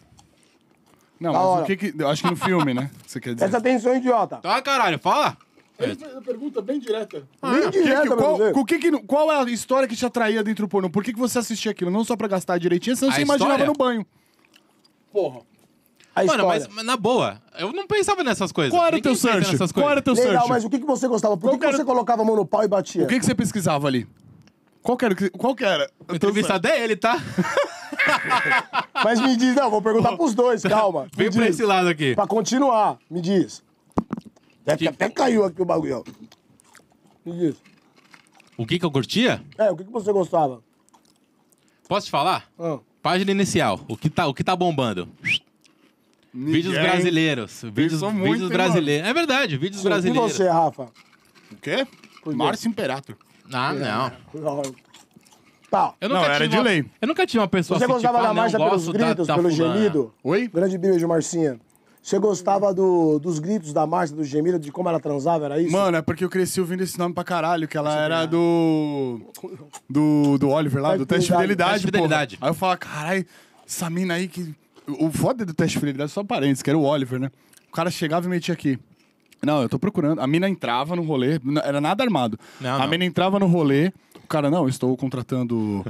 [SPEAKER 4] Não,
[SPEAKER 6] Da
[SPEAKER 4] mas
[SPEAKER 6] hora.
[SPEAKER 4] o que que. Eu acho que no filme, né? Você quer dizer.
[SPEAKER 6] Presta atenção, idiota.
[SPEAKER 3] Tá, caralho, fala.
[SPEAKER 2] Pergunta bem direta.
[SPEAKER 6] Bem
[SPEAKER 4] Ah, Que que-
[SPEAKER 6] direta, pra
[SPEAKER 4] qual,
[SPEAKER 6] você.
[SPEAKER 4] o que que- qual é a história que te atraía dentro do pornô? Por que, que você assistia aquilo? Não só pra gastar direitinho, senão
[SPEAKER 3] A
[SPEAKER 4] você imaginava
[SPEAKER 3] história?
[SPEAKER 4] no banho.
[SPEAKER 2] Porra.
[SPEAKER 6] A
[SPEAKER 3] Mano, mas,
[SPEAKER 6] história.
[SPEAKER 3] mas na boa, eu não pensava nessas coisas.
[SPEAKER 4] Qual era o
[SPEAKER 3] Ninguém
[SPEAKER 4] teu
[SPEAKER 3] pensa
[SPEAKER 4] search?
[SPEAKER 3] nessas
[SPEAKER 4] Qual era
[SPEAKER 3] coisas.
[SPEAKER 4] o teu
[SPEAKER 6] Legal,
[SPEAKER 4] search?
[SPEAKER 6] mas o que, que você gostava? Por que, que
[SPEAKER 4] Qual que
[SPEAKER 6] você
[SPEAKER 4] era-
[SPEAKER 6] colocava a mão no pau e batia?
[SPEAKER 4] O que, que você pesquisava ali? Qual que era? o que- Qual que era?
[SPEAKER 3] O entrevistado é ele, tá?
[SPEAKER 6] Mas me diz, não, vou perguntar pros dois, calma. Me
[SPEAKER 3] Vem pra
[SPEAKER 6] diz.
[SPEAKER 3] esse lado aqui.
[SPEAKER 6] Pra continuar, me diz. Até,
[SPEAKER 3] Que-
[SPEAKER 6] até caiu aqui o bagulho. ó. Me diz.
[SPEAKER 3] O que que eu curtia?
[SPEAKER 6] É, o que, que você gostava?
[SPEAKER 3] Posso te falar?
[SPEAKER 6] Ah.
[SPEAKER 3] Página inicial. O que tá, o que tá bombando? Vídeos brasileiros. Vídeos,
[SPEAKER 4] Pensou muito,
[SPEAKER 3] vídeos
[SPEAKER 4] hein,
[SPEAKER 3] brasileiros. É verdade, vídeos
[SPEAKER 6] E
[SPEAKER 3] brasileiros.
[SPEAKER 6] você, Rafa?
[SPEAKER 4] O quê? Márcio Imperator.
[SPEAKER 3] Ah, não.
[SPEAKER 6] Tá.
[SPEAKER 3] Eu
[SPEAKER 4] É. Não,
[SPEAKER 3] nunca
[SPEAKER 4] era
[SPEAKER 3] tive
[SPEAKER 4] de
[SPEAKER 3] uma-
[SPEAKER 4] lei.
[SPEAKER 3] Eu nunca tive uma pessoa
[SPEAKER 6] Você
[SPEAKER 3] assim,
[SPEAKER 6] gostava
[SPEAKER 3] tipo, ah,
[SPEAKER 6] da
[SPEAKER 3] não,
[SPEAKER 6] marcha pelos
[SPEAKER 3] gosto da-
[SPEAKER 6] gritos,
[SPEAKER 3] da
[SPEAKER 6] pelo
[SPEAKER 3] fulana.
[SPEAKER 6] gemido?
[SPEAKER 4] Oi?
[SPEAKER 6] Grande beijo, Marcinha. Você gostava do- dos gritos da marcha, do gemido, de como ela transava, era isso?
[SPEAKER 4] Mano, é porque eu cresci ouvindo esse nome pra caralho, que ela era do. Do, do Oliver lá, do teste de fidelidade.
[SPEAKER 3] Teste de
[SPEAKER 4] porra.
[SPEAKER 3] fidelidade.
[SPEAKER 4] Aí eu falava, caralho, essa mina aí que. O foda do teste de fidelidade, só parênteses, que era o Oliver, né? O cara chegava e metia aqui. Não, eu tô procurando. A mina entrava no rolê, n- era nada armado.
[SPEAKER 3] Não,
[SPEAKER 4] a
[SPEAKER 3] não.
[SPEAKER 4] mina entrava no rolê, o cara, não, estou contratando.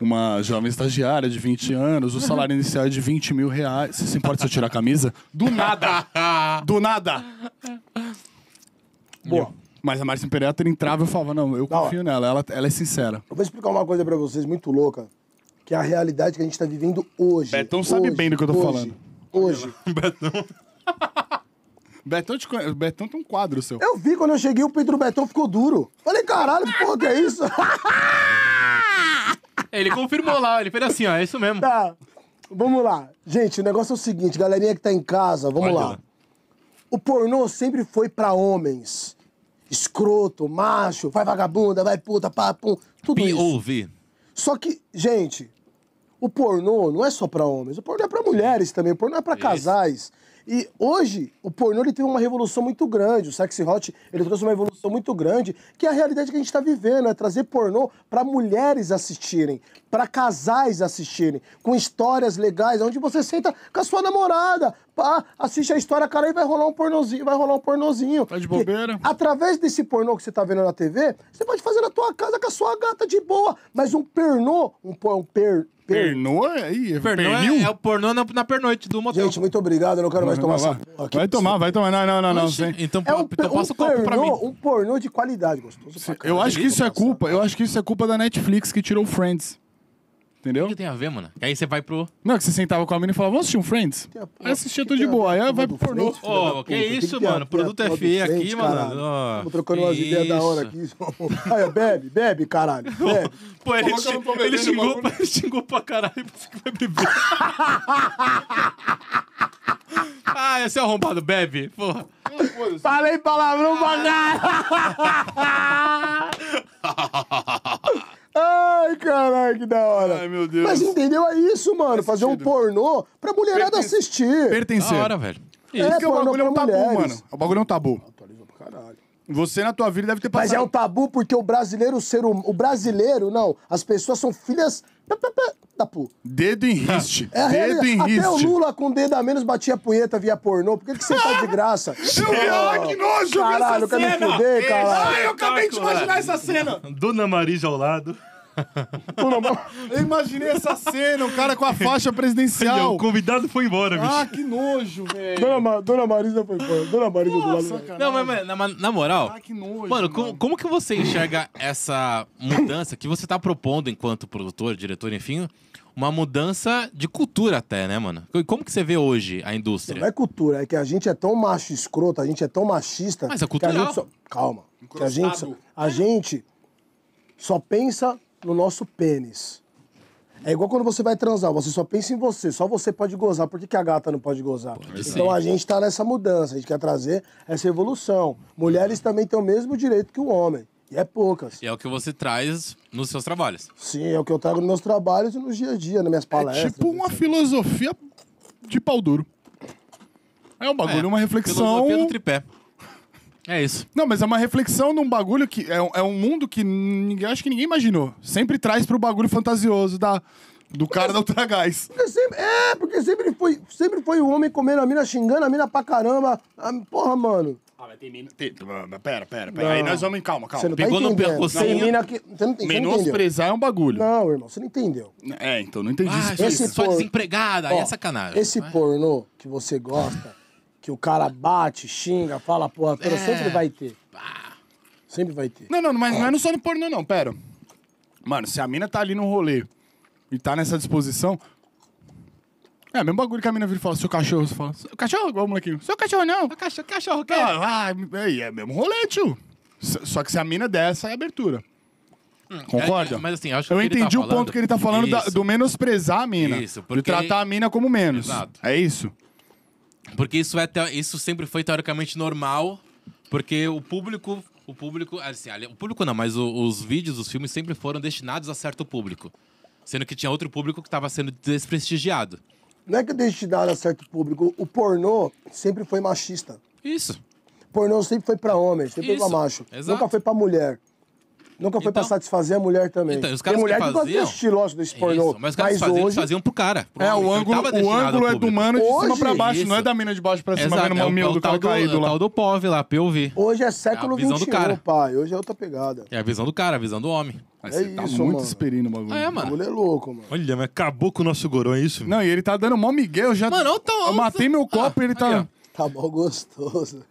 [SPEAKER 4] Uma jovem estagiária de 20 anos, o salário inicial é de 20 mil reais. Você se importa se eu tirar a camisa? Do nada! Do nada!
[SPEAKER 6] Boa.
[SPEAKER 4] Mas a Márcia Imperator entrava e eu falava, não, eu
[SPEAKER 6] Da
[SPEAKER 4] confio nela, ela, ela é sincera.
[SPEAKER 6] Eu vou explicar uma coisa pra vocês muito louca, que é a realidade que a gente tá vivendo hoje.
[SPEAKER 4] Betão sabe
[SPEAKER 6] Hoje,
[SPEAKER 4] bem do que eu tô
[SPEAKER 6] hoje,
[SPEAKER 4] falando.
[SPEAKER 6] Hoje.
[SPEAKER 4] Betão, te conhe- Betão tem um quadro seu.
[SPEAKER 6] Eu vi quando eu cheguei, o peito do Betão ficou duro. Falei, caralho, que porra que é isso?
[SPEAKER 3] Ele confirmou lá, ele fez assim, ó, é isso mesmo.
[SPEAKER 6] Tá. Vamos lá. Gente, o negócio é o seguinte, galerinha que tá em casa, vamos
[SPEAKER 3] Olha
[SPEAKER 6] lá.
[SPEAKER 3] lá.
[SPEAKER 6] O pornô sempre foi pra homens. Escroto, macho, vai vagabunda, vai puta, pá, pum, tudo
[SPEAKER 3] Me
[SPEAKER 6] isso.
[SPEAKER 3] ouve.
[SPEAKER 6] Só que, gente, o pornô não é só pra homens, o pornô é pra mulheres também, o pornô é pra casais. E hoje, o pornô ele teve uma revolução muito grande, o sexy hot, ele trouxe uma revolução muito grande, que é a realidade que a gente tá vivendo, é trazer pornô pra mulheres assistirem, pra casais assistirem, com histórias legais, onde você senta com a sua namorada, pá, assiste a história, cara, e vai rolar um pornozinho, vai rolar um pornozinho.
[SPEAKER 4] Tá de bobeira.
[SPEAKER 6] E- através desse pornô que você tá vendo na TV, você pode fazer na tua casa com a sua gata de boa. Mas um pernô, um, por- um per, per...
[SPEAKER 4] Pernô aí,
[SPEAKER 3] Pornô é-
[SPEAKER 4] pernil?
[SPEAKER 3] É, o pornô na, na pernoite do motel.
[SPEAKER 6] Gente, muito obrigado, eu não quero mais tomar essa porra aqui.
[SPEAKER 4] Vai tomar, vai tomar. Não, não, não, não.
[SPEAKER 3] Oxi,
[SPEAKER 4] sem-
[SPEAKER 3] Então,
[SPEAKER 6] É um,
[SPEAKER 3] então
[SPEAKER 6] per-
[SPEAKER 3] passa
[SPEAKER 6] um
[SPEAKER 3] o copo pra mim.
[SPEAKER 6] pornô, um pornô de qualidade, gostoso pra
[SPEAKER 4] Eu
[SPEAKER 6] caralho.
[SPEAKER 4] acho que isso é culpa, eu acho que isso é culpa da Netflix que tirou o Friends.
[SPEAKER 3] O que
[SPEAKER 4] Entendeu?
[SPEAKER 3] tem a ver, mano? Aí você vai pro.
[SPEAKER 4] Não, que você sentava com a mina e falava, vamos assistir um Friends?
[SPEAKER 6] Tem a porra-
[SPEAKER 4] Aí assistia
[SPEAKER 6] que
[SPEAKER 4] tudo de
[SPEAKER 6] tem a
[SPEAKER 4] boa, aí
[SPEAKER 6] porra
[SPEAKER 4] vai
[SPEAKER 6] do
[SPEAKER 4] pro pornô.
[SPEAKER 6] frente, filho
[SPEAKER 3] Ô,
[SPEAKER 6] da
[SPEAKER 3] que
[SPEAKER 6] puta,
[SPEAKER 3] isso,
[SPEAKER 6] tem a-
[SPEAKER 3] mano?
[SPEAKER 6] tem a
[SPEAKER 3] Produto é
[SPEAKER 6] porra do
[SPEAKER 3] feio
[SPEAKER 6] frente,
[SPEAKER 3] aqui, mano.
[SPEAKER 6] caralho.
[SPEAKER 3] Ó,
[SPEAKER 6] Tamo trocando umas
[SPEAKER 3] que
[SPEAKER 6] ideias da hora
[SPEAKER 3] isso.
[SPEAKER 6] aqui. um- Aí, ó, bebe, bebe, caralho, bebe.
[SPEAKER 3] Pô, ele,
[SPEAKER 4] Falou que eu não tô
[SPEAKER 3] xing-
[SPEAKER 4] bebendo
[SPEAKER 3] ele xingou,
[SPEAKER 4] bagulho.
[SPEAKER 3] pra, ele xingou pra caralho, você que vai beber. ah, esse é arrombado, bebe. Porra.
[SPEAKER 6] Falei palavrão pra caralho! Ai, caralho, que da hora.
[SPEAKER 4] Ai, meu Deus.
[SPEAKER 6] Mas entendeu? É isso, mano. Fazer um pornô pra mulherada assistir.
[SPEAKER 4] Pertencer.
[SPEAKER 3] Da hora, velho.
[SPEAKER 6] É,
[SPEAKER 4] Porque o
[SPEAKER 6] pornô
[SPEAKER 4] bagulho é um
[SPEAKER 6] pra
[SPEAKER 4] tabu,
[SPEAKER 6] mulheres.
[SPEAKER 4] mano. O bagulho é um tabu.
[SPEAKER 6] Atualizou pra caralho.
[SPEAKER 4] Você na tua vida deve ter
[SPEAKER 6] Mas
[SPEAKER 4] passado.
[SPEAKER 6] é um tabu porque o brasileiro ser hum- O brasileiro, não. As pessoas são filhas da- da- da- da pu.
[SPEAKER 4] Dedo em riste.
[SPEAKER 6] É a
[SPEAKER 4] Dedo em
[SPEAKER 6] realidade. Até o
[SPEAKER 4] riste.
[SPEAKER 6] Lula com o dedo a menos batia punheta via pornô. Por que, que você tá de graça?
[SPEAKER 4] Ai, que nojo, eu vi
[SPEAKER 6] Caralho,
[SPEAKER 4] essa
[SPEAKER 6] quer me
[SPEAKER 4] cena.
[SPEAKER 6] fuder, caralho.
[SPEAKER 4] Ai, Ah, eu acabei de imaginar essa cena.
[SPEAKER 5] Dona Marisa ao lado.
[SPEAKER 4] Eu imaginei essa cena, o cara com a faixa
[SPEAKER 5] Olha,
[SPEAKER 4] presidencial.
[SPEAKER 5] o convidado foi embora, bicho.
[SPEAKER 4] Ah, que nojo, velho.
[SPEAKER 6] Dona, Ma- Dona Marisa foi embora. Dona Marisa do lado.
[SPEAKER 4] Nossa, cara.
[SPEAKER 3] Não, mas, mas, na, mas, na moral.
[SPEAKER 4] Ah, que nojo.
[SPEAKER 3] Mano, como, como que você enxerga essa mudança que você tá propondo enquanto produtor, diretor, enfim? Uma mudança de cultura até, né, mano? E Como que você vê hoje a
[SPEAKER 6] Não
[SPEAKER 3] indústria?
[SPEAKER 6] é cultura, é que a gente é tão macho escroto, a gente é tão machista.
[SPEAKER 3] Mas é
[SPEAKER 6] que a
[SPEAKER 3] cultural.
[SPEAKER 6] gente só- Calma. Que a gente, só... a gente só pensa no nosso pênis. É igual quando você vai transar, você só pensa em você, só você pode gozar. Por que, que a gata não pode gozar? então a gente tá nessa mudança, a gente quer trazer essa evolução. Mulheres também têm o mesmo direito que o homem, e é poucas.
[SPEAKER 3] E é o que você traz nos seus trabalhos.
[SPEAKER 6] Sim, é o que eu trago nos meus trabalhos e no dia a dia, nas minhas
[SPEAKER 3] É
[SPEAKER 6] palestras.
[SPEAKER 4] Tipo uma filosofia de pau duro. É um bagulho,
[SPEAKER 3] É,
[SPEAKER 4] uma reflexão.
[SPEAKER 3] Filosofia do tripé. É isso.
[SPEAKER 4] Não, mas é uma reflexão num bagulho que é, um- é um mundo que ninguém, acho que ninguém imaginou. Sempre traz pro bagulho fantasioso da, do cara da Ultragás.
[SPEAKER 6] Porque sempre- é, porque sempre foi, sempre foi o homem comendo a mina, xingando a mina pra caramba. Ah, porra, mano.
[SPEAKER 7] Ah, mas tem mina.
[SPEAKER 4] ah, Pera, pera, pera. Aí nós vamos. Calma,
[SPEAKER 6] Você não
[SPEAKER 3] Pegou
[SPEAKER 6] tá
[SPEAKER 3] no
[SPEAKER 6] entendendo.
[SPEAKER 3] pescocinho.
[SPEAKER 6] Tem mina que. Você
[SPEAKER 3] tá
[SPEAKER 6] não, tem- você não entendeu.
[SPEAKER 4] Menosprezar é um bagulho.
[SPEAKER 6] Não, irmão, você não entendeu.
[SPEAKER 4] É, então não entendi
[SPEAKER 3] Ah,
[SPEAKER 4] isso.
[SPEAKER 3] gente,
[SPEAKER 6] esse
[SPEAKER 3] só
[SPEAKER 6] por-
[SPEAKER 3] desempregada, aí
[SPEAKER 6] Ó,
[SPEAKER 3] é sacanagem.
[SPEAKER 6] Esse
[SPEAKER 3] Vai.
[SPEAKER 6] pornô que você gosta, que o cara bate, xinga, fala a porra toda,
[SPEAKER 3] É.
[SPEAKER 6] sempre vai ter. Sempre vai ter.
[SPEAKER 4] Não, não, mas não é no só no pornô, não, pera. Mano, se a mina tá ali no rolê e tá nessa disposição. É, mesmo bagulho que a mina vira e fala, seu cachorro, você fala, seu cachorro, igual o molequinho, seu cachorro não. Seu cachorro, cachorro, quer? Ah, é, é mesmo rolê, tio. S- Só que se a mina dessa, é abertura. Concorda?
[SPEAKER 3] É, mas assim, acho que
[SPEAKER 4] Eu
[SPEAKER 3] que ele tá
[SPEAKER 4] entendi o
[SPEAKER 3] falando-
[SPEAKER 4] ponto que ele tá falando da-
[SPEAKER 3] Isso.
[SPEAKER 4] do menosprezar a mina.
[SPEAKER 3] Isso,
[SPEAKER 4] De
[SPEAKER 3] porque-
[SPEAKER 4] tratar a mina como menos.
[SPEAKER 3] Exato.
[SPEAKER 4] É isso?
[SPEAKER 3] Porque isso, é teo- isso sempre foi teoricamente normal, porque o público. O público. Assim, ali- o público não, mas o- os vídeos, os filmes sempre foram destinados a certo público. Sendo que tinha outro público que estava sendo desprestigiado.
[SPEAKER 6] Não é que eu deixe de dar a certo público. O pornô sempre foi machista.
[SPEAKER 3] Isso.
[SPEAKER 6] Pornô sempre foi pra homem, sempre
[SPEAKER 3] Isso,
[SPEAKER 6] foi pra macho.
[SPEAKER 3] exato.
[SPEAKER 6] Nunca foi pra mulher. Nunca foi pra
[SPEAKER 3] Então-
[SPEAKER 6] satisfazer a mulher também.
[SPEAKER 3] Então, os
[SPEAKER 6] Tem
[SPEAKER 3] caras
[SPEAKER 6] mulher
[SPEAKER 3] que
[SPEAKER 6] que gosta de
[SPEAKER 3] faziam-
[SPEAKER 6] assistir, lógico, desse pornô.
[SPEAKER 3] Isso. Mas os caras faziam, eles
[SPEAKER 6] hoje,
[SPEAKER 3] faziam pro cara. pro
[SPEAKER 4] É,
[SPEAKER 3] homem.
[SPEAKER 4] o
[SPEAKER 3] Ele
[SPEAKER 4] ângulo,
[SPEAKER 3] tava
[SPEAKER 4] o
[SPEAKER 3] destinado ao
[SPEAKER 4] ângulo é do
[SPEAKER 3] público.
[SPEAKER 4] mano de cima
[SPEAKER 6] Hoje,
[SPEAKER 4] pra baixo, não é
[SPEAKER 3] isso.
[SPEAKER 4] da mina de baixo pra cima,
[SPEAKER 3] Exato,
[SPEAKER 4] vendo o
[SPEAKER 3] é o, é
[SPEAKER 4] mamilo
[SPEAKER 3] o
[SPEAKER 4] do cara
[SPEAKER 3] tal do, é
[SPEAKER 4] caído
[SPEAKER 3] o
[SPEAKER 4] lá.
[SPEAKER 3] tal do POV lá, POV.
[SPEAKER 6] hoje é século
[SPEAKER 3] É a visão do
[SPEAKER 6] XXI,
[SPEAKER 3] cara.
[SPEAKER 6] pai. Hoje é outra pegada.
[SPEAKER 3] É a visão do cara, a visão do homem.
[SPEAKER 4] Mas
[SPEAKER 6] É
[SPEAKER 4] você tá
[SPEAKER 6] isso,
[SPEAKER 4] muito
[SPEAKER 6] mano.
[SPEAKER 4] esperino o bagulho.
[SPEAKER 3] Ah, é,
[SPEAKER 6] O
[SPEAKER 3] mano.
[SPEAKER 6] bagulho é louco, mano.
[SPEAKER 5] Olha, mas acabou com o nosso goró, é isso?
[SPEAKER 4] Não, e ele tá dando mó migué, eu já...
[SPEAKER 3] Mano, olha o tal-
[SPEAKER 4] Eu matei meu copo e ele tá...
[SPEAKER 3] Aí,
[SPEAKER 6] Tá bom gostoso.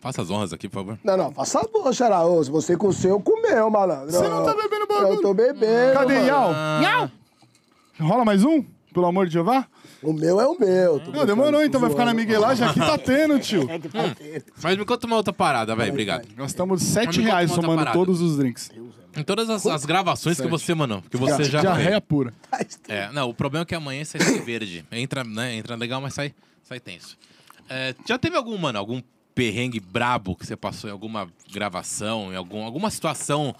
[SPEAKER 3] Faça as honras aqui, por favor.
[SPEAKER 6] Não, não, faça a boa, Xará. Ô, Se você com o seu, comeu, malandro.
[SPEAKER 4] Você não tá bebendo bagulho.
[SPEAKER 6] Eu tô bebendo.
[SPEAKER 4] Cadê
[SPEAKER 6] mano.
[SPEAKER 4] Iau? Iau! Rola mais um? Pelo amor de Jeová?
[SPEAKER 6] O meu é o meu. Tô
[SPEAKER 4] Não,
[SPEAKER 6] brincando,
[SPEAKER 4] demorou,
[SPEAKER 6] tô
[SPEAKER 4] então vai
[SPEAKER 6] zoando.
[SPEAKER 4] ficar na miguelagem. Aqui tá tendo, tio.
[SPEAKER 3] Mas me conta uma outra parada, velho. Obrigado.
[SPEAKER 4] Gastamos
[SPEAKER 3] Mas
[SPEAKER 4] 7
[SPEAKER 3] me conta
[SPEAKER 4] reais
[SPEAKER 3] uma outra
[SPEAKER 4] somando
[SPEAKER 3] parada.
[SPEAKER 4] todos os drinks.
[SPEAKER 3] Em todas as, as gravações que você, mano, que você já fez.
[SPEAKER 4] Diarreia pura.
[SPEAKER 3] É, não, o problema é que amanhã sai tudo verde. Entra, né, entra legal, mas sai, sai tenso. É, já teve algum, mano, algum perrengue brabo que você passou em alguma gravação, em algum, alguma situação,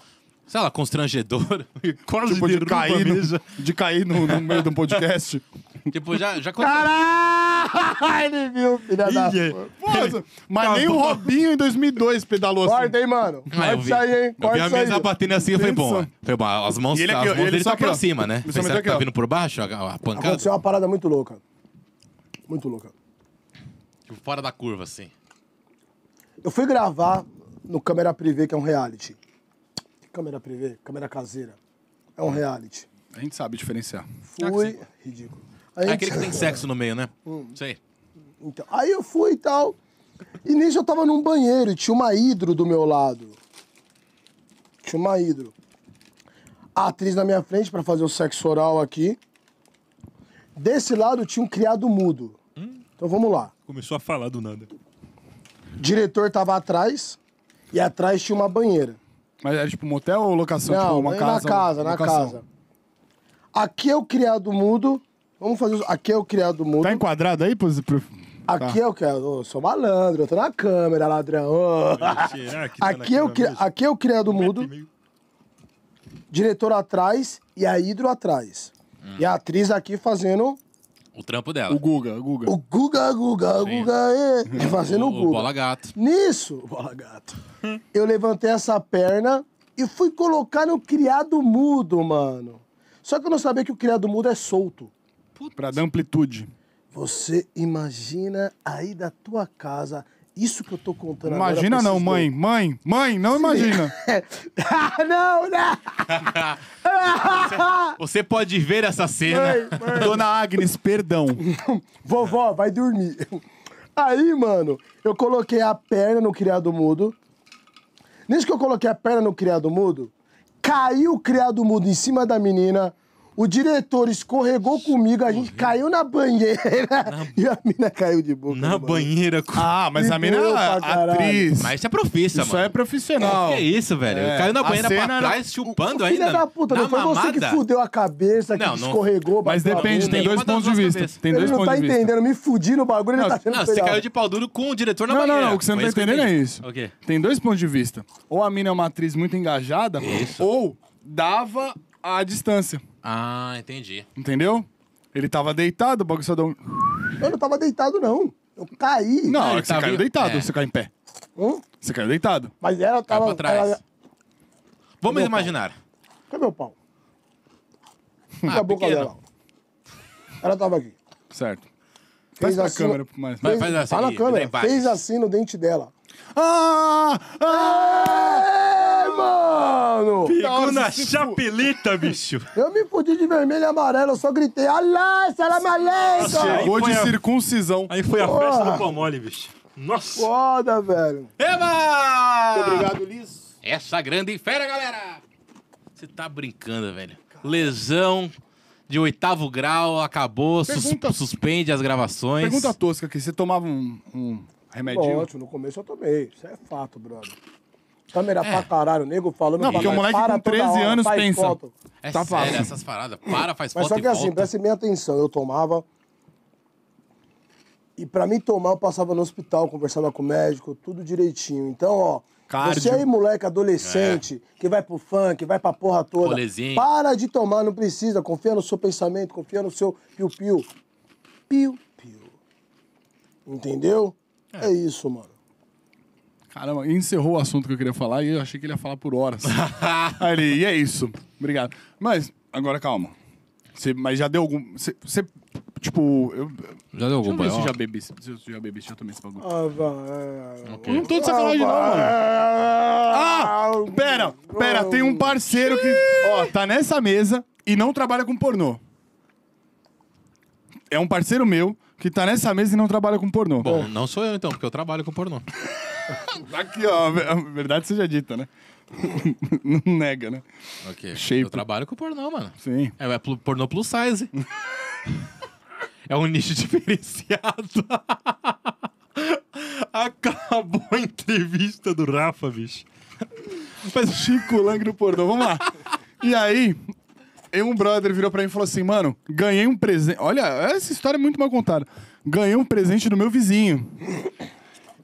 [SPEAKER 3] sei lá, constrangedora?
[SPEAKER 5] Quase
[SPEAKER 4] Tipo, de
[SPEAKER 5] derruba a
[SPEAKER 4] cair, no,
[SPEAKER 5] mesa.
[SPEAKER 4] de cair no, no meio de um podcast.
[SPEAKER 3] tipo, já, já aconteceu.
[SPEAKER 6] Ele viu, filha da...
[SPEAKER 5] Ih, é.
[SPEAKER 4] Nossa, mas nem o Robinho em 2002 pedalou assim.
[SPEAKER 6] Corta, hein, mano.
[SPEAKER 3] Ah, eu
[SPEAKER 6] Corta
[SPEAKER 3] vi.
[SPEAKER 6] isso aí, hein.
[SPEAKER 3] Eu vi
[SPEAKER 6] Corta
[SPEAKER 3] a
[SPEAKER 6] isso aí.
[SPEAKER 3] mesa batendo assim, foi bom.
[SPEAKER 4] Pensa.
[SPEAKER 3] Foi bom. As mãos,
[SPEAKER 4] E ele aqui,
[SPEAKER 3] as
[SPEAKER 4] ó,
[SPEAKER 3] mãos
[SPEAKER 4] ele
[SPEAKER 3] dele
[SPEAKER 4] só
[SPEAKER 3] tá
[SPEAKER 4] aqui, ó.
[SPEAKER 3] pra cima, né?
[SPEAKER 4] Ele só
[SPEAKER 3] Será
[SPEAKER 4] meteu
[SPEAKER 3] que tá
[SPEAKER 4] aqui, ó.
[SPEAKER 3] vindo por baixo a, a pancada?
[SPEAKER 6] Aconteceu uma parada muito louca. Muito louca.
[SPEAKER 3] Tipo, fora da curva, assim.
[SPEAKER 6] Eu fui gravar no Câmera Privê, que é um reality. Câmera Privê, câmera caseira.
[SPEAKER 3] Hum.
[SPEAKER 6] É um reality.
[SPEAKER 4] A gente sabe diferenciar.
[SPEAKER 6] Fui. Ridículo. A
[SPEAKER 3] Ah, É
[SPEAKER 6] gente-
[SPEAKER 3] aquele que tem sexo no meio, né? Sei.
[SPEAKER 6] Então, aí eu fui e tal. E nisso eu tava num banheiro e tinha uma hidro do meu lado. Tinha uma hidro. A atriz na minha frente pra fazer o sexo oral aqui. Desse lado tinha um criado mudo.
[SPEAKER 3] Hum.
[SPEAKER 6] Então vamos lá.
[SPEAKER 5] Começou a falar do nada.
[SPEAKER 6] O diretor tava atrás e atrás tinha uma banheira.
[SPEAKER 4] Mas era tipo motel ou locação?
[SPEAKER 6] Não,
[SPEAKER 4] tipo, uma
[SPEAKER 6] na
[SPEAKER 4] casa?
[SPEAKER 6] casa, na
[SPEAKER 4] locação.
[SPEAKER 6] casa. Aqui é o criado mudo. Vamos fazer. os- Aqui é o criado mudo.
[SPEAKER 4] Tá enquadrado aí? Pro... pro-
[SPEAKER 6] Aqui é o que? Eu sou malandro, eu tô na câmera, ladrão. Ô.
[SPEAKER 5] Será que tá
[SPEAKER 6] Aqui é,
[SPEAKER 5] naquela
[SPEAKER 6] o cri...
[SPEAKER 5] mesa?
[SPEAKER 6] aqui é o criado mudo,
[SPEAKER 5] meio.
[SPEAKER 4] Hum.
[SPEAKER 6] diretor atrás e a Hidro atrás. E a atriz aqui fazendo
[SPEAKER 3] O trampo dela.
[SPEAKER 4] O Guga, o Guga.
[SPEAKER 6] O Guga, Guga, Guga, é. Fazendo o
[SPEAKER 3] O- o
[SPEAKER 6] Guga.
[SPEAKER 3] Bola Gato.
[SPEAKER 6] Nisso, bola gato, eu levantei essa perna e fui colocar no criado mudo, mano. Só que eu não sabia que o criado mudo é solto.
[SPEAKER 4] Pra dar amplitude.
[SPEAKER 6] Você imagina aí da tua casa isso que eu tô contando Tá, agora
[SPEAKER 4] Imagina
[SPEAKER 6] pra
[SPEAKER 4] não,
[SPEAKER 6] esses
[SPEAKER 4] mãe. Mãe, mãe, não imagina.
[SPEAKER 6] dois. ah, não, não!
[SPEAKER 3] Você pode ver essa cena.
[SPEAKER 6] Mãe, mãe.
[SPEAKER 4] Dona Agnes, perdão.
[SPEAKER 6] Vovó, vai dormir. Aí, mano, eu coloquei a perna no criado mudo. Nisso que eu coloquei a perna no criado mudo, caiu o criado mudo em cima da menina. O diretor escorregou comigo, a gente caiu na banheira e a menina caiu de boca.
[SPEAKER 3] Na
[SPEAKER 6] no banheiro.
[SPEAKER 3] banheira. com-
[SPEAKER 4] Ah, mas a
[SPEAKER 6] Que
[SPEAKER 4] menina
[SPEAKER 6] doeu pra
[SPEAKER 4] é
[SPEAKER 6] caralho.
[SPEAKER 4] atriz.
[SPEAKER 3] Mas isso é profissa,
[SPEAKER 4] Isso
[SPEAKER 3] mano.
[SPEAKER 4] é profissional.
[SPEAKER 3] Que isso, velho?
[SPEAKER 4] É,
[SPEAKER 3] Caiu na
[SPEAKER 4] a
[SPEAKER 3] banheira pra
[SPEAKER 4] cena era-
[SPEAKER 3] trás, chupando
[SPEAKER 6] Filha
[SPEAKER 3] ainda.
[SPEAKER 6] da puta, não
[SPEAKER 3] na
[SPEAKER 6] foi você
[SPEAKER 3] mamada.
[SPEAKER 6] que fudeu a cabeça, que
[SPEAKER 3] Não, não-
[SPEAKER 6] escorregou,
[SPEAKER 4] Mas
[SPEAKER 6] bateu a
[SPEAKER 4] depende,
[SPEAKER 6] bunda.
[SPEAKER 4] tem dois
[SPEAKER 3] Nenhuma das
[SPEAKER 4] pontos de
[SPEAKER 3] duas
[SPEAKER 4] vista.
[SPEAKER 3] cabeças.
[SPEAKER 4] Tem
[SPEAKER 6] Ele
[SPEAKER 4] dois
[SPEAKER 6] não
[SPEAKER 4] pontos
[SPEAKER 6] tá
[SPEAKER 4] de vista.
[SPEAKER 6] entendendo, me fudi no bagulho, ele
[SPEAKER 4] Não,
[SPEAKER 6] tá achando
[SPEAKER 3] Não, você
[SPEAKER 6] legal.
[SPEAKER 3] caiu de pau duro com o diretor na
[SPEAKER 4] Não,
[SPEAKER 3] banheira.
[SPEAKER 4] não, não. O que você não
[SPEAKER 3] Foi
[SPEAKER 4] tá
[SPEAKER 3] isso que eu
[SPEAKER 4] entendendo é
[SPEAKER 3] entendi.
[SPEAKER 4] isso.
[SPEAKER 3] O quê?
[SPEAKER 4] Tem dois pontos de vista. Ou a mina é uma atriz muito engajada, ou dava a distância.
[SPEAKER 3] Ah, entendi.
[SPEAKER 4] Entendeu? Ele tava deitado, o bagulho só deu um.
[SPEAKER 6] Eu não tava deitado, não. Eu caí.
[SPEAKER 4] Não,
[SPEAKER 3] ele
[SPEAKER 4] é que você
[SPEAKER 3] tava-
[SPEAKER 4] caiu deitado,
[SPEAKER 3] é.
[SPEAKER 4] você caiu em pé.
[SPEAKER 6] Hum?
[SPEAKER 4] Você caiu deitado.
[SPEAKER 6] Mas ela
[SPEAKER 3] Caiu
[SPEAKER 6] tava.
[SPEAKER 3] pra trás.
[SPEAKER 6] Ela...
[SPEAKER 3] Vamos imaginar.
[SPEAKER 6] Cadê meu pau?
[SPEAKER 3] Ah,
[SPEAKER 6] Cadê a boca
[SPEAKER 3] pequeno.
[SPEAKER 6] dela? Ela tava aqui.
[SPEAKER 4] Certo. Faz
[SPEAKER 6] Fez
[SPEAKER 4] pra
[SPEAKER 6] assim.
[SPEAKER 4] câmera mais.
[SPEAKER 3] Vai,
[SPEAKER 6] Fez...
[SPEAKER 3] faz assim,
[SPEAKER 6] Fala
[SPEAKER 3] aí,
[SPEAKER 6] na câmera.
[SPEAKER 3] daí vai.
[SPEAKER 6] Fez assim no dente dela.
[SPEAKER 4] Ah!
[SPEAKER 6] É, mano!
[SPEAKER 5] Pegou na chapeleta, bicho.
[SPEAKER 6] Eu me fudi de vermelho e amarelo, eu só gritei, é Alá, salam aleikum!
[SPEAKER 4] Chegou de
[SPEAKER 5] foi a-
[SPEAKER 4] circuncisão.
[SPEAKER 5] Aí foi a
[SPEAKER 6] Porra.
[SPEAKER 5] festa do Pomole, bicho. Nossa.
[SPEAKER 6] Foda, velho.
[SPEAKER 4] É
[SPEAKER 3] Eba!
[SPEAKER 4] Obrigado, Liz.
[SPEAKER 3] Essa grande fera, galera! Você tá brincando, velho. Lesão de oitavo grau, acabou, sus-
[SPEAKER 4] Pergunta-
[SPEAKER 3] suspende as gravações.
[SPEAKER 4] Pergunta tosca aqui. Você tomava um, um remedinho?
[SPEAKER 6] Ótimo, no começo eu tomei. Isso é fato, brother. Câmera pra caralho, nego falando.
[SPEAKER 4] É. Não,
[SPEAKER 6] pra
[SPEAKER 4] porque o
[SPEAKER 6] nós,
[SPEAKER 4] moleque
[SPEAKER 6] para
[SPEAKER 4] com
[SPEAKER 6] toda
[SPEAKER 4] 13 anos
[SPEAKER 6] faz
[SPEAKER 4] pensa.
[SPEAKER 6] foto.
[SPEAKER 3] É
[SPEAKER 4] Tá
[SPEAKER 3] sério,
[SPEAKER 4] fácil.
[SPEAKER 3] essas paradas. Para, faz foto
[SPEAKER 6] Mas só
[SPEAKER 3] e
[SPEAKER 4] é
[SPEAKER 6] que assim,
[SPEAKER 3] volta.
[SPEAKER 6] preste bem atenção. Eu tomava. E pra mim tomar, eu passava no hospital, conversava com o médico, tudo direitinho. Então, ó.
[SPEAKER 4] Cardio.
[SPEAKER 6] Você aí, moleque adolescente, que vai pro funk, vai pra porra toda.
[SPEAKER 3] É. Rolezinho.
[SPEAKER 6] Para de tomar, não precisa. Confia no seu pensamento, confia no seu piu-piu. Piu-piu. Entendeu? é isso, mano.
[SPEAKER 4] Caramba, encerrou o assunto que eu queria falar e eu achei que ele ia falar por horas. Aí ele, e é isso. Obrigado. Mas, agora calma. Você, mas já deu algum. Você, você, tipo. Eu,
[SPEAKER 3] Já deu
[SPEAKER 4] deixa
[SPEAKER 3] algum
[SPEAKER 4] eu ver se eu
[SPEAKER 3] banho?
[SPEAKER 4] já bebi. Se eu já bebi, deixa eu tomar esse bagulho.
[SPEAKER 6] Ah, vai.
[SPEAKER 3] Ok.
[SPEAKER 4] Não tô de sacanagem, não, mano. Ah! Pera, pera, tem um parceiro que. Ó, tá nessa mesa e não trabalha com pornô. É um parceiro meu que tá nessa mesa e não trabalha com pornô.
[SPEAKER 3] Bom, não sou eu então, porque eu trabalho com pornô.
[SPEAKER 4] Aqui, ó, a verdade seja dita, né? não nega, né?
[SPEAKER 3] Ok.
[SPEAKER 4] Shape.
[SPEAKER 3] Eu trabalho com pornô, mano.
[SPEAKER 4] Sim.
[SPEAKER 3] É, é plu- pornô plus size. é um nicho diferenciado.
[SPEAKER 5] Acabou a entrevista do Rafa, bicho.
[SPEAKER 4] Mas Chico Lang do pornô, vamos lá. E aí, eu, um brother virou pra mim e falou assim, mano, ganhei um presente. Olha, essa história é muito mal contada. Ganhei um presente do meu vizinho.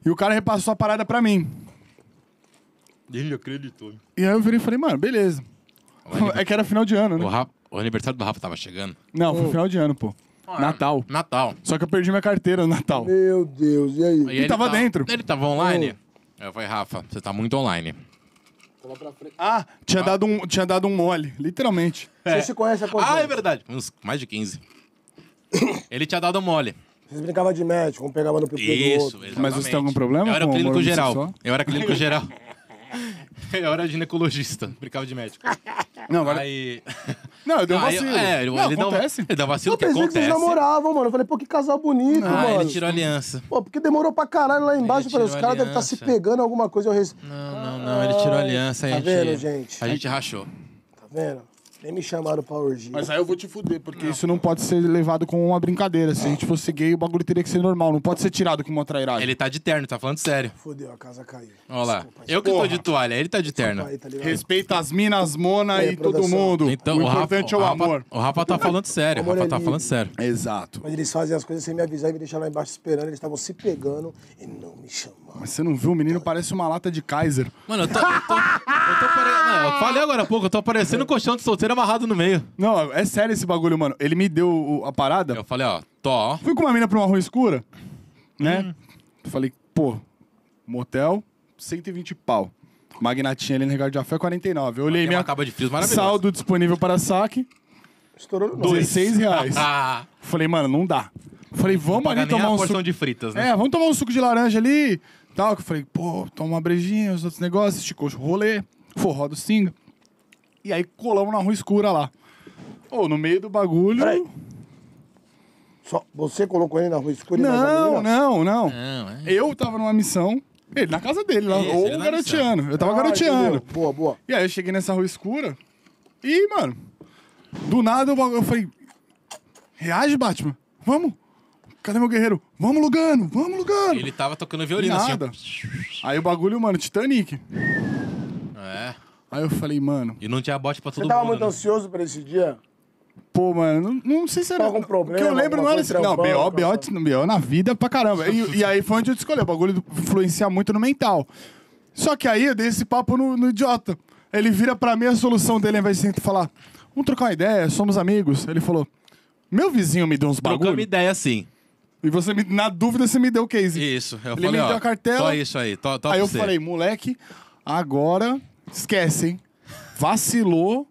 [SPEAKER 4] E o cara repassou a parada pra mim.
[SPEAKER 5] Ele acreditou.
[SPEAKER 4] E aí eu virei e falei, mano, beleza. É que era final de ano, né?
[SPEAKER 3] o, Ra- o aniversário do Rafa tava chegando.
[SPEAKER 4] Não, foi final de ano, pô. Natal.
[SPEAKER 3] Natal.
[SPEAKER 4] Só que eu perdi minha carteira no Natal.
[SPEAKER 6] Meu Deus, e aí?
[SPEAKER 3] ele tá-
[SPEAKER 4] tava dentro.
[SPEAKER 3] Ele tava online. Aí Eu falei, Rafa, você tá muito online.
[SPEAKER 4] Ah, tinha dado um, tinha dado um mole, literalmente.
[SPEAKER 6] Você se conhece há quanto
[SPEAKER 3] Ah, é
[SPEAKER 6] tempo?
[SPEAKER 3] verdade. Uns mais de 15. Ele tinha dado mole.
[SPEAKER 6] Vocês brincavam de médico, um pegava no pipi do
[SPEAKER 3] Isso,
[SPEAKER 6] outro.
[SPEAKER 3] exatamente.
[SPEAKER 4] Mas você tem algum problema
[SPEAKER 3] Eu era
[SPEAKER 4] com o
[SPEAKER 3] clínico
[SPEAKER 4] hormônio
[SPEAKER 3] geral.
[SPEAKER 4] sexual?
[SPEAKER 3] Eu era clínico geral. Eu era ginecologista, brincava de médico.
[SPEAKER 4] Não, agora...
[SPEAKER 3] Aí.
[SPEAKER 4] Não, eu dei um
[SPEAKER 3] Aí,
[SPEAKER 4] vacilo.
[SPEAKER 3] é, ele,
[SPEAKER 4] não,
[SPEAKER 3] ele dá um-
[SPEAKER 4] acontece.
[SPEAKER 3] ele dá um vacilo
[SPEAKER 6] Eu
[SPEAKER 3] que
[SPEAKER 6] pensei que vocês
[SPEAKER 3] acontece.
[SPEAKER 6] namoravam, mano. Eu falei, pô, que casal bonito,
[SPEAKER 3] ah,
[SPEAKER 6] mano.
[SPEAKER 3] ele tirou a aliança.
[SPEAKER 6] Pô, porque demorou pra caralho lá embaixo. Eu falei, os
[SPEAKER 3] tirou
[SPEAKER 6] caras devem estar
[SPEAKER 3] aliança.
[SPEAKER 6] se pegando alguma coisa. Eu res...
[SPEAKER 3] Não, não, não, ele tirou a aliança. aí
[SPEAKER 6] Tá
[SPEAKER 3] a gente,
[SPEAKER 6] vendo, gente?
[SPEAKER 3] A gente rachou.
[SPEAKER 6] Tá vendo? Nem me chamaram pra orgia.
[SPEAKER 4] Mas aí eu vou te fuder, porque isso não pode ser levado como uma brincadeira. Se a gente fosse gay, o bagulho teria que ser normal. Não pode ser tirado como uma trairagem.
[SPEAKER 3] Ele tá de terno, tá falando sério.
[SPEAKER 6] Fodeu, a casa caiu.
[SPEAKER 3] Olha lá.
[SPEAKER 6] Desculpa,
[SPEAKER 3] Eu que tô
[SPEAKER 4] Porra.
[SPEAKER 3] de toalha, ele tá de terno.
[SPEAKER 6] aí, tá ligado?
[SPEAKER 4] Respeita as minas, mona
[SPEAKER 6] É,
[SPEAKER 4] e todo
[SPEAKER 6] produção.
[SPEAKER 4] mundo.
[SPEAKER 3] Então,
[SPEAKER 4] o
[SPEAKER 3] o, Rafa-
[SPEAKER 4] importante
[SPEAKER 3] o
[SPEAKER 4] é o
[SPEAKER 3] Rafa,
[SPEAKER 4] amor.
[SPEAKER 3] O Rafa tá falando sério. O
[SPEAKER 6] Amor
[SPEAKER 3] Rafa tá
[SPEAKER 6] é
[SPEAKER 3] falando
[SPEAKER 6] livre.
[SPEAKER 3] sério.
[SPEAKER 4] Exato.
[SPEAKER 6] Mas eles fazem as coisas sem me avisar e me deixar lá embaixo esperando. Eles estavam se pegando e não me chamaram.
[SPEAKER 4] Mas você não viu? O menino parece uma lata de Kaiser.
[SPEAKER 3] Mano, eu tô. Eu, tô, eu, tô pare- Não, eu falei agora há pouco, eu tô parecendo um colchão de solteiro parceiro amarrado no meio.
[SPEAKER 4] Não, é sério esse bagulho, mano. Ele me deu o- a parada.
[SPEAKER 3] Eu falei, ó, tô, ó.
[SPEAKER 4] Fui com uma mina pra uma rua escura,
[SPEAKER 3] Hum.
[SPEAKER 4] né? Falei, pô, motel, 120 pau. Magnatinha ali no Ricardo de Afé, 49. Eu olhei
[SPEAKER 3] Tem
[SPEAKER 4] minha
[SPEAKER 3] uma capa de frios maravilhosa.
[SPEAKER 4] saldo disponível para saque,
[SPEAKER 6] Estourou no nome.
[SPEAKER 4] 16 reais.
[SPEAKER 3] Ah,
[SPEAKER 4] Falei, mano, não dá. Falei, vamos
[SPEAKER 3] pagar
[SPEAKER 4] ali
[SPEAKER 3] nem
[SPEAKER 4] tomar
[SPEAKER 3] a
[SPEAKER 4] um
[SPEAKER 3] porção
[SPEAKER 4] suco.
[SPEAKER 3] de fritas, né?
[SPEAKER 4] É, vamos tomar um suco de laranja ali. Tal, que eu falei, pô, toma uma brejinha, os outros negócios, esticou o rolê, forró do Singa. E aí colamos na rua escura lá. Ô, no meio do bagulho.
[SPEAKER 6] Peraí. Só você colocou ele na rua escura e mais
[SPEAKER 4] Não,
[SPEAKER 6] alguém,
[SPEAKER 4] não, não.
[SPEAKER 3] Não, é.
[SPEAKER 4] Eu tava numa missão, ele na casa dele, lá,
[SPEAKER 3] Isso, ele
[SPEAKER 4] ou
[SPEAKER 3] na
[SPEAKER 4] garoteando. Eu tava
[SPEAKER 6] Ah,
[SPEAKER 4] garoteando.
[SPEAKER 6] entendeu. Boa, boa.
[SPEAKER 4] E aí eu cheguei nessa rua escura e, mano, do nada eu, eu falei: reage, Batman, vamos. Cadê meu guerreiro? Vamos, Lugano, vamos, Lugano.
[SPEAKER 3] Ele tava tocando violino
[SPEAKER 4] Nada.
[SPEAKER 3] assim.
[SPEAKER 4] Aí o bagulho, mano, Titanic.
[SPEAKER 3] ó. É.
[SPEAKER 4] Aí eu falei, mano,
[SPEAKER 3] E não tinha bote pra todo
[SPEAKER 6] Você tava
[SPEAKER 3] mundo.
[SPEAKER 6] muito
[SPEAKER 3] né?
[SPEAKER 6] ansioso pra esse dia?
[SPEAKER 4] pô, mano, não, não sei se era.
[SPEAKER 6] Algum
[SPEAKER 4] O que
[SPEAKER 6] Tá problema,
[SPEAKER 4] eu lembro não
[SPEAKER 6] alguma
[SPEAKER 4] era
[SPEAKER 6] coisa
[SPEAKER 4] assim. Não, BO,
[SPEAKER 6] trampando,
[SPEAKER 4] BO, BO é na vida pra caramba. E, e aí foi onde eu escolhi. O bagulho do- influencia muito no mental. Só que aí eu dei esse papo no, no idiota. Ele vira pra mim a solução dele, ao invés de sempre falar, vamos trocar uma ideia, somos amigos. Ele falou, meu vizinho me deu uns
[SPEAKER 3] Trocamos
[SPEAKER 4] bagulho.
[SPEAKER 3] ideia assim.
[SPEAKER 4] E você, me, na dúvida, você me deu o case.
[SPEAKER 3] Isso. Eu
[SPEAKER 4] Ele
[SPEAKER 3] falei,
[SPEAKER 4] me
[SPEAKER 3] ó,
[SPEAKER 4] deu a cartela.
[SPEAKER 3] Só isso aí. Tó, tó
[SPEAKER 4] Aí
[SPEAKER 3] pra
[SPEAKER 4] eu
[SPEAKER 3] você.
[SPEAKER 4] falei, moleque, agora esquece, hein? Vacilou.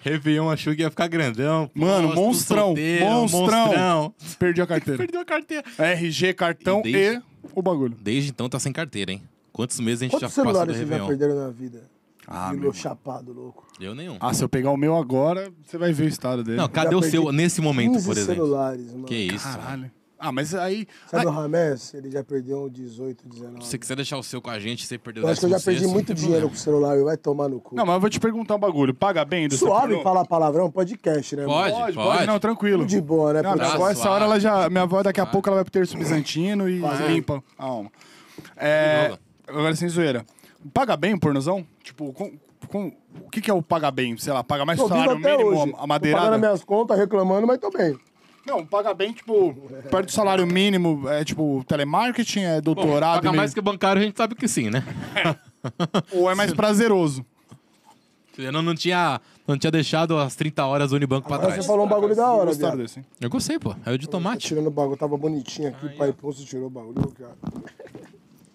[SPEAKER 5] Réveillon achou que ia ficar grandão.
[SPEAKER 4] Mano,
[SPEAKER 3] Posto,
[SPEAKER 4] monstrão,
[SPEAKER 3] solteiro,
[SPEAKER 4] monstrão.
[SPEAKER 3] monstrão.
[SPEAKER 4] Perdi a carteira.
[SPEAKER 3] Perdeu a carteira.
[SPEAKER 4] RG, cartão
[SPEAKER 3] E
[SPEAKER 4] e,
[SPEAKER 3] desde-
[SPEAKER 4] o bagulho.
[SPEAKER 3] Desde então tá sem carteira, hein? Quantos meses a gente
[SPEAKER 6] Quantos
[SPEAKER 3] já passou do
[SPEAKER 6] celulares vocês já
[SPEAKER 3] Réveillon?
[SPEAKER 6] perderam na vida?
[SPEAKER 4] Ah,
[SPEAKER 6] Virou chapado, louco.
[SPEAKER 3] Eu nenhum.
[SPEAKER 4] Ah, se eu pegar o meu agora, você vai ver o estado dele.
[SPEAKER 3] não, cadê
[SPEAKER 6] já
[SPEAKER 3] o seu
[SPEAKER 6] perdi
[SPEAKER 3] nesse momento,
[SPEAKER 6] 15
[SPEAKER 3] por exemplo?
[SPEAKER 6] celulares, mano.
[SPEAKER 3] Que isso.
[SPEAKER 4] Caralho. Ah, mas aí.
[SPEAKER 6] Sabe
[SPEAKER 4] aí-
[SPEAKER 6] o Ramés? Ele já perdeu um 18, 19.
[SPEAKER 3] Se você quiser deixar o seu com a gente, você perdeu
[SPEAKER 6] Eu acho que eu já perdi muito dinheiro com o celular, eu vai tomar no cu.
[SPEAKER 4] Não, mas eu vou te perguntar um bagulho. Paga bem do
[SPEAKER 6] Suave
[SPEAKER 4] seu
[SPEAKER 6] falar palavrão, podcast, né?
[SPEAKER 3] Pode,
[SPEAKER 6] mano?
[SPEAKER 4] Pode, pode,
[SPEAKER 3] pode.
[SPEAKER 4] não, tranquilo.
[SPEAKER 6] De boa, né?
[SPEAKER 4] Não, minha
[SPEAKER 6] Porque
[SPEAKER 4] avó,
[SPEAKER 6] agora-
[SPEAKER 4] essa
[SPEAKER 3] Tá suave.
[SPEAKER 4] hora
[SPEAKER 3] Tá.
[SPEAKER 4] ela já. Minha avó daqui a pouco ela vai pro terço bizantino e limpa a alma. É,
[SPEAKER 3] Droga.
[SPEAKER 4] agora sem zoeira. Paga bem, pornozão? Tipo, com, com- o que, que é o paga bem? Sei lá, paga mais
[SPEAKER 6] Tô vivo
[SPEAKER 4] salário
[SPEAKER 6] até
[SPEAKER 4] mínimo, a
[SPEAKER 6] hoje. Tô pagando
[SPEAKER 4] madeirada?
[SPEAKER 6] as minhas contas, reclamando, mas tô bem.
[SPEAKER 4] Não, paga bem, tipo, perto do salário mínimo, é tipo, telemarketing, é doutorado,
[SPEAKER 3] Paga
[SPEAKER 4] e
[SPEAKER 3] mais que bancário, a gente sabe que sim, né?
[SPEAKER 4] ou é mais prazeroso?
[SPEAKER 3] Eu não, não tinha, não tinha deixado as 30 horas do Unibanco pra
[SPEAKER 6] Agora você
[SPEAKER 3] trás.
[SPEAKER 6] falou um bagulho da hora,
[SPEAKER 4] Gostaram
[SPEAKER 6] viado.
[SPEAKER 4] desse?
[SPEAKER 3] Eu gostei, pô. É o de
[SPEAKER 6] Tá
[SPEAKER 3] tomate.
[SPEAKER 6] tirando o bagulho, tava bonitinho aqui, pai Poço tirou o bagulho, cara.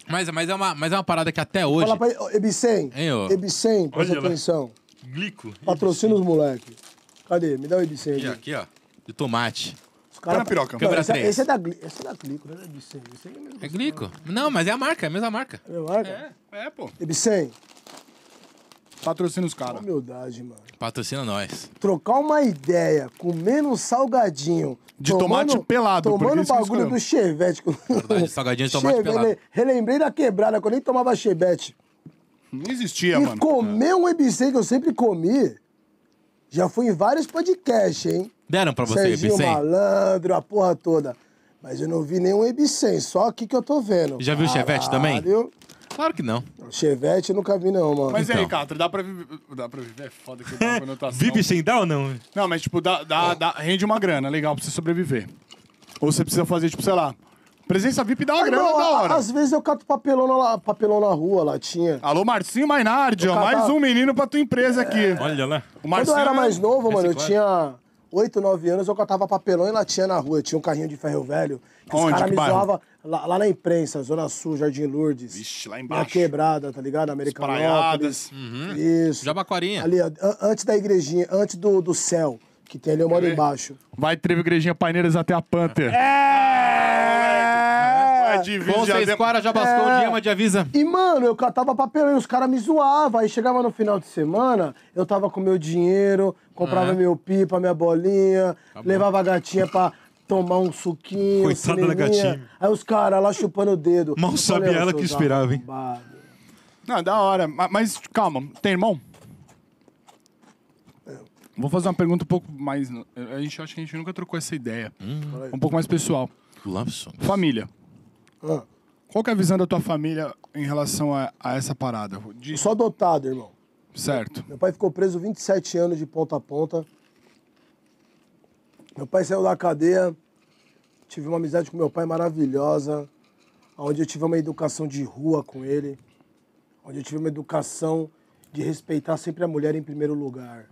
[SPEAKER 3] Mas, mas, é uma, mas é uma parada que até hoje.
[SPEAKER 6] Fala pra ele, ô, Ebicem,
[SPEAKER 3] Hein, ô?
[SPEAKER 6] Ebicem, presta
[SPEAKER 5] Olha lá.
[SPEAKER 6] atenção.
[SPEAKER 5] Glico.
[SPEAKER 6] Patrocina os moleque. Cadê? Me dá o Ebicem
[SPEAKER 3] E
[SPEAKER 6] aí.
[SPEAKER 3] aqui, ó. De tomate.
[SPEAKER 6] Os cara-
[SPEAKER 4] Põe na piroca.
[SPEAKER 6] Não,
[SPEAKER 3] Câmera
[SPEAKER 6] esse, é-
[SPEAKER 3] três.
[SPEAKER 6] esse é da Gli- esse é da Glico, não é da Ebicem. Ebicem é mesmo.
[SPEAKER 3] É glico. Não, mas é a marca, é a mesma marca.
[SPEAKER 6] É, marca?
[SPEAKER 4] É, pô.
[SPEAKER 6] Ebicem,
[SPEAKER 4] Patrocina os caras.
[SPEAKER 6] humildade, mano.
[SPEAKER 3] Patrocina nós.
[SPEAKER 6] trocar uma ideia, comendo um salgadinho.
[SPEAKER 4] De tomate pelado, por
[SPEAKER 6] Tomando o
[SPEAKER 4] isso que
[SPEAKER 6] bagulho
[SPEAKER 4] escolheu.
[SPEAKER 6] do chevette.
[SPEAKER 3] Verdade, salgadinho de tomate
[SPEAKER 6] Chevette,
[SPEAKER 3] pelado.
[SPEAKER 6] Relembrei da quebrada, que eu nem tomava chevette.
[SPEAKER 4] Não existia,
[SPEAKER 6] e
[SPEAKER 4] É, mano.
[SPEAKER 6] comer um EBC que eu sempre comi, já fui em vários podcasts, hein?
[SPEAKER 3] Deram pra você,
[SPEAKER 6] Serginho
[SPEAKER 3] Bicem?
[SPEAKER 6] Malandro, a porra toda. Mas eu não vi nenhum EBC, só aqui que eu tô vendo.
[SPEAKER 3] Já viu o Chevette também?
[SPEAKER 6] Caralho.
[SPEAKER 3] Claro que não.
[SPEAKER 6] Chevette eu nunca vi não, mano.
[SPEAKER 4] Mas e aí,
[SPEAKER 3] Então.
[SPEAKER 4] Catra, dá pra viver. Dá pra viver? É foda que dá conotação.
[SPEAKER 5] Vive sem dar ou não?
[SPEAKER 4] Não, mas tipo, dá, dá, dá- rende uma grana é legal pra você sobreviver. Ou você precisa fazer, tipo, sei lá. Presença VIP dá uma
[SPEAKER 6] Ah,
[SPEAKER 4] é grana
[SPEAKER 6] não,
[SPEAKER 4] da
[SPEAKER 6] a-
[SPEAKER 4] hora.
[SPEAKER 6] Às vezes eu cato papelão na, papelão na rua, latinha.
[SPEAKER 4] Alô, Marcinho Mainardi, ó.
[SPEAKER 6] Eu
[SPEAKER 4] Mais
[SPEAKER 6] catava-
[SPEAKER 4] um menino pra tua empresa aqui.
[SPEAKER 5] Olha lá.
[SPEAKER 4] O
[SPEAKER 6] Quando É. eu era
[SPEAKER 4] é-
[SPEAKER 6] mais novo, mano, eu
[SPEAKER 3] reciclagem.
[SPEAKER 6] tinha 8, 9 anos, eu catava papelão e latinha na rua. Eu tinha um carrinho de ferro velho. Que os
[SPEAKER 4] Onde?
[SPEAKER 6] caras
[SPEAKER 4] Que
[SPEAKER 6] me
[SPEAKER 4] bairro?
[SPEAKER 6] zoavam lá, lá na imprensa, Zona Sul, Jardim Lourdes.
[SPEAKER 4] Vixe, lá
[SPEAKER 6] Na
[SPEAKER 4] embaixo.
[SPEAKER 6] quebrada, tá ligado? Americanópolis.
[SPEAKER 4] Praiadas.
[SPEAKER 6] Isso.
[SPEAKER 3] Jabaquarinha.
[SPEAKER 6] Ali, ó, an- antes da igrejinha, antes do, do céu, que tem ali, eu moro embaixo.
[SPEAKER 4] Vai Trevo Igrejinha Paineiras até a Panther. É! Vai divide
[SPEAKER 3] Com
[SPEAKER 4] Diadema-
[SPEAKER 3] seis quara, já bastou,
[SPEAKER 6] É.
[SPEAKER 3] Diema de avisa.
[SPEAKER 6] E, mano, eu catava papelão e os caras me zoavam. Aí chegava no final de semana, eu tava com meu dinheiro, comprava meu pipa, minha bolinha, levava a gatinha pra tomar um suquinho.
[SPEAKER 5] Tá Coitada
[SPEAKER 6] cineminha.
[SPEAKER 5] da gatinha.
[SPEAKER 6] Aí os caras lá chupando o dedo.
[SPEAKER 5] Mal
[SPEAKER 6] Eu
[SPEAKER 5] sabia
[SPEAKER 6] falei, "Ó,
[SPEAKER 5] ela
[SPEAKER 6] seus
[SPEAKER 5] que esperava, hein?"
[SPEAKER 6] arrombados.
[SPEAKER 4] Não, da hora. Ma- Mas, calma, tem irmão? Vou fazer uma pergunta um pouco mais. A gente acho que a gente nunca trocou essa ideia.
[SPEAKER 6] Hum.
[SPEAKER 4] Um pouco mais pessoal.
[SPEAKER 3] Lampson.
[SPEAKER 4] Família.
[SPEAKER 6] Ah,
[SPEAKER 4] Qual que é a visão da tua família em relação a, a essa parada? De-
[SPEAKER 6] eu sou adotado, irmão.
[SPEAKER 4] Certo.
[SPEAKER 6] Meu pai ficou preso 27 anos de ponta a ponta. Meu pai saiu da cadeia. Tive uma amizade com meu pai maravilhosa, onde eu tive uma educação de rua com ele, onde eu tive uma educação de respeitar sempre a mulher em primeiro lugar.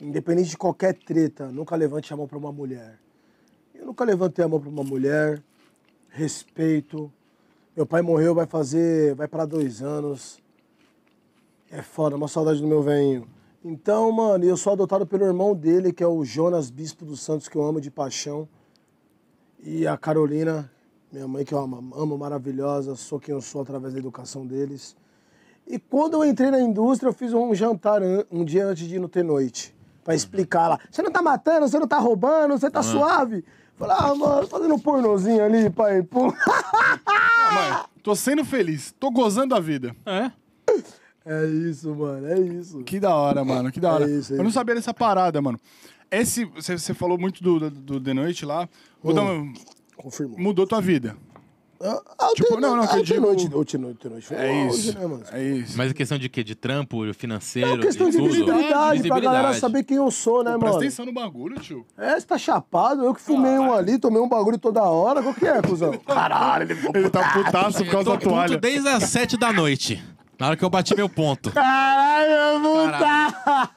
[SPEAKER 6] Independente de qualquer treta, nunca levante a mão para uma mulher. Eu nunca levantei a mão para uma mulher. Respeito. Meu pai morreu, vai fazer, vai para dois anos. É foda, uma saudade do meu velhinho. Então, mano, eu sou adotado pelo irmão dele, que é o Jonas Bispo dos Santos, que eu amo de paixão. E a Carolina, minha mãe, que eu amo, amo maravilhosa, sou quem eu sou através da educação deles. E quando eu entrei na indústria, eu fiz um jantar an- um dia antes de ir no ter noite. Pra explicar lá. Você não tá matando, você não tá roubando, você tá suave. Falei, ah, mano, fazendo um pornozinho ali, pai. Pum.
[SPEAKER 4] Mãe, tô sendo feliz, tô gozando a vida.
[SPEAKER 3] É.
[SPEAKER 6] É isso, mano, é isso.
[SPEAKER 4] Que da hora, mano, que da hora.
[SPEAKER 6] É isso, é
[SPEAKER 4] Eu não
[SPEAKER 6] isso.
[SPEAKER 4] sabia dessa parada, mano. Esse, você você falou muito do, do, do The Noite lá. Vou dar um-
[SPEAKER 6] Confirmou.
[SPEAKER 4] mudou tua vida.
[SPEAKER 6] Ah, ah,
[SPEAKER 4] Tipo,
[SPEAKER 6] tem-
[SPEAKER 4] não, não,
[SPEAKER 6] ah,
[SPEAKER 4] que eu
[SPEAKER 6] tem
[SPEAKER 4] digo-
[SPEAKER 6] noite, ou tem noite, tem noite. Foi
[SPEAKER 4] É
[SPEAKER 6] longe,
[SPEAKER 4] isso.
[SPEAKER 6] né, mano?
[SPEAKER 4] É isso.
[SPEAKER 3] Mas a questão de quê? De trampo, financeiro,
[SPEAKER 6] É uma questão de
[SPEAKER 3] tudo?
[SPEAKER 6] visibilidade, pra galera
[SPEAKER 3] Visibilidade.
[SPEAKER 6] saber quem eu sou, né,
[SPEAKER 4] Presta
[SPEAKER 6] mano?
[SPEAKER 4] atenção no bagulho, tio.
[SPEAKER 6] É, você tá chapado, eu que fumei um ali, tomei um bagulho toda hora, qual que é, cuzão? Caralho, ele ficou
[SPEAKER 4] Ele tá putaço por
[SPEAKER 3] Eu
[SPEAKER 4] causa
[SPEAKER 3] tô
[SPEAKER 4] da toalha.
[SPEAKER 3] puto desde as sete da noite. Na hora que eu bati meu ponto.
[SPEAKER 6] Caralho, puta!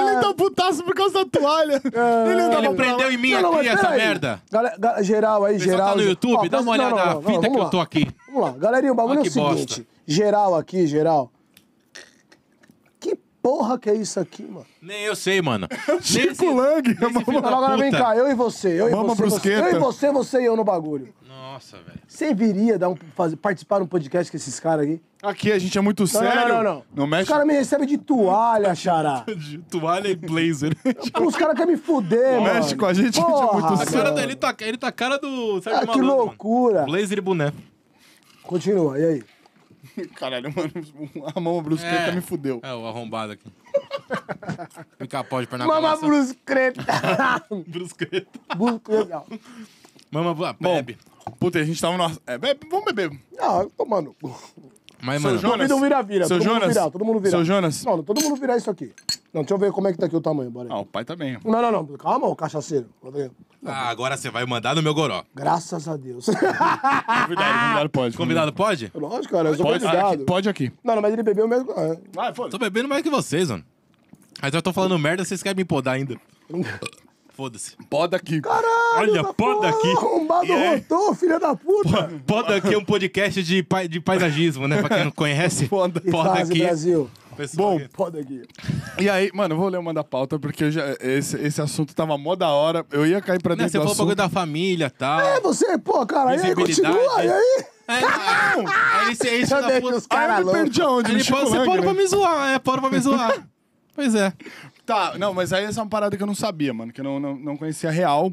[SPEAKER 4] Ele tá putaço por causa da toalha.
[SPEAKER 6] É.
[SPEAKER 4] Ele andava
[SPEAKER 3] Ele
[SPEAKER 4] pra
[SPEAKER 3] prendeu
[SPEAKER 4] lá.
[SPEAKER 3] em mim
[SPEAKER 6] Não, não, mas
[SPEAKER 3] aqui essa
[SPEAKER 6] peraí.
[SPEAKER 3] merda.
[SPEAKER 6] Gale- ga- geral aí,
[SPEAKER 3] Pessoal
[SPEAKER 6] geral.
[SPEAKER 3] tá no
[SPEAKER 6] Ó,
[SPEAKER 3] YouTube, dá uma
[SPEAKER 6] presta-
[SPEAKER 3] olhada
[SPEAKER 6] não,
[SPEAKER 3] na
[SPEAKER 6] não, não,
[SPEAKER 3] fita
[SPEAKER 6] vamos
[SPEAKER 3] que
[SPEAKER 6] lá.
[SPEAKER 3] eu tô aqui.
[SPEAKER 6] Vamos lá, galerinha, o bagulho
[SPEAKER 3] Olha
[SPEAKER 6] é o
[SPEAKER 3] que bosta.
[SPEAKER 6] seguinte. Geral aqui, geral. Que porra que é isso aqui, mano?
[SPEAKER 3] Nem eu sei, mano. Nesse-
[SPEAKER 4] Chico Lang.
[SPEAKER 3] nesse filho da
[SPEAKER 6] Agora vem
[SPEAKER 3] puta.
[SPEAKER 6] cá, eu e você, eu e
[SPEAKER 4] Mama
[SPEAKER 6] você, você,
[SPEAKER 4] brusqueta.
[SPEAKER 6] eu e você, você e eu no bagulho.
[SPEAKER 3] Nossa, velho.
[SPEAKER 6] Você viria dar um, fazer, participar de um podcast com esses caras aqui?
[SPEAKER 4] Aqui a gente é muito
[SPEAKER 6] Não,
[SPEAKER 4] sério.
[SPEAKER 6] não, não, não.
[SPEAKER 4] Não
[SPEAKER 6] Os
[SPEAKER 4] mexe.
[SPEAKER 6] caras me recebem de toalha, xará.
[SPEAKER 4] de toalha e blazer.
[SPEAKER 6] Os caras querem me fuder, mano.
[SPEAKER 4] mexe com a gente, a gente é muito
[SPEAKER 3] A cara dele tá, ele tá a cara do Sérgio
[SPEAKER 6] Ah, que
[SPEAKER 3] Malandro, mano.
[SPEAKER 6] loucura.
[SPEAKER 3] Blazer e boné.
[SPEAKER 6] Continua, e aí?
[SPEAKER 4] Caralho, mano. A mão brusqueta me fudeu.
[SPEAKER 3] É, o arrombado aqui. Fica pó de perna
[SPEAKER 6] Mama
[SPEAKER 3] grossa.
[SPEAKER 6] bruscreta.
[SPEAKER 3] brusqueta.
[SPEAKER 6] bruscreta.
[SPEAKER 3] Mama bru- bebe.
[SPEAKER 4] Puta, a gente tava no. É, bebe, vamos beber.
[SPEAKER 6] Não, tomando.
[SPEAKER 3] Mas, mano,
[SPEAKER 4] Jonas.
[SPEAKER 6] Todo mundo vira, vira.
[SPEAKER 4] Seu
[SPEAKER 6] todo
[SPEAKER 4] Jonas.
[SPEAKER 6] mundo virar, todo mundo virar.
[SPEAKER 4] Seu Jonas.
[SPEAKER 6] Não, não, todo mundo virar isso aqui. Não, deixa eu ver como é que tá aqui o tamanho, bora aí.
[SPEAKER 4] Ah, o pai tá bem. ó.
[SPEAKER 6] Não, não, não. Calma, ô cachaceiro. Bota aí.
[SPEAKER 3] ah, agora você vai mandar no meu goró.
[SPEAKER 6] Graças a Deus.
[SPEAKER 4] Convidado,
[SPEAKER 3] Ah,
[SPEAKER 4] convidado pode.
[SPEAKER 3] Convidado pode?
[SPEAKER 6] Lógico, cara, eu sou
[SPEAKER 4] Pode, ah, aqui,
[SPEAKER 6] convidado.
[SPEAKER 4] pode aqui.
[SPEAKER 6] Não, não, mas ele bebeu mesmo. Ah, é.
[SPEAKER 4] Vai, foda
[SPEAKER 3] Tô bebendo mais que vocês, mano. Aí eu tô falando merda, vocês querem me podar ainda. Foda-se.
[SPEAKER 4] Poda aqui.
[SPEAKER 6] Caralho,
[SPEAKER 3] Olha,
[SPEAKER 6] tá
[SPEAKER 3] pô, daqui.
[SPEAKER 6] Arrombado
[SPEAKER 3] E aí?
[SPEAKER 6] rotou, filha da puta.
[SPEAKER 3] Poda aqui é um podcast de, pai- de paisagismo, né? Pra quem não conhece. Poda,
[SPEAKER 6] Que fase,
[SPEAKER 3] aqui.
[SPEAKER 6] Brasil.
[SPEAKER 3] Pessoal, Bom,
[SPEAKER 6] Foda aqui.
[SPEAKER 4] E aí, mano, eu vou ler uma da pauta, porque eu já, esse, esse assunto tava mó da hora. Eu ia cair pra
[SPEAKER 3] né,
[SPEAKER 4] dentro
[SPEAKER 3] você
[SPEAKER 4] do
[SPEAKER 3] falou
[SPEAKER 4] assunto.
[SPEAKER 3] bagulho da família e tal.
[SPEAKER 6] É, você, pô, cara, e aí
[SPEAKER 3] Visibilidade.
[SPEAKER 6] continua, e aí?
[SPEAKER 3] É, não, é isso, é isso
[SPEAKER 6] Eu
[SPEAKER 3] da
[SPEAKER 6] deixo
[SPEAKER 3] puta.
[SPEAKER 6] os caras
[SPEAKER 4] Ah, eu me
[SPEAKER 6] loucos.
[SPEAKER 4] perdi aonde? No
[SPEAKER 3] Ele
[SPEAKER 4] Chico
[SPEAKER 3] pode, você
[SPEAKER 4] Lang,
[SPEAKER 3] pode
[SPEAKER 4] né?
[SPEAKER 3] pra me zoar, é, pode pra me zoar. Pois é.
[SPEAKER 4] Tá, não, mas aí essa é uma parada que eu não sabia, mano, que eu não, não, não conhecia real.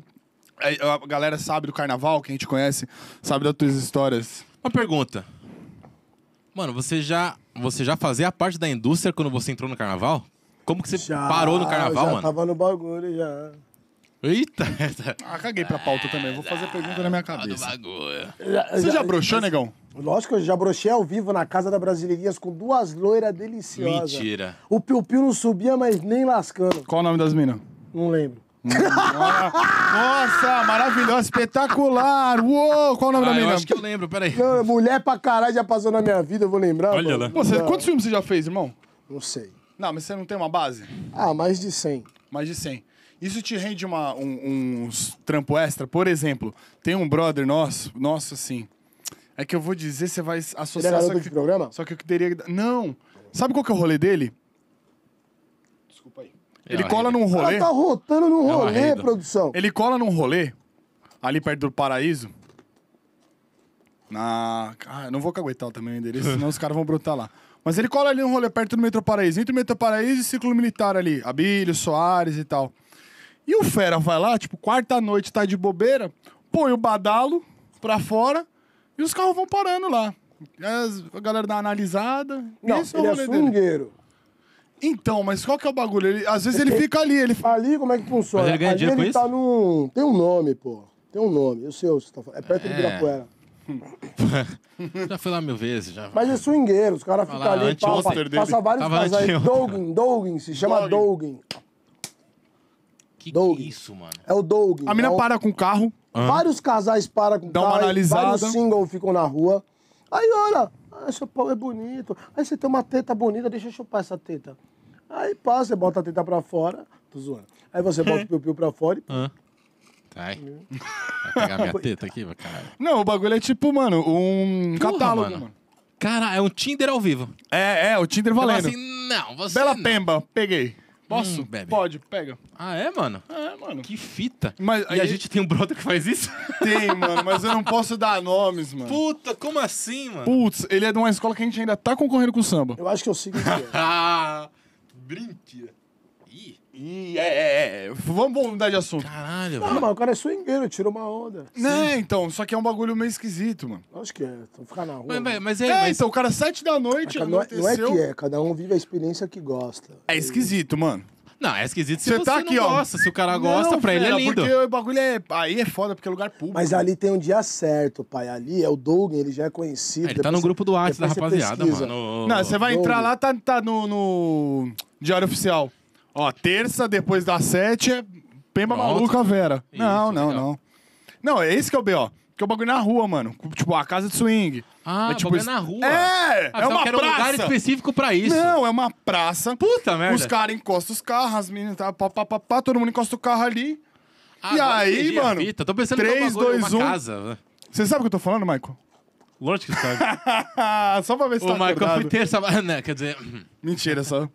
[SPEAKER 4] Aí, A galera sabe do carnaval, quem te conhece, sabe das tuas histórias.
[SPEAKER 3] Uma pergunta. Mano, você já, você já fazia parte da indústria quando você entrou no carnaval? Como que você
[SPEAKER 6] Já,
[SPEAKER 3] parou no carnaval,
[SPEAKER 6] já
[SPEAKER 3] mano?
[SPEAKER 6] tava no bagulho, já.
[SPEAKER 3] Eita, essa...
[SPEAKER 4] Ah, caguei pra pauta também, vou fazer pergunta na minha
[SPEAKER 3] do
[SPEAKER 4] cabeça.
[SPEAKER 3] bagulho.
[SPEAKER 6] Já-
[SPEAKER 4] Você já
[SPEAKER 6] já-
[SPEAKER 4] broxou, negão?
[SPEAKER 6] Lógico, que eu já brochei ao vivo na casa da Brasileirinhas com duas loiras deliciosas.
[SPEAKER 3] Mentira.
[SPEAKER 6] O Piu Piu não subia, mas nem lascando.
[SPEAKER 4] Qual o nome das minas?
[SPEAKER 6] Não lembro.
[SPEAKER 4] Nossa, maravilhosa, espetacular! Uou, qual o nome
[SPEAKER 3] Ah,
[SPEAKER 4] da
[SPEAKER 3] eu
[SPEAKER 4] mina?
[SPEAKER 3] acho que eu lembro, peraí.
[SPEAKER 6] Não, mulher pra caralho já passou na minha vida, eu vou lembrar.
[SPEAKER 3] Olha
[SPEAKER 6] mano.
[SPEAKER 3] lá.
[SPEAKER 4] Você, quantos filmes você já fez, irmão?
[SPEAKER 6] Não sei.
[SPEAKER 4] Não, mas você não tem uma base?
[SPEAKER 6] Ah, mais de 100.
[SPEAKER 4] Mais de 100. Isso te rende uma, um- uns trampo extra? Por exemplo, tem um brother nosso, nosso assim. É que eu vou dizer, você vai
[SPEAKER 6] Ele é
[SPEAKER 4] associar. só
[SPEAKER 6] garoto
[SPEAKER 4] que-
[SPEAKER 6] de programa?
[SPEAKER 4] Só que eu teria. que- Não! Sabe qual que é o rolê dele? Desculpa aí. Ah, Ele
[SPEAKER 3] É
[SPEAKER 4] cola num rolê.
[SPEAKER 6] Ela tá rotando no
[SPEAKER 3] uma
[SPEAKER 6] rolê,
[SPEAKER 3] renda. É
[SPEAKER 6] produção.
[SPEAKER 4] Ele cola num rolê, ali perto do paraíso. Na. Ah, eu não vou caguetar também o endereço, senão os caras vão brotar lá. Mas ele cola ali num rolê perto do metrô paraíso. Entre o metrô paraíso e o círculo militar ali. Abílio, Soares e tal. E o Fera vai lá, tipo, quarta noite tá de bobeira, põe o badalo pra fora e os carros vão parando lá. As- a galera dá uma analisada.
[SPEAKER 6] Não,
[SPEAKER 4] Esse é o
[SPEAKER 6] ele é
[SPEAKER 4] rolê dele.
[SPEAKER 6] swingueiro.
[SPEAKER 4] Então, mas qual que é o bagulho? Ele- às vezes ele fica ali, ele fala.
[SPEAKER 6] Ali, como é que funciona?
[SPEAKER 3] Mas ele ganha
[SPEAKER 6] Ali
[SPEAKER 3] dinheiro
[SPEAKER 6] ele
[SPEAKER 3] com
[SPEAKER 6] tá num... Tem um nome, pô. Tem um nome. Eu sei o que você tá falando. É perto do
[SPEAKER 3] É.
[SPEAKER 6] Ibirapuera.
[SPEAKER 3] Já fui lá mil vezes, já.
[SPEAKER 6] Mas é swingueiro. Os caras ficam
[SPEAKER 3] lá,
[SPEAKER 6] ali,
[SPEAKER 3] anteontem.
[SPEAKER 6] passa,
[SPEAKER 3] Dele.
[SPEAKER 6] passa vários
[SPEAKER 3] Tava
[SPEAKER 6] casais.
[SPEAKER 3] anteontem.
[SPEAKER 6] Dogen, Dogen. Se chama Dogen.
[SPEAKER 3] que que
[SPEAKER 6] Doug.
[SPEAKER 3] é isso, mano?
[SPEAKER 6] É o Dogen.
[SPEAKER 4] A mina
[SPEAKER 6] é o-
[SPEAKER 4] para com o carro.
[SPEAKER 6] Vários casais param com
[SPEAKER 4] Dá uma
[SPEAKER 6] carro,
[SPEAKER 4] analisada.
[SPEAKER 6] Vários singles ficam na rua. Aí olha, Ah, seu pau é bonito. Aí você tem uma teta bonita, deixa eu chupar essa teta. Aí passa, você bota a teta pra fora. Tô zoando. Aí você bota o piu-piu pra fora e
[SPEAKER 3] Ai.
[SPEAKER 6] Hum.
[SPEAKER 3] Vai pegar minha teta aqui, meu caralho.
[SPEAKER 4] Não, o bagulho é tipo, mano, um
[SPEAKER 3] Porra,
[SPEAKER 4] catálogo, mano.
[SPEAKER 3] Cara, é um Tinder ao vivo.
[SPEAKER 4] É, é, o Tinder
[SPEAKER 3] Fala
[SPEAKER 4] valendo.
[SPEAKER 3] assim, não, você.
[SPEAKER 4] Bela
[SPEAKER 3] não.
[SPEAKER 4] Pemba, peguei. Posso?
[SPEAKER 3] Hum, bebe.
[SPEAKER 4] Pode, pega.
[SPEAKER 3] Ah, é, mano?
[SPEAKER 4] É, mano.
[SPEAKER 3] Que fita.
[SPEAKER 4] Mas
[SPEAKER 3] e
[SPEAKER 4] aí-
[SPEAKER 3] a gente tem um brother que faz isso?
[SPEAKER 4] Tem, mano, mas eu não posso dar nomes, mano.
[SPEAKER 3] Puta, como assim, mano?
[SPEAKER 4] Putz, ele é de uma escola que a gente ainda tá concorrendo com o samba.
[SPEAKER 6] Eu acho que eu sigo o que é.
[SPEAKER 3] Ah, brinque. Ih,
[SPEAKER 4] Ih, é, é, é. Vamos, vamos mudar de assunto.
[SPEAKER 3] caralho,
[SPEAKER 6] Não,
[SPEAKER 3] mano.
[SPEAKER 6] mas o cara é swingueiro, tira uma onda.
[SPEAKER 4] Né, então, só que é um bagulho meio esquisito, mano.
[SPEAKER 6] Eu Acho que é. Então ficar na rua.
[SPEAKER 3] Mas,
[SPEAKER 6] né?
[SPEAKER 3] mas, mas, é,
[SPEAKER 4] É,
[SPEAKER 3] mas
[SPEAKER 4] então, o cara, sete da noite,
[SPEAKER 6] Cada- não, é, não é
[SPEAKER 4] aconteceu.
[SPEAKER 6] que é, cada um vive a experiência que gosta.
[SPEAKER 4] É esquisito, mano.
[SPEAKER 3] Não, é esquisito se
[SPEAKER 4] Você
[SPEAKER 3] você,
[SPEAKER 4] tá aqui,
[SPEAKER 3] não
[SPEAKER 4] ó.
[SPEAKER 3] gosta. Se o cara gosta,
[SPEAKER 4] Não,
[SPEAKER 3] pra ele é
[SPEAKER 4] fera,
[SPEAKER 3] lindo.
[SPEAKER 4] Porque o bagulho é. Aí é foda, porque é lugar público.
[SPEAKER 6] Mas ali tem um dia certo, pai. Ali é o Doug, ele já é conhecido.
[SPEAKER 3] É, Ele tá
[SPEAKER 6] Depois
[SPEAKER 3] no
[SPEAKER 6] você-
[SPEAKER 3] grupo do WhatsApp da
[SPEAKER 6] depois você
[SPEAKER 3] rapaziada,
[SPEAKER 6] pesquisa.
[SPEAKER 3] mano.
[SPEAKER 4] Não, você vai
[SPEAKER 6] Doug.
[SPEAKER 4] entrar lá, tá, tá no, no Diário Oficial. Ó, terça, depois das sete, é Pemba
[SPEAKER 3] Pronto.
[SPEAKER 4] Maluca Vera.
[SPEAKER 3] Isso,
[SPEAKER 4] não, não,
[SPEAKER 3] legal.
[SPEAKER 4] não. Não, é esse que é o B.O. Que é o bagulho na rua, mano. Tipo, a casa de swing.
[SPEAKER 3] Ah,
[SPEAKER 4] tipo,
[SPEAKER 3] bagulho
[SPEAKER 4] isso-
[SPEAKER 3] na rua.
[SPEAKER 4] É!
[SPEAKER 3] Ah,
[SPEAKER 4] é
[SPEAKER 3] eu
[SPEAKER 4] uma
[SPEAKER 3] quero um lugar
[SPEAKER 4] praça.
[SPEAKER 3] específico pra isso.
[SPEAKER 4] Não, é uma praça.
[SPEAKER 3] Puta merda.
[SPEAKER 4] Os caras encostam os carros, as meninas, tá, pá, pá, pá, pá, todo mundo encosta o carro ali.
[SPEAKER 3] Ah,
[SPEAKER 4] e
[SPEAKER 3] agora
[SPEAKER 4] aí,
[SPEAKER 3] entendi a
[SPEAKER 4] mano,
[SPEAKER 3] fita. Tô pensando que é um
[SPEAKER 4] três,
[SPEAKER 3] bagulho,
[SPEAKER 4] dois,
[SPEAKER 3] uma
[SPEAKER 4] um.
[SPEAKER 3] casa.
[SPEAKER 4] Você sabe o que eu tô falando, Michael?
[SPEAKER 3] Lógico que sabe.
[SPEAKER 4] Só pra ver se
[SPEAKER 3] o
[SPEAKER 4] tá
[SPEAKER 3] Marco
[SPEAKER 4] acordado.
[SPEAKER 3] foi terça... Não, quer dizer...
[SPEAKER 4] Mentira, só.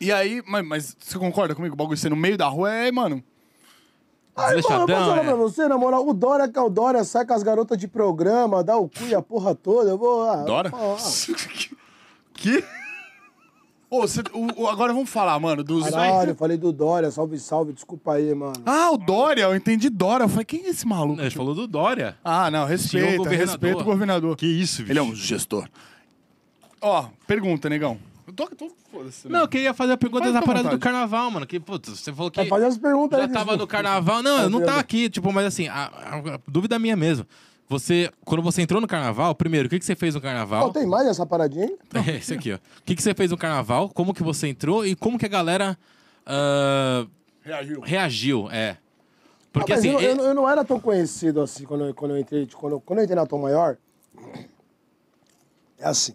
[SPEAKER 4] E aí, mas, mas você concorda comigo? O bagulho ser no meio da rua é, mano.
[SPEAKER 6] Aí, mano, eu posso
[SPEAKER 3] Desleixadão,
[SPEAKER 6] falar pra
[SPEAKER 3] é.
[SPEAKER 6] você, na moral, o Dória que é o Dória, sai com as garotas de programa, dá o cu e a porra toda, eu vou... Ah,
[SPEAKER 4] Dora?
[SPEAKER 6] ó, ó.
[SPEAKER 4] que? Ô, cê- o- o- agora vamos falar, mano, dos.
[SPEAKER 6] Caralho, eu falei do Dória, salve, salve, desculpa aí, mano.
[SPEAKER 4] Ah, o Dória, eu entendi Dória. Eu falei, quem é esse maluco?
[SPEAKER 3] Ele falou do Dória.
[SPEAKER 4] Ah, não,
[SPEAKER 3] Senhor
[SPEAKER 4] respeita,
[SPEAKER 3] governador.
[SPEAKER 4] respeita o governador.
[SPEAKER 5] Que isso, bicho?
[SPEAKER 4] Ele é um gestor. Ó, pergunta, negão. Eu tô, tô foda-se. né?
[SPEAKER 3] Não, eu queria fazer a pergunta
[SPEAKER 4] Faz
[SPEAKER 3] da
[SPEAKER 4] com
[SPEAKER 3] parada do
[SPEAKER 4] vontade.
[SPEAKER 3] carnaval, mano. Que, putz, você falou
[SPEAKER 4] É,
[SPEAKER 3] que...
[SPEAKER 6] Vai fazer as perguntas
[SPEAKER 3] já
[SPEAKER 6] aí,
[SPEAKER 3] tava no
[SPEAKER 6] desculpa.
[SPEAKER 3] carnaval. Não, eu não tava
[SPEAKER 6] vendo?
[SPEAKER 3] aqui, tipo, mas assim, a, a- a dúvida minha mesmo. Você, quando você entrou no carnaval, primeiro, o que, que você fez no carnaval?
[SPEAKER 6] Ó, tem mais essa paradinha, hein?
[SPEAKER 3] É, esse aqui, ó. O que, que você fez no carnaval? Como que você entrou e como que a galera ah,
[SPEAKER 4] Reagiu.
[SPEAKER 3] reagiu? É. Porque
[SPEAKER 6] Ah, mas
[SPEAKER 3] assim.
[SPEAKER 6] eu, não- eu
[SPEAKER 3] é-
[SPEAKER 6] não- eu não era tão conhecido assim quando eu, quando eu entrei. de- Quando, eu- quando eu entrei na Tom Maior, é assim.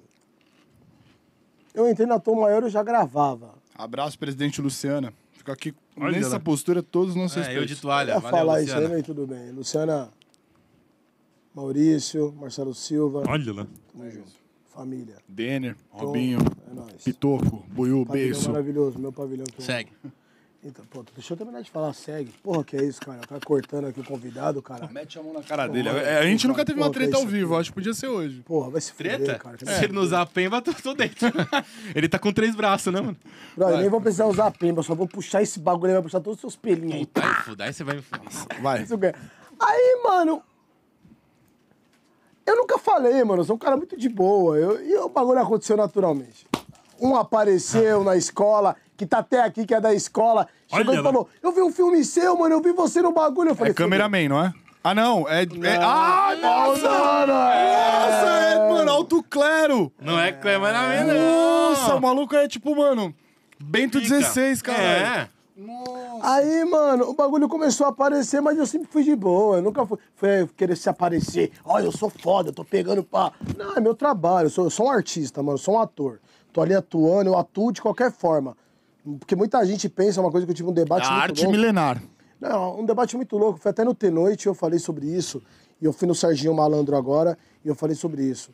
[SPEAKER 6] Eu entrei na Tom Maior, eu já gravava.
[SPEAKER 4] Abraço, presidente Luciana. Fica aqui
[SPEAKER 5] Olha
[SPEAKER 4] nessa
[SPEAKER 5] lá.
[SPEAKER 4] postura, todos os nossos
[SPEAKER 3] é, eu de
[SPEAKER 4] respeitos.
[SPEAKER 6] Eu
[SPEAKER 3] toalha.
[SPEAKER 6] ia
[SPEAKER 3] Valeu,
[SPEAKER 6] falar isso aí,
[SPEAKER 3] Luciana.
[SPEAKER 6] né? mas tudo bem. Luciana, Maurício, Marcelo Silva,
[SPEAKER 5] Olha lá.
[SPEAKER 6] família.
[SPEAKER 4] Denner,
[SPEAKER 6] Tom,
[SPEAKER 4] Robinho,
[SPEAKER 6] É nóis.
[SPEAKER 4] Pitofo, Buiu,
[SPEAKER 6] Pavilhão
[SPEAKER 4] Beiço.
[SPEAKER 6] maravilhoso, meu pavilhão. que eu-
[SPEAKER 3] Segue.
[SPEAKER 6] Então, pô, deixa eu terminar de falar, segue. Porra, que é isso, cara? O cara cortando aqui o convidado, cara.
[SPEAKER 4] Mete a mão na cara dele. É, a gente nunca teve uma
[SPEAKER 6] Porra,
[SPEAKER 4] treta
[SPEAKER 6] que é
[SPEAKER 4] ao
[SPEAKER 6] isso
[SPEAKER 4] vivo, acho que podia ser hoje.
[SPEAKER 6] Porra, vai se fuder,
[SPEAKER 3] Treta? É.
[SPEAKER 6] cara.
[SPEAKER 4] É.
[SPEAKER 3] Se ele não usar a pemba, tô, tô dentro. ele tá com três braços, né, mano?
[SPEAKER 6] Bro, eu nem vou precisar usar a pimba, só vou puxar esse bagulho, vai puxar todos os seus pelinhos. aí.
[SPEAKER 3] Puta, aí, foda, aí você vai me fuder.
[SPEAKER 4] Vai.
[SPEAKER 6] Isso eu ganho. Aí, mano. Eu nunca falei, mano. Eu sou um cara muito de boa. Eu- e o bagulho aconteceu naturalmente. Um
[SPEAKER 4] Ah.
[SPEAKER 6] apareceu na escola, que tá até aqui, que é da escola. Chegou
[SPEAKER 5] Olha
[SPEAKER 6] e
[SPEAKER 5] lá.
[SPEAKER 6] falou: Eu vi um filme seu, mano. Eu vi você no bagulho. Eu falei:
[SPEAKER 4] É cameraman, não é? Ah, não. É. é- ah, nossa!
[SPEAKER 6] Mano,
[SPEAKER 4] Nossa, é, mano, alto clero!
[SPEAKER 3] Não é clema na minha, não.
[SPEAKER 6] Uh!
[SPEAKER 4] Nossa, o maluco é tipo, mano, Bento
[SPEAKER 3] Fica.
[SPEAKER 4] 16, cara.
[SPEAKER 3] É.
[SPEAKER 6] Aí, mano, o bagulho começou a aparecer, mas eu sempre fui de boa. Eu nunca fui, fui querer se aparecer. Olha, eu sou foda, eu tô pegando pá. Não, é meu trabalho. Eu sou, eu sou um artista, mano. Eu sou um ator. Tô ali atuando, eu atuo de qualquer forma. Porque muita gente pensa uma coisa que eu tive um debate
[SPEAKER 4] A
[SPEAKER 6] muito
[SPEAKER 4] arte
[SPEAKER 6] louco.
[SPEAKER 4] milenar.
[SPEAKER 6] Não, um debate muito louco. Foi até no T-Noite, eu falei sobre isso. E eu fui no Serginho Malandro agora e eu falei sobre isso.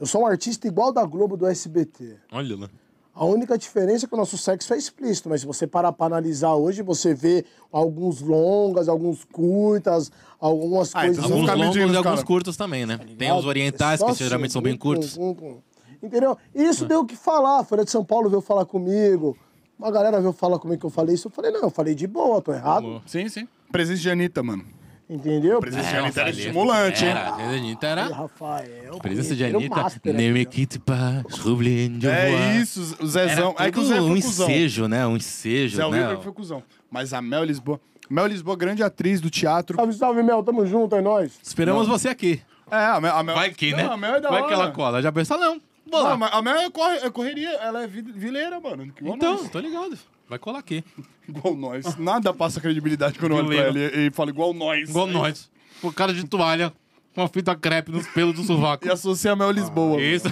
[SPEAKER 6] Eu sou um artista igual da Globo do SBT.
[SPEAKER 3] Olha lá.
[SPEAKER 6] A única diferença é que o nosso sexo é explícito, mas se você parar pra analisar hoje, você vê alguns longas, alguns curtas, algumas
[SPEAKER 4] Ah,
[SPEAKER 6] coisas.
[SPEAKER 4] então
[SPEAKER 3] Alguns
[SPEAKER 4] ficar
[SPEAKER 3] longos
[SPEAKER 4] medindo,
[SPEAKER 3] e alguns
[SPEAKER 4] cara.
[SPEAKER 3] curtos também, né? Tem os orientais,
[SPEAKER 6] É
[SPEAKER 3] que
[SPEAKER 6] Tá só
[SPEAKER 3] geralmente
[SPEAKER 6] assim,
[SPEAKER 3] são bem
[SPEAKER 6] um,
[SPEAKER 3] curtos.
[SPEAKER 6] um, um. Entendeu? E
[SPEAKER 4] Ah.
[SPEAKER 6] isso deu o que falar. A Folha de São Paulo veio falar comigo. Uma galera veio falar comigo que eu falei isso. Eu falei, não, eu falei de boa, tô errado.
[SPEAKER 4] Sim, sim. Presença de Anitta, mano.
[SPEAKER 6] Entendeu?
[SPEAKER 4] Presença de
[SPEAKER 3] É,
[SPEAKER 4] Anitta era
[SPEAKER 3] falei.
[SPEAKER 4] estimulante, hein?
[SPEAKER 3] Era, é a Anitta
[SPEAKER 6] Aí,
[SPEAKER 3] era...
[SPEAKER 6] Rafael.
[SPEAKER 3] Presença de
[SPEAKER 6] era um
[SPEAKER 3] Anitta,
[SPEAKER 6] master,
[SPEAKER 3] ne
[SPEAKER 6] né?
[SPEAKER 3] me quitte pas, roubler de
[SPEAKER 4] É
[SPEAKER 3] voix.
[SPEAKER 4] isso, o
[SPEAKER 3] Era
[SPEAKER 4] Zezão. É que o
[SPEAKER 3] tudo
[SPEAKER 4] Zé
[SPEAKER 3] um
[SPEAKER 4] foi cuzão.
[SPEAKER 3] ensejo, né? Um ensejo,
[SPEAKER 4] Zé
[SPEAKER 3] né?
[SPEAKER 4] Wilber foi cuzão. Mas a Mel Lisboa. Mel Lisboa, grande atriz do teatro.
[SPEAKER 6] Salve, salve, Mel. Tamo junto, é nóis.
[SPEAKER 3] Esperamos você aqui.
[SPEAKER 4] É, a Mel. a Mel-
[SPEAKER 3] Vai que,
[SPEAKER 4] Não,
[SPEAKER 3] né?
[SPEAKER 4] A Mel é da
[SPEAKER 3] Vai
[SPEAKER 4] hora.
[SPEAKER 3] que ela cola. Já pensa, não. Vou
[SPEAKER 4] Não,
[SPEAKER 3] lá.
[SPEAKER 4] mas a Mel é, corre, é correria, ela é vi- vileira, mano. Igual
[SPEAKER 3] Então,
[SPEAKER 4] nós.
[SPEAKER 3] tô ligado. Vai colar aqui.
[SPEAKER 4] Igual nós. Nada passa credibilidade quando eu olho pra
[SPEAKER 3] Vileira.
[SPEAKER 4] ele e falo igual nós.
[SPEAKER 3] Igual nós. O É cara de toalha. uma fita crepe nos pelos do sovaco.
[SPEAKER 4] E associa Mel Lisboa.
[SPEAKER 3] Isso.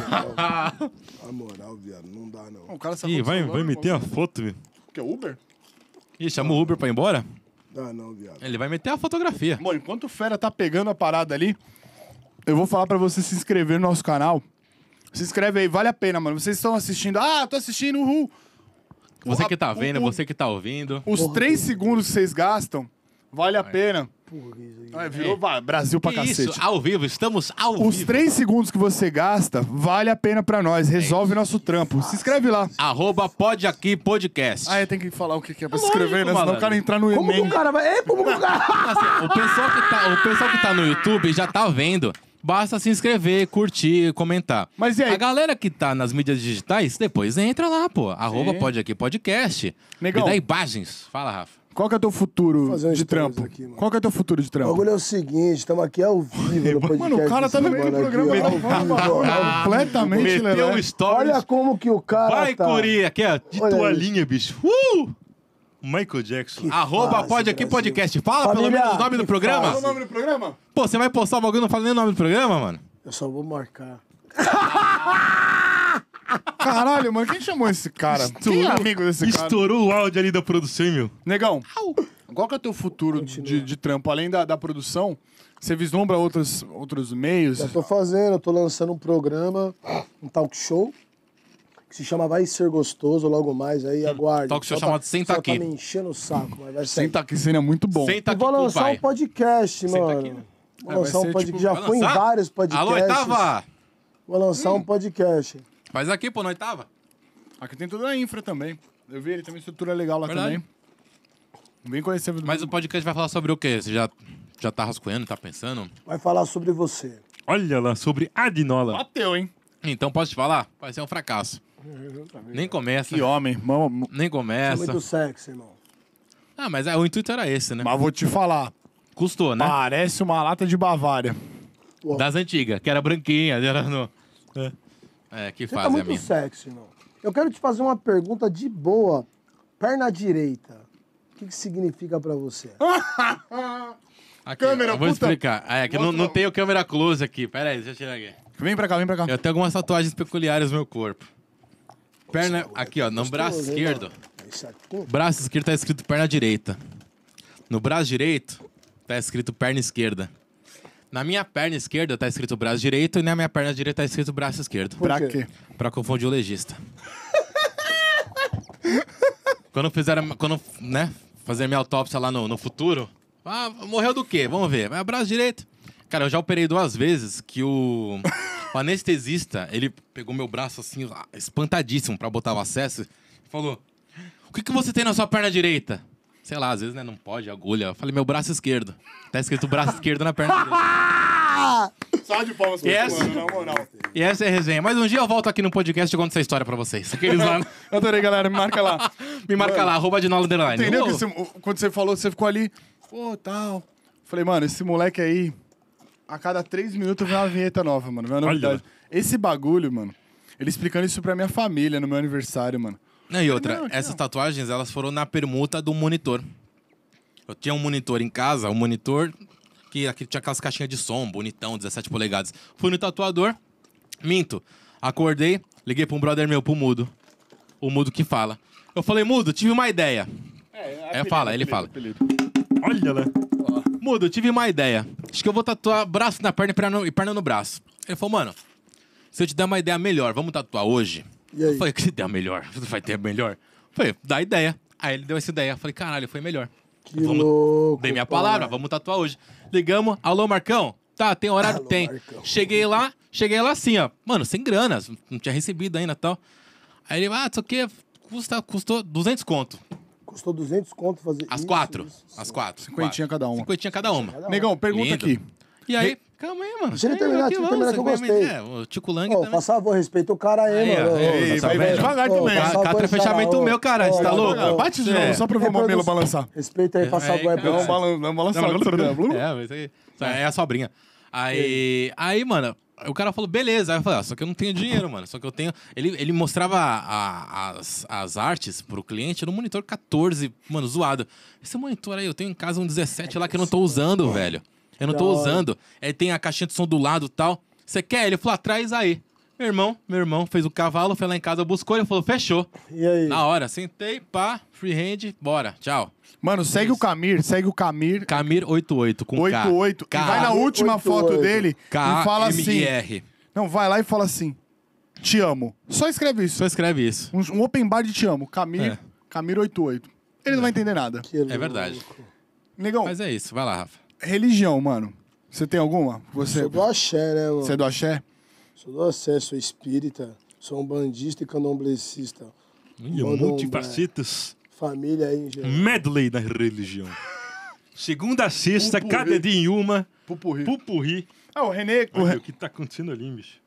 [SPEAKER 6] Na moral, viado, não dá não.
[SPEAKER 4] O cara sacou
[SPEAKER 5] Ih,
[SPEAKER 4] do
[SPEAKER 5] vai,
[SPEAKER 4] celular,
[SPEAKER 5] vai
[SPEAKER 4] né,
[SPEAKER 5] meter
[SPEAKER 4] mano?
[SPEAKER 5] a foto, velho.
[SPEAKER 4] Que é Uber?
[SPEAKER 3] Ih, chama o Uber pra ir embora?
[SPEAKER 4] Ah,
[SPEAKER 6] Dá não, viado.
[SPEAKER 3] Ele vai meter a fotografia.
[SPEAKER 4] Bom, enquanto o Fera tá pegando a parada ali, eu vou falar pra você se inscrever no nosso canal. Se inscreve aí, vale a pena, mano. Vocês estão assistindo. Ah, tô assistindo, uhul.
[SPEAKER 3] Você que tá
[SPEAKER 4] O-
[SPEAKER 3] vendo,
[SPEAKER 4] o-
[SPEAKER 3] você que tá ouvindo.
[SPEAKER 4] Os três segundos que vocês gastam, vale a pena.
[SPEAKER 6] Porra, isso aí.
[SPEAKER 4] Ah, virou vai, Brasil pra
[SPEAKER 3] Que
[SPEAKER 4] cacete.
[SPEAKER 3] isso, ao vivo, estamos ao
[SPEAKER 4] Os
[SPEAKER 3] vivo.
[SPEAKER 4] três segundos que você gasta, vale a pena pra nós. Resolve o nosso trampo. Se inscreve lá.
[SPEAKER 3] Arroba pode aqui podcast.
[SPEAKER 4] Ah, é, tem que falar o que que é pra se
[SPEAKER 3] Lógico,
[SPEAKER 4] inscrever, né? Senão
[SPEAKER 3] malandro.
[SPEAKER 4] o cara entrar no
[SPEAKER 6] Como que o
[SPEAKER 4] e-mail.
[SPEAKER 6] cara vai. É, como que o cara.
[SPEAKER 3] Assim, o, pessoal que tá, o pessoal que tá no YouTube já tá vendo. Basta se inscrever, curtir, comentar.
[SPEAKER 4] Mas e aí?
[SPEAKER 3] A galera que tá nas mídias digitais, depois entra lá, pô. Arroba pode aqui podcast.
[SPEAKER 4] Negão.
[SPEAKER 3] Me dá imagens. Fala, Rafa.
[SPEAKER 4] Qual que é o teu futuro
[SPEAKER 6] fazer uns
[SPEAKER 4] de
[SPEAKER 6] stories
[SPEAKER 4] trampo?
[SPEAKER 6] aqui, mano.
[SPEAKER 4] Qual que é o teu futuro de
[SPEAKER 6] O
[SPEAKER 4] trampo?
[SPEAKER 6] bagulho é o seguinte, estamos aqui ao vivo no podcast.
[SPEAKER 4] Mano, o cara tá
[SPEAKER 6] dessa
[SPEAKER 4] no meio do
[SPEAKER 6] semana
[SPEAKER 4] programa.
[SPEAKER 6] aqui,
[SPEAKER 4] Ele
[SPEAKER 6] ó,
[SPEAKER 4] tá
[SPEAKER 6] ao vivo, ó, ao vivo.
[SPEAKER 4] completamente
[SPEAKER 5] Meteu
[SPEAKER 4] lelé.
[SPEAKER 5] o stories.
[SPEAKER 6] né? Olha como que o cara
[SPEAKER 3] um Vai,
[SPEAKER 6] tá.
[SPEAKER 3] Curi, aqui, ó.
[SPEAKER 5] de
[SPEAKER 6] olha
[SPEAKER 5] toalhinha, bicho. Uh! Michael Jackson. Ah,
[SPEAKER 6] Que
[SPEAKER 3] Arroba
[SPEAKER 6] fase,
[SPEAKER 3] pode aqui
[SPEAKER 6] Brasil.
[SPEAKER 3] podcast. Fala pelo
[SPEAKER 6] Família,
[SPEAKER 3] menos o nome do
[SPEAKER 6] que
[SPEAKER 3] programa.
[SPEAKER 6] fase.
[SPEAKER 4] do programa?
[SPEAKER 3] Pô, você vai postar o bagulho e não fala nem o nome do programa, mano?
[SPEAKER 6] Eu só vou marcar.
[SPEAKER 4] Caralho, mano, quem chamou esse cara? Quem é amigo desse cara?
[SPEAKER 5] Estourou o áudio ali da produção, hein, meu.
[SPEAKER 4] Negão, qual que é o teu futuro de, de trampo? Além da, da produção, você vislumbra outros, outros meios?
[SPEAKER 6] Já tô fazendo, eu tô lançando um programa, um talk show, que se chama Vai Ser Gostoso, logo mais aí, aguarde.
[SPEAKER 3] Hum, talk show
[SPEAKER 6] Só
[SPEAKER 3] chamado Senta
[SPEAKER 6] só
[SPEAKER 3] Aqui.
[SPEAKER 6] Tá me enchendo o saco, mas vai sair.
[SPEAKER 4] Senta aqui, seria muito bom.
[SPEAKER 3] Senta
[SPEAKER 6] Eu
[SPEAKER 3] aqui
[SPEAKER 6] vou
[SPEAKER 3] com o
[SPEAKER 6] lançar
[SPEAKER 3] pai.
[SPEAKER 6] um podcast,
[SPEAKER 3] Senta
[SPEAKER 6] mano.
[SPEAKER 3] aqui, né?
[SPEAKER 6] Vou
[SPEAKER 4] É, vai
[SPEAKER 6] lançar um
[SPEAKER 4] ser,
[SPEAKER 6] podcast,
[SPEAKER 4] tipo,
[SPEAKER 6] já
[SPEAKER 3] Vai
[SPEAKER 6] fui em
[SPEAKER 3] lançar?
[SPEAKER 6] vários podcasts.
[SPEAKER 3] Alô, Hum. oitava!
[SPEAKER 6] Vou lançar um podcast.
[SPEAKER 3] Faz aqui, pô, na oitava.
[SPEAKER 4] Aqui tem toda a infra também. Eu vi, ele tem uma estrutura legal lá
[SPEAKER 3] Verdade.
[SPEAKER 4] também. Vem conhecer.
[SPEAKER 3] Mas o podcast vai falar sobre o quê? Você já, já tá rascunhando, tá pensando?
[SPEAKER 6] Vai falar sobre você.
[SPEAKER 5] Olha lá, sobre Adinola.
[SPEAKER 4] Bateu, hein?
[SPEAKER 3] Então, posso te falar? Vai ser um fracasso. Nem começa.
[SPEAKER 4] Que homem. Mas,
[SPEAKER 3] Nem começa.
[SPEAKER 6] É Muito sexy, irmão.
[SPEAKER 3] Ah, mas é, o intuito era esse, né?
[SPEAKER 4] mas vou te falar.
[SPEAKER 3] Custou, né?
[SPEAKER 4] Parece uma lata de Bavária.
[SPEAKER 3] Das antigas, que era branquinha, era no... É, que
[SPEAKER 6] Você tá
[SPEAKER 3] fase,
[SPEAKER 6] muito
[SPEAKER 3] amigo.
[SPEAKER 6] sexy, irmão. Eu quero te fazer uma pergunta de boa. Perna direita. O que, que significa pra você?
[SPEAKER 3] Aqui,
[SPEAKER 4] Câmera,
[SPEAKER 3] eu vou
[SPEAKER 4] puta.
[SPEAKER 3] explicar. É, que não,
[SPEAKER 4] Mostra
[SPEAKER 3] não
[SPEAKER 4] lá.
[SPEAKER 3] tem o câmera close aqui. Pera aí, deixa eu tirar aqui.
[SPEAKER 4] Vem pra cá, vem pra cá.
[SPEAKER 3] Eu tenho algumas tatuagens peculiares no meu corpo. Perna... Aqui, ó, no braço
[SPEAKER 4] né?
[SPEAKER 6] Gostoso, hein,
[SPEAKER 3] esquerdo.
[SPEAKER 6] mano? Isso aqui.
[SPEAKER 3] Braço esquerdo tá escrito perna direita. No braço direito tá escrito perna esquerda. Na minha perna esquerda tá escrito braço direito e na minha perna direita tá escrito braço esquerdo.
[SPEAKER 4] Pra
[SPEAKER 6] quê?
[SPEAKER 4] quê?
[SPEAKER 3] Pra confundir o legista. quando fizeram, quando, né, fazer minha autópsia lá no, no futuro, ah, morreu do quê? Vamos ver. Mas braço direito. Cara, eu já operei duas vezes que o, o anestesista, ele pegou meu braço assim, lá, espantadíssimo, pra botar o acesso e falou: O que, que você tem na sua perna direita? Sei lá, às vezes, né, não pode, agulha. Eu falei: Meu braço esquerdo. Tá escrito braço esquerdo na perna direita.
[SPEAKER 4] Só de palmas pra
[SPEAKER 3] Yes.
[SPEAKER 4] mano, na moral.
[SPEAKER 3] E essa é a resenha. Mas um dia eu volto aqui no podcast e conto essa história pra vocês. Aqueles lá. né?
[SPEAKER 4] Adorei, galera. Me marca lá.
[SPEAKER 3] Me marca lá, arroba de Nola Underline.
[SPEAKER 4] Entendeu?
[SPEAKER 3] Ô,
[SPEAKER 4] Que esse- quando você falou, você ficou ali. Pô, tal. Falei, mano, esse moleque aí, a cada três minutos vem uma vinheta nova, mano. Vem uma novidade. Esse bagulho, mano, ele explicando isso pra minha família no meu aniversário, mano.
[SPEAKER 3] Não, e outra,
[SPEAKER 4] Não, não.
[SPEAKER 3] essas tatuagens, elas foram na permuta do monitor. Eu tinha um monitor em casa, um monitor que aqui tinha aquelas caixinhas de som, bonitão, 17 polegadas. Fui no tatuador, minto. Acordei, liguei pra um brother meu, pro Mudo. O Mudo que fala. Eu falei, Mudo, tive uma ideia. Aí eu falo, ele fala.
[SPEAKER 5] Olha lá.
[SPEAKER 3] Mudo, eu tive uma ideia. Acho que eu vou tatuar braço na perna e perna no, e perna no braço. Ele falou, mano, se eu te der uma ideia melhor, vamos tatuar hoje?
[SPEAKER 6] E aí?
[SPEAKER 3] Eu falei, que ideia melhor? Vai ter melhor? Eu falei, dá ideia. Aí ele deu essa ideia. Eu falei, caralho, foi melhor.
[SPEAKER 6] Que louco.
[SPEAKER 3] Dei minha
[SPEAKER 6] pai.
[SPEAKER 3] palavra, vamos tatuar hoje. Ligamos, alô, Marcão? Tá, tem horário?
[SPEAKER 6] Alô,
[SPEAKER 3] tem.
[SPEAKER 6] Marcão.
[SPEAKER 3] Cheguei lá, cheguei lá assim, ó. Mano, sem grana, não tinha recebido ainda e tal. Aí ele, ah, isso aqui custa, custou 200 conto.
[SPEAKER 6] Custou 200 conto fazer
[SPEAKER 3] As
[SPEAKER 6] isso,
[SPEAKER 3] quatro.
[SPEAKER 6] isso, isso.
[SPEAKER 3] As quatro.
[SPEAKER 4] Cinquentinha
[SPEAKER 3] quatro.
[SPEAKER 4] cada uma.
[SPEAKER 3] Cinquentinha cada uma.
[SPEAKER 4] Negão, pergunta
[SPEAKER 3] Lindo.
[SPEAKER 4] aqui.
[SPEAKER 3] E aí, calma aí, mano.
[SPEAKER 6] Deixa ele
[SPEAKER 3] É,
[SPEAKER 6] terminar,
[SPEAKER 3] aqui
[SPEAKER 6] deixa ele
[SPEAKER 3] vamos,
[SPEAKER 6] terminar que eu
[SPEAKER 3] aqui
[SPEAKER 6] gostei.
[SPEAKER 3] vamos. É, o Tico Lang
[SPEAKER 6] Ô,
[SPEAKER 3] também.
[SPEAKER 6] faça favor, respeita o cara aí,
[SPEAKER 3] Aí, ó,
[SPEAKER 6] mano. Ô,
[SPEAKER 3] aí,
[SPEAKER 6] ô,
[SPEAKER 3] vai
[SPEAKER 6] ô,
[SPEAKER 4] devagar também,
[SPEAKER 6] faça
[SPEAKER 4] né?
[SPEAKER 6] favor,
[SPEAKER 3] Catra é
[SPEAKER 6] cara,
[SPEAKER 3] fechamento
[SPEAKER 6] ô,
[SPEAKER 3] meu, cara,
[SPEAKER 6] ô,
[SPEAKER 3] você tá
[SPEAKER 6] ô,
[SPEAKER 3] louco?
[SPEAKER 6] ô,
[SPEAKER 4] Bate de
[SPEAKER 3] É.
[SPEAKER 4] novo, só pra ver o mamelo
[SPEAKER 6] reprodução.
[SPEAKER 4] balançar.
[SPEAKER 6] Respeita aí, faça
[SPEAKER 3] É,
[SPEAKER 6] favor.
[SPEAKER 3] cara.
[SPEAKER 4] Não,
[SPEAKER 6] produção.
[SPEAKER 4] balan não balança.
[SPEAKER 3] É, mas aí, só é a sobrinha. Aí, aí, mano, o cara falou, beleza. Aí eu falei, ah, só que eu não tenho dinheiro, mano. Só que eu tenho. Ele, ele mostrava a- a- as, as artes pro cliente no monitor 14, mano, zoado. Esse monitor aí, eu tenho em casa um 17 lá que eu não tô usando, velho. Eu não
[SPEAKER 6] Da
[SPEAKER 3] tô
[SPEAKER 6] hora.
[SPEAKER 3] usando. É, tem a caixinha de som do lado e tal. Você quer? Ele falou, atrás aí. Meu irmão, meu irmão fez o cavalo, foi lá em casa, buscou, ele falou, fechou.
[SPEAKER 6] E aí?
[SPEAKER 3] Na hora, sentei, pá, freehand, bora, tchau.
[SPEAKER 4] Mano, segue o Camir, segue o Camir
[SPEAKER 3] Camir 88, com K.
[SPEAKER 4] 88. E
[SPEAKER 3] K.
[SPEAKER 4] vai na última
[SPEAKER 6] 88.
[SPEAKER 4] foto dele
[SPEAKER 3] K
[SPEAKER 4] e fala assim.
[SPEAKER 3] R.
[SPEAKER 4] Não, vai lá e fala assim. Te amo. Só escreve isso.
[SPEAKER 3] Só escreve isso.
[SPEAKER 4] Um, um open bar de te amo. Camir,
[SPEAKER 3] É.
[SPEAKER 4] Camir 88. Ele não vai entender nada.
[SPEAKER 6] Que louco.
[SPEAKER 3] É verdade.
[SPEAKER 4] Negão,
[SPEAKER 3] Mas é isso, vai lá, Rafa.
[SPEAKER 4] religião, mano. Você tem alguma? Você,
[SPEAKER 6] Sou do axé, né, mano?
[SPEAKER 4] você é do axé?
[SPEAKER 6] Sou do axé, sou espírita, sou um bandista e candomblecista.
[SPEAKER 5] E
[SPEAKER 6] Manda um-
[SPEAKER 5] multifacetas.
[SPEAKER 6] Família aí em
[SPEAKER 3] Hum,
[SPEAKER 6] geral.
[SPEAKER 5] Medley da religião. Segunda a sexta,
[SPEAKER 4] Pupurri.
[SPEAKER 5] cada dia em uma.
[SPEAKER 4] Pupurri.
[SPEAKER 5] Pupurri.
[SPEAKER 4] Ah, o Renê. o
[SPEAKER 5] Olha
[SPEAKER 4] Re-
[SPEAKER 5] o que tá acontecendo ali, bicho.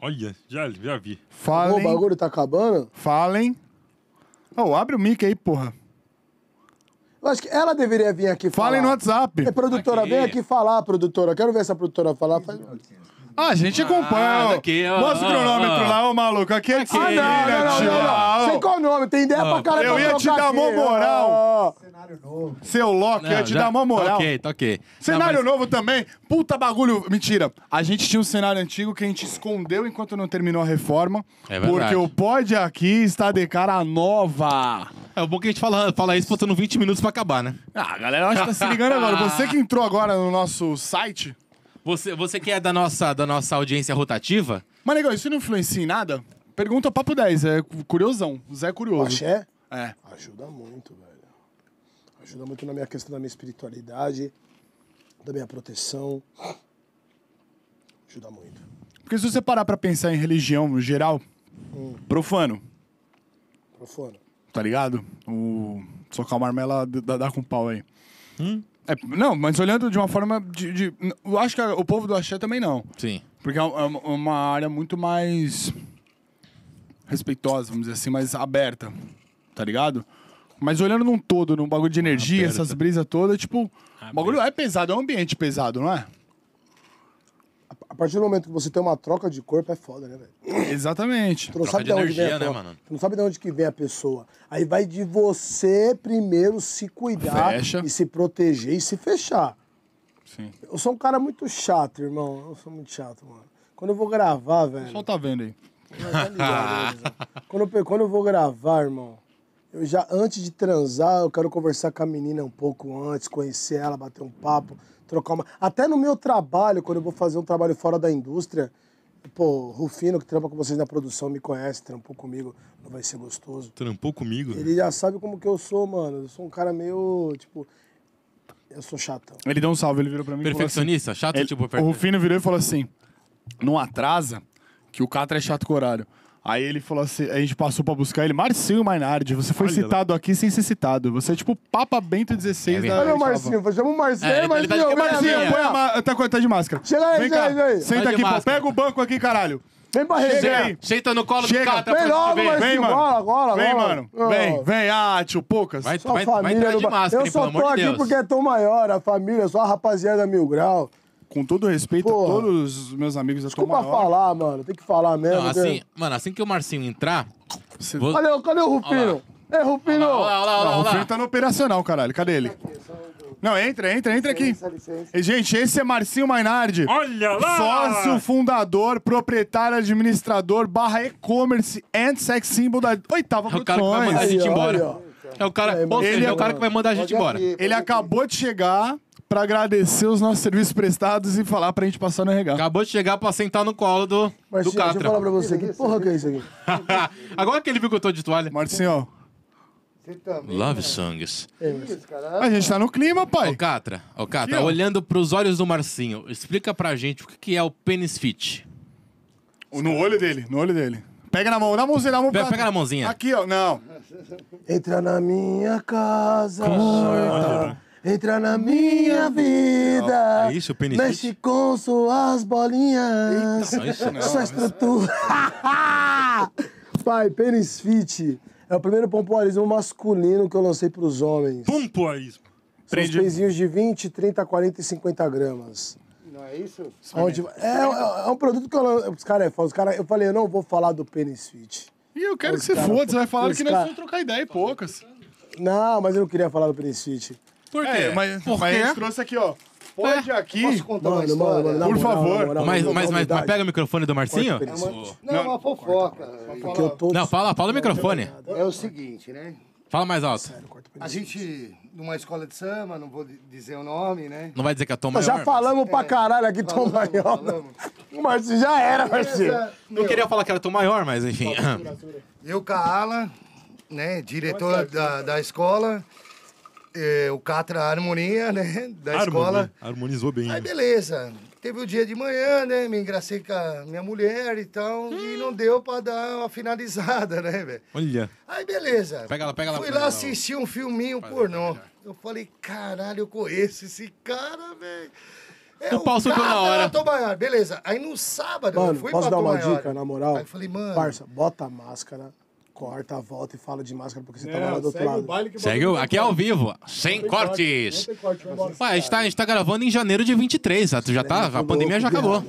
[SPEAKER 5] Olha, já, já vi.
[SPEAKER 6] Pô,
[SPEAKER 4] Falem.
[SPEAKER 6] o bagulho tá acabando?
[SPEAKER 4] Falem. Oh, abre o mic aí, porra.
[SPEAKER 6] Eu acho que ela deveria vir aqui falar.
[SPEAKER 4] Falem no WhatsApp.
[SPEAKER 6] É, produtora,
[SPEAKER 3] Aqui.
[SPEAKER 6] vem aqui falar, produtora. Quero ver essa produtora falar. Faz...
[SPEAKER 4] Ah, a gente acompanha. ó.
[SPEAKER 3] daqui, ó, Ah.
[SPEAKER 4] Mostra o
[SPEAKER 3] ó,
[SPEAKER 4] cronômetro
[SPEAKER 3] ó.
[SPEAKER 4] lá, ô maluco. Aqui é
[SPEAKER 6] Ah, não,
[SPEAKER 4] trilha,
[SPEAKER 6] não, não, não, não,
[SPEAKER 4] tchau.
[SPEAKER 6] Sem qual é nome, tem ideia pra caralho
[SPEAKER 4] Ah. eu
[SPEAKER 6] pra
[SPEAKER 4] ia te
[SPEAKER 6] trocar
[SPEAKER 4] dar
[SPEAKER 6] aqui. né?
[SPEAKER 4] mó moral.
[SPEAKER 6] Ah,
[SPEAKER 4] Seu Loki, eu ia te
[SPEAKER 3] já-
[SPEAKER 4] dar uma moral.
[SPEAKER 3] Tá ok, tá ok.
[SPEAKER 4] Cenário
[SPEAKER 3] Não, mas-
[SPEAKER 4] novo também. Puta bagulho. Mentira. A gente tinha um cenário antigo que a gente escondeu enquanto não terminou a reforma.
[SPEAKER 3] É verdade.
[SPEAKER 4] porque o pod aqui está de cara nova.
[SPEAKER 3] É bom que a gente fala, fala isso faltando 20 minutos pra acabar, né?
[SPEAKER 4] Ah, a galera acho que tá se ligando agora. Você que entrou agora no nosso site.
[SPEAKER 3] Você, você que é da nossa, da nossa audiência rotativa,
[SPEAKER 4] Mas, negão, isso não influencia em nada? Pergunta Papo 10. É cu- curiosão. Zé
[SPEAKER 6] O
[SPEAKER 4] Curioso.
[SPEAKER 6] axé
[SPEAKER 4] É.
[SPEAKER 6] ajuda muito, velho. Ajuda muito na minha questão da minha espiritualidade, da minha proteção. Ajuda muito.
[SPEAKER 4] Porque se você parar pra pensar em religião no geral, profano,
[SPEAKER 6] Profano.
[SPEAKER 4] tá ligado? O socar uma armela d- dá, dá com pau aí. É, não, mas olhando de uma forma de, de- n- Eu acho que a- o povo do axé também não.
[SPEAKER 3] sim.
[SPEAKER 4] Porque é um- é uma- uma área muito mais respeitosa, vamos dizer assim, mais aberta, tá ligado? Mas olhando num todo, num bagulho de energia,
[SPEAKER 5] Aberta.
[SPEAKER 4] essas brisas todas, tipo, o bagulho é pesado, é um ambiente pesado, não é?
[SPEAKER 6] A partir do momento que você tem uma troca de corpo, é foda, né, velho?
[SPEAKER 4] Exatamente.
[SPEAKER 6] Tu não
[SPEAKER 3] Troca
[SPEAKER 6] sabe
[SPEAKER 3] de
[SPEAKER 6] de onde
[SPEAKER 3] energia,
[SPEAKER 6] vem a
[SPEAKER 3] né,
[SPEAKER 6] troca.
[SPEAKER 3] mano?
[SPEAKER 6] Tu não sabe de onde que vem a pessoa. Aí vai de você primeiro se cuidar
[SPEAKER 4] Fecha.
[SPEAKER 6] e se proteger e se fechar.
[SPEAKER 4] Sim.
[SPEAKER 6] Eu sou um cara muito chato, irmão. Eu sou muito chato, mano. Quando eu vou gravar, velho.
[SPEAKER 4] O pessoal tá vendo aí.
[SPEAKER 6] Não, tá ligado, né, Zé? quando, eu, pe- quando eu vou gravar, irmão, eu já, antes de transar, eu quero conversar com a menina um pouco antes, conhecer ela, bater um papo, trocar uma. Até no meu trabalho, quando eu vou fazer um trabalho fora da indústria, pô, Rufino, que trampa com vocês na produção, me conhece, trampou comigo, não vai ser gostoso.
[SPEAKER 5] Trampou comigo.
[SPEAKER 6] Ele já sabe como que eu sou, mano. Eu sou um cara meio, tipo. Eu sou chatão.
[SPEAKER 4] Ele deu um salve, ele virou pra mim e falou assim-
[SPEAKER 3] Perfeccionista, chato,
[SPEAKER 4] Ele-
[SPEAKER 3] tipo...
[SPEAKER 4] o Rufino virou e falou assim: não atrasa, que o Catra é chato com horário. Aí ele falou assim: a gente passou pra buscar ele, Marcinho Mainardi, você foi
[SPEAKER 5] Olha lá.
[SPEAKER 4] citado aqui sem ser citado. Você é tipo Papa Bento XVI
[SPEAKER 3] É
[SPEAKER 4] da.
[SPEAKER 3] verdade.
[SPEAKER 6] Olha o
[SPEAKER 4] oitava.
[SPEAKER 6] Marcinho, chama o Marcinho.
[SPEAKER 3] É,
[SPEAKER 6] É,
[SPEAKER 3] ele tá de cabeça,
[SPEAKER 6] Marcinho, vem,
[SPEAKER 4] Marcinho,
[SPEAKER 3] Olha,
[SPEAKER 4] põe
[SPEAKER 6] vem,
[SPEAKER 4] a ma... tá, com- tá de máscara.
[SPEAKER 6] Chega aí,
[SPEAKER 4] Vem
[SPEAKER 6] chega
[SPEAKER 4] cá,
[SPEAKER 6] aí, chega aí.
[SPEAKER 4] Senta
[SPEAKER 3] Tá de
[SPEAKER 4] aqui, pô.
[SPEAKER 3] máscara.
[SPEAKER 4] Pega o banco aqui, caralho.
[SPEAKER 6] vem pra rede.
[SPEAKER 4] Chega
[SPEAKER 6] Vem,
[SPEAKER 4] aí.
[SPEAKER 3] Senta no colo
[SPEAKER 4] Chega.
[SPEAKER 3] do cara, tá
[SPEAKER 6] Vem logo,
[SPEAKER 3] ver.
[SPEAKER 6] Marcinho.
[SPEAKER 4] Vem, mano.
[SPEAKER 6] Gola, gola,
[SPEAKER 4] Vem,
[SPEAKER 6] gola.
[SPEAKER 4] mano.
[SPEAKER 6] Ah.
[SPEAKER 4] Vem, vem. Ah, tio Poucas.
[SPEAKER 3] Vai,
[SPEAKER 6] Só
[SPEAKER 3] vai,
[SPEAKER 6] a família
[SPEAKER 3] vai entrar
[SPEAKER 6] do
[SPEAKER 3] de
[SPEAKER 6] ba-
[SPEAKER 3] máscara,
[SPEAKER 6] Eu
[SPEAKER 3] hein, pelo
[SPEAKER 6] só tô
[SPEAKER 3] amor de Deus.
[SPEAKER 6] aqui porque tô maior, a família, só a rapaziada Mil Grau.
[SPEAKER 4] Com todo respeito
[SPEAKER 6] Porra.
[SPEAKER 4] a todos os meus amigos da tua
[SPEAKER 6] Desculpa
[SPEAKER 4] maior.
[SPEAKER 6] falar, mano. Tem que falar mesmo.
[SPEAKER 3] Não,
[SPEAKER 6] né?
[SPEAKER 3] assim, mano, assim que o Marcinho entrar... vou-
[SPEAKER 6] Cadê, o- cadê o Rufino? Ei,
[SPEAKER 3] Olha
[SPEAKER 6] Rufino!
[SPEAKER 3] lá, olha
[SPEAKER 4] Não,
[SPEAKER 3] lá,
[SPEAKER 4] o
[SPEAKER 3] olha
[SPEAKER 4] Rufino
[SPEAKER 3] lá.
[SPEAKER 4] tá no operacional, caralho. Cadê ele?
[SPEAKER 6] um
[SPEAKER 4] Não, entra, entra, entra aqui.
[SPEAKER 6] Licença, licença.
[SPEAKER 4] E, Gente, esse é Marcinho Mainardi.
[SPEAKER 5] Olha lá!
[SPEAKER 4] Sócio, fundador, proprietário, administrador, barra e-commerce and sex symbol da oitava
[SPEAKER 3] É o cara que vai mandar a
[SPEAKER 4] Produções.
[SPEAKER 3] gente
[SPEAKER 6] Aí, ó,
[SPEAKER 3] embora.
[SPEAKER 6] aí, ó.
[SPEAKER 3] É o cara, ou
[SPEAKER 4] Ele
[SPEAKER 3] seja, é
[SPEAKER 4] é- assim.
[SPEAKER 3] o cara que vai mandar a gente embora.
[SPEAKER 4] Ele acabou de chegar pra agradecer os nossos serviços prestados e falar pra gente passar no RH.
[SPEAKER 3] Acabou de chegar pra sentar no colo do, do
[SPEAKER 6] Marcinho, deixa eu falar
[SPEAKER 3] Catra.
[SPEAKER 6] pra você. Que porra que é isso aqui?
[SPEAKER 3] Agora que ele viu que eu tô de toalha.
[SPEAKER 4] Marcinho,
[SPEAKER 3] Love songs.
[SPEAKER 6] Ei, Marcinho.
[SPEAKER 4] a gente tá no clima,
[SPEAKER 3] Ô,
[SPEAKER 4] pai.
[SPEAKER 3] Catra, ô,
[SPEAKER 4] Aqui,
[SPEAKER 3] Catra,
[SPEAKER 4] ó.
[SPEAKER 3] olhando pros olhos do Marcinho, explica pra gente o que que é o penis fit.
[SPEAKER 4] No olho dele, no olho dele. Pega na mão, dá a mãozinha, dá a mão.
[SPEAKER 3] Pega-
[SPEAKER 4] pra-
[SPEAKER 3] pega na mãozinha.
[SPEAKER 4] Aqui, ó. Não.
[SPEAKER 6] Entra na minha casa. Entra na minha vida.
[SPEAKER 5] É isso, o penis
[SPEAKER 6] Mexe com suas bolinhas.
[SPEAKER 3] não é isso não,
[SPEAKER 6] Sua estrutura. Pai, Penis Fit é o primeiro pompoarismo masculino que eu lancei pros homens.
[SPEAKER 5] Pum, pô, é isso.
[SPEAKER 6] São os pezinhos de 20, 30, 40 e 50 gramas.
[SPEAKER 8] Não é isso?
[SPEAKER 6] Onde, é, é- é um produto que eu, lan- os caras é foda, os cara, eu falei, eu não vou falar do Penis Fit.
[SPEAKER 4] E eu quero
[SPEAKER 6] Os
[SPEAKER 4] que você
[SPEAKER 6] cara-
[SPEAKER 4] foda, você vai falar
[SPEAKER 6] os
[SPEAKER 4] que nós
[SPEAKER 6] cara-
[SPEAKER 4] vamos trocar ideia, poucas.
[SPEAKER 6] Não, mas eu não queria falar do Penis Fit.
[SPEAKER 3] Por quê?
[SPEAKER 4] É, mas,
[SPEAKER 3] Por
[SPEAKER 4] mas
[SPEAKER 3] quê? É.
[SPEAKER 4] a gente trouxe aqui, ó.
[SPEAKER 9] Pode aqui.
[SPEAKER 2] Posso contar uma
[SPEAKER 6] Mano, mano,
[SPEAKER 2] história?
[SPEAKER 6] mano, na
[SPEAKER 4] Por
[SPEAKER 6] moral,
[SPEAKER 4] favor.
[SPEAKER 6] na moral,
[SPEAKER 3] Mas, mas,
[SPEAKER 6] na
[SPEAKER 3] mas, mas
[SPEAKER 6] humildade.
[SPEAKER 3] pega o microfone do Marcinho.
[SPEAKER 6] Corta pra eles.
[SPEAKER 2] Não, é uma fofoca.
[SPEAKER 6] Porque eu tô...
[SPEAKER 3] Não, fala, fala o microfone.
[SPEAKER 2] É o seguinte, né?
[SPEAKER 3] Fala mais alto.
[SPEAKER 2] A gente, numa escola de samba, não vou di- dizer o nome, né?
[SPEAKER 3] Não vai dizer que a toma
[SPEAKER 6] Nós já
[SPEAKER 3] maior?
[SPEAKER 6] falamos pra caralho aqui, Tom
[SPEAKER 2] falamos,
[SPEAKER 6] Maior.
[SPEAKER 2] falamos.
[SPEAKER 6] O Marcinho já era, Marcinho.
[SPEAKER 2] Essa-
[SPEAKER 3] Não queria falar que era tão maior, mas enfim.
[SPEAKER 2] Eu, Kaala, né, diretor da, da escola, eh, o Catra Harmonia, né, da escola.
[SPEAKER 5] Harmonia. Harmonizou bem. né?
[SPEAKER 2] Aí beleza, teve o dia de manhã, né, me engracei com a minha mulher e tal, e não deu pra dar uma finalizada, né, velho.
[SPEAKER 3] Olha.
[SPEAKER 2] Aí beleza.
[SPEAKER 3] Pega ela, pega ela,
[SPEAKER 2] Fui
[SPEAKER 3] pega
[SPEAKER 2] lá
[SPEAKER 3] ela.
[SPEAKER 2] assistir um filminho pornô. Eu falei, caralho, eu conheço esse cara, velho. É
[SPEAKER 3] O pau subiu
[SPEAKER 2] cara
[SPEAKER 3] na hora.
[SPEAKER 2] da Tom Maior. Beleza. Aí no sábado eu
[SPEAKER 6] Mano,
[SPEAKER 2] fui
[SPEAKER 6] posso
[SPEAKER 2] pra
[SPEAKER 6] dar
[SPEAKER 2] Tom
[SPEAKER 6] uma
[SPEAKER 2] Maior.
[SPEAKER 6] dica, na moral?
[SPEAKER 2] Aí eu falei, mano,
[SPEAKER 6] Parça, bota a máscara, corta, volta e fala de máscara, porque
[SPEAKER 4] É,
[SPEAKER 6] você tava lá do outro
[SPEAKER 9] Segue o
[SPEAKER 6] lado.
[SPEAKER 9] baile que
[SPEAKER 3] Segue, o- aqui é ao vivo, sem cortes.
[SPEAKER 9] Tem corte, vai embora.
[SPEAKER 3] Ué, a gente, tá, a gente tá gravando em janeiro de 23, já, já tá, a pandemia já acabou.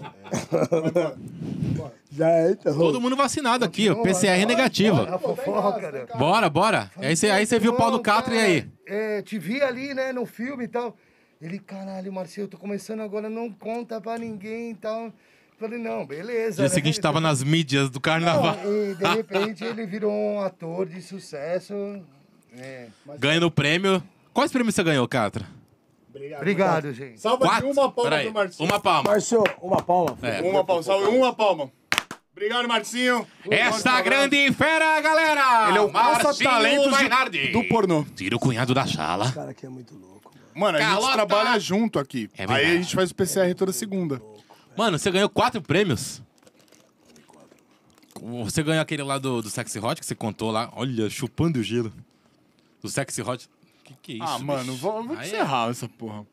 [SPEAKER 6] Já é, então.
[SPEAKER 3] Todo mundo vacinado aqui, o PCR negativo.
[SPEAKER 2] a fofoca, né?
[SPEAKER 3] Bora, bora. Aí você, aí você viu o pau do
[SPEAKER 2] Não,
[SPEAKER 3] Catra e
[SPEAKER 2] cara,
[SPEAKER 3] aí?
[SPEAKER 2] É, te vi ali, né, no filme e tal. Ele, caralho, Marcelo, eu tô começando agora, não conta pra ninguém e tal. Falei, não, beleza.
[SPEAKER 3] Dia
[SPEAKER 2] né?
[SPEAKER 3] seguinte tava nas mídias do carnaval,
[SPEAKER 2] E de repente ele virou um ator de sucesso. né?
[SPEAKER 3] ganhando o prêmio. Quais prêmios você ganhou, Catra?
[SPEAKER 9] Obrigado.
[SPEAKER 2] Obrigado, gente.
[SPEAKER 9] Salva de
[SPEAKER 3] Quatro?
[SPEAKER 9] uma palma
[SPEAKER 3] Peraí,
[SPEAKER 9] pro Marcinho.
[SPEAKER 3] Uma palma.
[SPEAKER 6] Marcio, uma palma.
[SPEAKER 3] É.
[SPEAKER 4] Uma palma, salve, uma palma. Obrigado, Marcinho.
[SPEAKER 3] Esta grande fera, galera!
[SPEAKER 4] Ele é o caça-talentos de-
[SPEAKER 3] Mainardi.
[SPEAKER 4] do pornô.
[SPEAKER 3] Tira o cunhado da
[SPEAKER 6] O
[SPEAKER 3] sala.
[SPEAKER 6] cara aqui é muito louco, mano.
[SPEAKER 4] Mano, a
[SPEAKER 3] Calota!
[SPEAKER 4] gente trabalha junto aqui.
[SPEAKER 3] É verdade.
[SPEAKER 4] Aí a gente faz o PCR toda segunda.
[SPEAKER 3] Mano, você ganhou quatro prêmios? Você ganhou aquele lá do, do Sexy Hot que você contou lá. Olha,
[SPEAKER 5] Chupando o gelo.
[SPEAKER 3] do Sexy Hot. Que que é isso?
[SPEAKER 4] ah, mano,
[SPEAKER 3] bicho?
[SPEAKER 4] vou, vou
[SPEAKER 3] Aí é-
[SPEAKER 4] encerrar essa porra.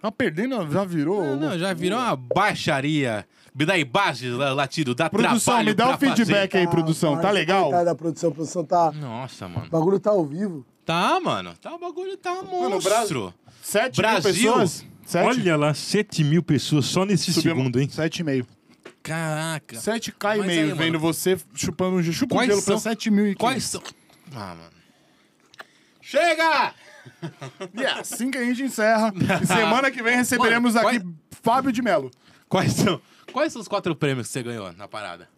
[SPEAKER 4] Tá perdendo, já virou.
[SPEAKER 3] Não, não, já virou uma baixaria. Me dá imagens, lá- Latido, dá
[SPEAKER 4] Produção,
[SPEAKER 3] trabalho
[SPEAKER 4] me dá
[SPEAKER 3] pra
[SPEAKER 4] o feedback
[SPEAKER 3] fazer.
[SPEAKER 4] aí, produção. Tá
[SPEAKER 6] Ah,
[SPEAKER 3] é
[SPEAKER 6] Marcio,
[SPEAKER 4] legal?
[SPEAKER 6] coitado da produção, a produção tá...
[SPEAKER 3] Nossa, mano.
[SPEAKER 6] O bagulho tá ao vivo.
[SPEAKER 3] Tá, mano. Tá, o bagulho tá um
[SPEAKER 4] Mano, o Bra-
[SPEAKER 3] monstro.
[SPEAKER 4] Sete mil
[SPEAKER 3] Brasil.
[SPEAKER 4] pessoas? Sete?
[SPEAKER 5] Olha lá, 7 mil pessoas só nesse
[SPEAKER 4] Subimos-
[SPEAKER 5] segundo, hein?
[SPEAKER 4] Sete e meio.
[SPEAKER 3] Caraca.
[SPEAKER 4] Sete K e
[SPEAKER 3] Mas
[SPEAKER 4] meio
[SPEAKER 3] aí,
[SPEAKER 4] vendo
[SPEAKER 3] mano.
[SPEAKER 4] você chupando um gelo. Chupa um
[SPEAKER 3] Quais
[SPEAKER 4] gelo
[SPEAKER 3] são-
[SPEAKER 4] pra sete mil e
[SPEAKER 3] Quais são... Ah, mano. Chega!
[SPEAKER 4] E é assim que a gente encerra. E semana que vem receberemos
[SPEAKER 3] Mano,
[SPEAKER 4] aqui Fábio de Mello.
[SPEAKER 3] Quais são, quais são os quatro prêmios que você ganhou na parada?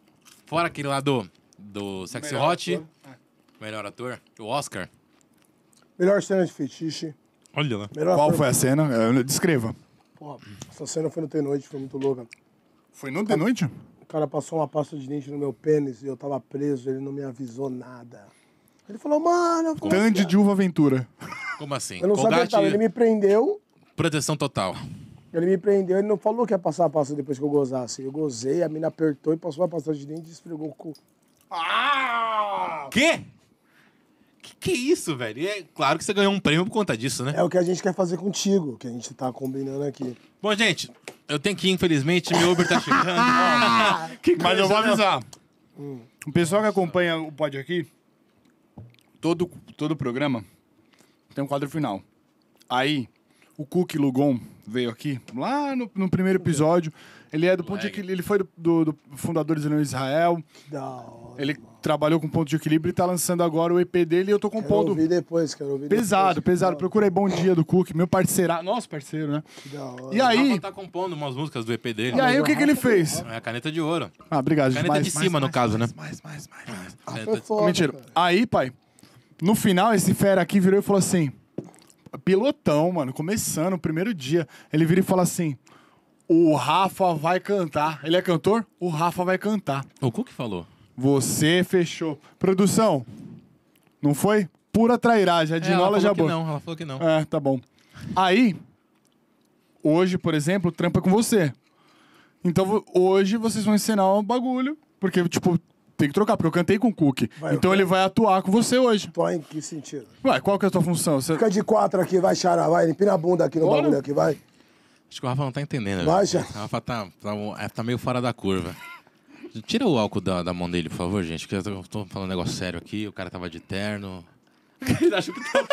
[SPEAKER 3] Fora aquele lá do, do Sexy
[SPEAKER 4] Melhor
[SPEAKER 3] Hot, É. melhor ator, o Oscar.
[SPEAKER 6] Melhor cena de fetiche.
[SPEAKER 5] Olha lá.
[SPEAKER 6] Melhor
[SPEAKER 4] Qual
[SPEAKER 6] ator-
[SPEAKER 4] foi a cena? Eh, Descreva.
[SPEAKER 6] Porra, essa cena foi no Tem Noite, foi muito louca.
[SPEAKER 4] Foi no de noite?
[SPEAKER 6] O cara passou uma pasta de dente no meu pênis e eu tava preso, ele não me avisou nada. Ele falou, mano, eu, vou-
[SPEAKER 4] Tande de Uva Aventura.
[SPEAKER 3] Como assim?
[SPEAKER 6] eu não sabia que
[SPEAKER 3] Colgate,
[SPEAKER 6] tava. Ele me prendeu,
[SPEAKER 3] proteção total.
[SPEAKER 6] ele me prendeu, ele não falou que ia passar a pasta depois que eu gozasse. Eu gozei, a mina apertou e passou a pasta de dente e esfregou o cu.
[SPEAKER 3] Quê? Que que é isso, velho? E é claro que você ganhou um prêmio por conta disso, né?
[SPEAKER 6] É o que a gente quer fazer contigo, que a gente tá combinando aqui.
[SPEAKER 3] Bom, gente, eu tenho que ir, infelizmente, meu Uber tá chegando.
[SPEAKER 4] Mas eu vou avisar.
[SPEAKER 6] Hum.
[SPEAKER 4] O pessoal que acompanha o pod aqui, todo, todo programa tem um quadro final. Aí, o Cook Lugon veio aqui, lá no, no primeiro episódio. Ele é do ponto de equilíbrio, ele foi do, do, do fundadores no Israel.
[SPEAKER 6] Da hora.
[SPEAKER 4] Ele trabalhou com ponto de equilíbrio e tá lançando agora é o EP dele e eu tô
[SPEAKER 6] Quero
[SPEAKER 4] compondo.
[SPEAKER 6] ouvir depois, quero ouvir
[SPEAKER 4] Pesado,
[SPEAKER 6] depois.
[SPEAKER 4] pesado. Procura aí Bom Dia do Cook, meu parceiro. Nosso parceiro, né?
[SPEAKER 6] Da hora.
[SPEAKER 4] E aí,
[SPEAKER 3] Rafa tá compondo umas músicas do EP dele.
[SPEAKER 4] e aí o que, que ele
[SPEAKER 6] um
[SPEAKER 4] fez?
[SPEAKER 3] É a caneta de ouro.
[SPEAKER 4] Ah, obrigado. gente.
[SPEAKER 3] Caneta
[SPEAKER 4] Mais,
[SPEAKER 3] de
[SPEAKER 4] mais,
[SPEAKER 3] cima, no
[SPEAKER 4] mais,
[SPEAKER 3] caso,
[SPEAKER 4] mais,
[SPEAKER 3] né?
[SPEAKER 4] Mais, mais, mais, mais.
[SPEAKER 3] Caneta-
[SPEAKER 6] Foi foda,
[SPEAKER 4] Mentira.
[SPEAKER 6] cara.
[SPEAKER 4] Aí, pai, no final, esse fera aqui virou e falou assim: pilotão, mano, começando o primeiro dia. Ele vira e fala assim: o Rafa vai cantar. Ele é cantor? O Rafa vai cantar.
[SPEAKER 3] O Cook falou.
[SPEAKER 4] Você fechou. Produção, não foi? Pura trairagem. A
[SPEAKER 3] É, ela
[SPEAKER 4] Dinola
[SPEAKER 3] falou
[SPEAKER 4] já
[SPEAKER 3] que
[SPEAKER 4] boa.
[SPEAKER 3] não, ela falou que não.
[SPEAKER 4] É, tá bom. Aí, hoje, por exemplo, trampa com você. Então, vo- hoje vocês vão ensinar um bagulho, porque, tipo, tem que trocar, porque eu cantei com o Cook.
[SPEAKER 6] Vai,
[SPEAKER 4] então ele vai atuar com você hoje.
[SPEAKER 6] Tô em que sentido?
[SPEAKER 4] Ué, qual que é a tua função? Você...
[SPEAKER 6] Fica de quatro aqui, vai, Xará, vai. Empina a bunda aqui no
[SPEAKER 4] Bora.
[SPEAKER 6] bagulho aqui, vai.
[SPEAKER 3] Acho que o Rafa não tá entendendo.
[SPEAKER 6] Vai,
[SPEAKER 3] velho.
[SPEAKER 6] já.
[SPEAKER 3] O Rafa tá, tá, um- é, tá meio fora da curva. Tira o álcool da, da mão dele, por favor, gente, porque eu tô, eu tô falando um negócio sério aqui. O cara tava de terno. Ele achou que, tava...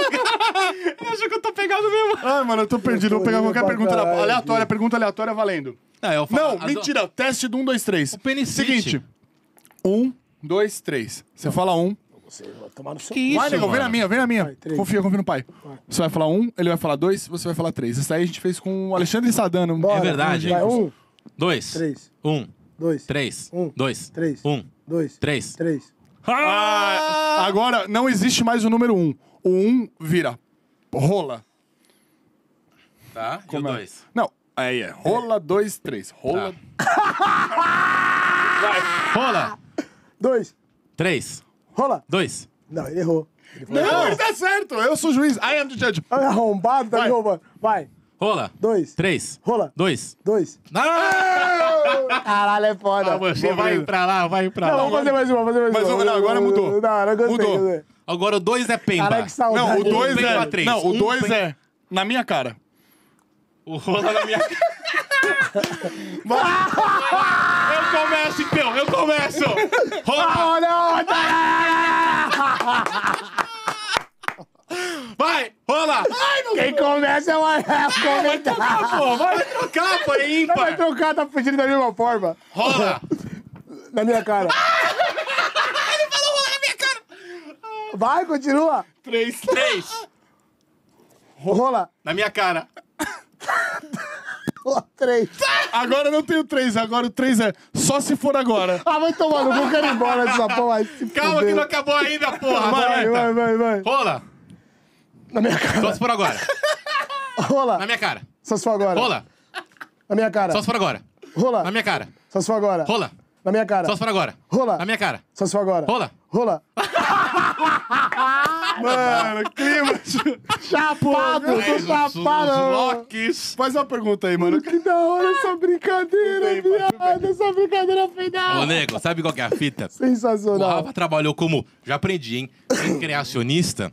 [SPEAKER 3] Ele achou que eu tô pegado mesmo.
[SPEAKER 4] Ah, mano, eu tô perdido.
[SPEAKER 6] Eu tô
[SPEAKER 4] Vou pegar
[SPEAKER 6] olhando
[SPEAKER 4] qualquer
[SPEAKER 6] pra
[SPEAKER 4] pergunta
[SPEAKER 6] caralho aqui.
[SPEAKER 4] aleatória, pergunta aleatória valendo.
[SPEAKER 3] Não, eu falo-
[SPEAKER 4] Não,
[SPEAKER 3] as-
[SPEAKER 4] mentira. um, Teste do 1, 2, 3.
[SPEAKER 3] O penicite.
[SPEAKER 4] Seguinte. 1, 2, 3. Um, Você fala 1,
[SPEAKER 6] Você vai tomar no seu
[SPEAKER 3] Que
[SPEAKER 4] vai,
[SPEAKER 3] isso,
[SPEAKER 4] negão, vem
[SPEAKER 3] mano?
[SPEAKER 4] na minha, vem na minha.
[SPEAKER 6] Vai, três.
[SPEAKER 4] confia, confia no pai. Você vai falar um, ele vai falar dois, você vai falar três. Isso aí a gente fez com o Alexandre Sadano.
[SPEAKER 6] Bora.
[SPEAKER 3] É verdade,
[SPEAKER 6] Vai,
[SPEAKER 3] hein?
[SPEAKER 6] um,
[SPEAKER 3] Dois.
[SPEAKER 6] Três.
[SPEAKER 3] Um.
[SPEAKER 6] dois,
[SPEAKER 3] Três.
[SPEAKER 6] Um.
[SPEAKER 3] Dois.
[SPEAKER 6] Três.
[SPEAKER 3] Um.
[SPEAKER 6] dois,
[SPEAKER 3] Três.
[SPEAKER 6] três.
[SPEAKER 4] Ah, agora não existe mais o número um. O um vira rola.
[SPEAKER 3] Tá? E o
[SPEAKER 4] é?
[SPEAKER 3] dois.
[SPEAKER 4] Não, aí é rola, dois, três. Rola.
[SPEAKER 3] Rola.
[SPEAKER 6] Dois,
[SPEAKER 3] Três.
[SPEAKER 6] rola.
[SPEAKER 3] Dois.
[SPEAKER 6] Não, ele errou. Ele falou,
[SPEAKER 4] Não, ele tá certo. Eu sou o juiz. I am the judge.
[SPEAKER 6] "Ah, Arrombado, tá me roubando. Vai,
[SPEAKER 3] Rola.
[SPEAKER 6] dois,
[SPEAKER 3] Três.
[SPEAKER 6] rola,
[SPEAKER 3] Dois.
[SPEAKER 6] dois.
[SPEAKER 3] Ah!
[SPEAKER 6] Caralho, é foda.
[SPEAKER 3] Você Ah, vai pra lá, vai pra
[SPEAKER 6] Não,
[SPEAKER 3] lá.
[SPEAKER 6] vamos fazer mais uma, fazer mais
[SPEAKER 4] Mas
[SPEAKER 6] uma.
[SPEAKER 4] o- não, agora mudou.
[SPEAKER 6] Não, não gostei.
[SPEAKER 4] Mudou.
[SPEAKER 6] gostei.
[SPEAKER 3] Agora o dois é pemba.
[SPEAKER 6] Caralho, que saudade.
[SPEAKER 4] Não, o dois
[SPEAKER 3] pega pra
[SPEAKER 4] é.
[SPEAKER 3] três.
[SPEAKER 4] Não, o
[SPEAKER 3] Um
[SPEAKER 4] dois
[SPEAKER 3] pega-
[SPEAKER 4] é na minha cara.
[SPEAKER 3] O rola na minha cara. eu começo então, eu começo!
[SPEAKER 6] Ah,
[SPEAKER 3] Rola! Vai! Rola!
[SPEAKER 6] Quem começa é o Arrel.
[SPEAKER 3] Ah, pô, vai trocar, pô, é
[SPEAKER 6] Vai
[SPEAKER 3] ímpar!
[SPEAKER 6] trocar, tá fugindo da mesma forma.
[SPEAKER 3] Rola! Ah,
[SPEAKER 6] Na minha cara. Ele falou rola na minha cara. Vai, continua.
[SPEAKER 3] Três! Três!
[SPEAKER 6] Rola.
[SPEAKER 3] Na minha cara!
[SPEAKER 6] Rola três.
[SPEAKER 4] Agora eu não tenho três, agora o três é só se for agora.
[SPEAKER 6] Ah, vai tomar no cu, quero ir embora dessa porra. aí, se
[SPEAKER 3] Calma que
[SPEAKER 6] fuder.
[SPEAKER 3] não acabou ainda, porra! Vai,
[SPEAKER 6] Vai, vai, vai, vai.
[SPEAKER 3] Rola!
[SPEAKER 6] Na minha cara.
[SPEAKER 3] Só se for agora!
[SPEAKER 6] Rola.
[SPEAKER 3] Na minha cara!
[SPEAKER 6] Só se for agora.
[SPEAKER 3] Rola!
[SPEAKER 6] Na minha cara.
[SPEAKER 3] Só se for agora!
[SPEAKER 6] Rola.
[SPEAKER 3] Na minha cara!
[SPEAKER 6] Só se for agora.
[SPEAKER 3] Rola!
[SPEAKER 6] Na minha cara.
[SPEAKER 3] Só se for agora!
[SPEAKER 6] Rola.
[SPEAKER 3] Na minha cara!
[SPEAKER 6] Só se for agora.
[SPEAKER 3] Rola!
[SPEAKER 6] Rola.
[SPEAKER 4] Mano, clima. de-
[SPEAKER 6] Chapado, eu tô chapado.
[SPEAKER 3] Locks!
[SPEAKER 4] Faz uma pergunta aí, mano.
[SPEAKER 6] Que da hora essa brincadeira, viado. Essa brincadeira
[SPEAKER 3] Ô,
[SPEAKER 6] final.
[SPEAKER 3] nego, sabe qual que é a fita? O
[SPEAKER 6] Sensacional.
[SPEAKER 3] Rafa trabalhou como, já aprendi, hein? Recreacionista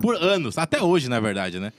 [SPEAKER 3] por anos, até hoje, na verdade, né?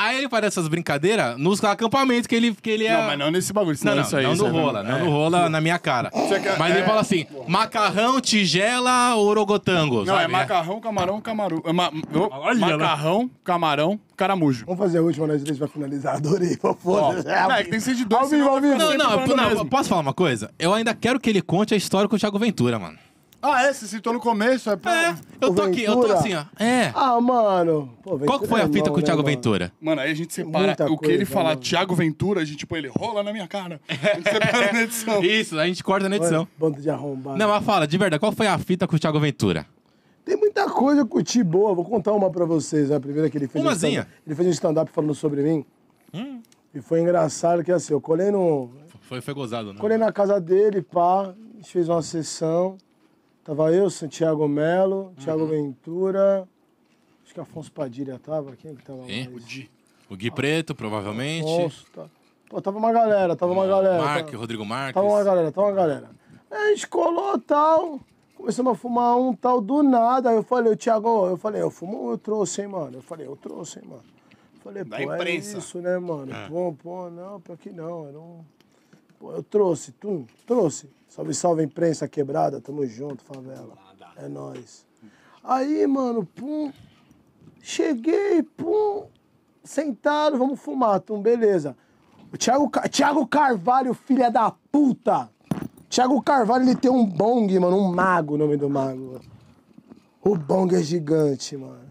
[SPEAKER 3] Aí ele faz essas brincadeiras nos acampamentos que ele, que ele é.
[SPEAKER 4] Não, mas não nesse bagulho.
[SPEAKER 3] Não,
[SPEAKER 4] senão
[SPEAKER 3] não,
[SPEAKER 4] isso aí,
[SPEAKER 3] não
[SPEAKER 4] isso
[SPEAKER 3] no
[SPEAKER 4] aí
[SPEAKER 3] rola, não
[SPEAKER 4] é.
[SPEAKER 3] no rola na minha cara.
[SPEAKER 4] quer-
[SPEAKER 3] Mas ele
[SPEAKER 4] é-
[SPEAKER 3] fala assim: macarrão, tigela, orogotango.
[SPEAKER 4] Não,
[SPEAKER 3] sabe?
[SPEAKER 4] é macarrão, camarão, camaru. é ma- oh,
[SPEAKER 3] Olha né? lá.
[SPEAKER 4] macarrão, camarão, caramujo.
[SPEAKER 6] Vamos fazer a última, nós três pra finalizar. Adorei, pô, foda-se.
[SPEAKER 4] Não, é que tem que ser de dois.
[SPEAKER 6] Ao vivo,
[SPEAKER 4] senão
[SPEAKER 6] ao vivo.
[SPEAKER 4] fica
[SPEAKER 3] Não,
[SPEAKER 4] sempre
[SPEAKER 3] não,
[SPEAKER 4] falando
[SPEAKER 3] não,
[SPEAKER 4] mesmo.
[SPEAKER 3] posso falar uma coisa? Eu ainda quero que ele conte a história com o Thiago Ventura, mano.
[SPEAKER 4] Ah, é? Você citou no começo. É, pro-
[SPEAKER 3] É, eu
[SPEAKER 6] O
[SPEAKER 3] tô aqui, eu tô
[SPEAKER 6] Ventura?
[SPEAKER 3] assim, ó. É.
[SPEAKER 6] Ah, mano. Pô,
[SPEAKER 3] Qual que foi a
[SPEAKER 6] Ventura é
[SPEAKER 3] fita com
[SPEAKER 6] bom,
[SPEAKER 3] o
[SPEAKER 6] né,
[SPEAKER 3] Thiago
[SPEAKER 6] mano?
[SPEAKER 3] Ventura?
[SPEAKER 4] Mano, aí a gente separa
[SPEAKER 6] Muita
[SPEAKER 4] o que ele
[SPEAKER 6] coisa, né?
[SPEAKER 4] falar
[SPEAKER 6] mano.
[SPEAKER 4] Thiago Ventura, a gente põe ele rola na minha cara. A gente separa na edição.
[SPEAKER 3] Isso, a gente corta na edição.
[SPEAKER 6] Bando de arrombado.
[SPEAKER 3] Não, mas fala, de verdade, qual foi a fita com o Thiago Ventura?
[SPEAKER 6] Tem muita coisa que eu curti boa. Vou contar uma pra vocês. A primeira que ele fez. um
[SPEAKER 3] Umazinha.
[SPEAKER 6] stand-up. Ele fez um stand-up falando sobre mim.
[SPEAKER 3] Hum.
[SPEAKER 6] E foi engraçado que assim, eu colei no.
[SPEAKER 3] Foi, foi gozado, né?
[SPEAKER 6] Colei na casa dele, pá. A gente fez uma sessão. Tava eu, Santiago Melo, Thiago
[SPEAKER 3] Uhum.
[SPEAKER 6] Ventura. Acho que Afonso Padilha tava. Quem que tava lá?
[SPEAKER 3] Sim. O Gui Preto, provavelmente.
[SPEAKER 6] Afonso. Tá... Pô, tava uma galera, tava
[SPEAKER 3] Ah,
[SPEAKER 6] uma galera.
[SPEAKER 3] Mark,
[SPEAKER 6] tava-
[SPEAKER 3] Rodrigo Marques.
[SPEAKER 6] Tá uma galera, tá uma galera. Aí a gente colou tal. Começamos a fumar um tal do nada. Aí eu falei, ô Thiago, eu falei, eu fumo um, eu trouxe, hein, mano. Eu falei, eu trouxe, hein, mano. Eu falei, pô, é
[SPEAKER 4] imprensa.
[SPEAKER 6] isso, né, mano? Pô, pô, não, pior que não. Era um... Pô, eu trouxe, tu trouxe. Salve, salve, imprensa quebrada, tamo junto, favela. É nóis. Aí, mano, pum. Cheguei, pum. Sentado, vamos fumar, tum, beleza. O Thiago, Ca- Thiago Carvalho, filha da puta. Thiago Carvalho, ele tem um bong, mano, um mago, o nome do mago. O bong é gigante, mano.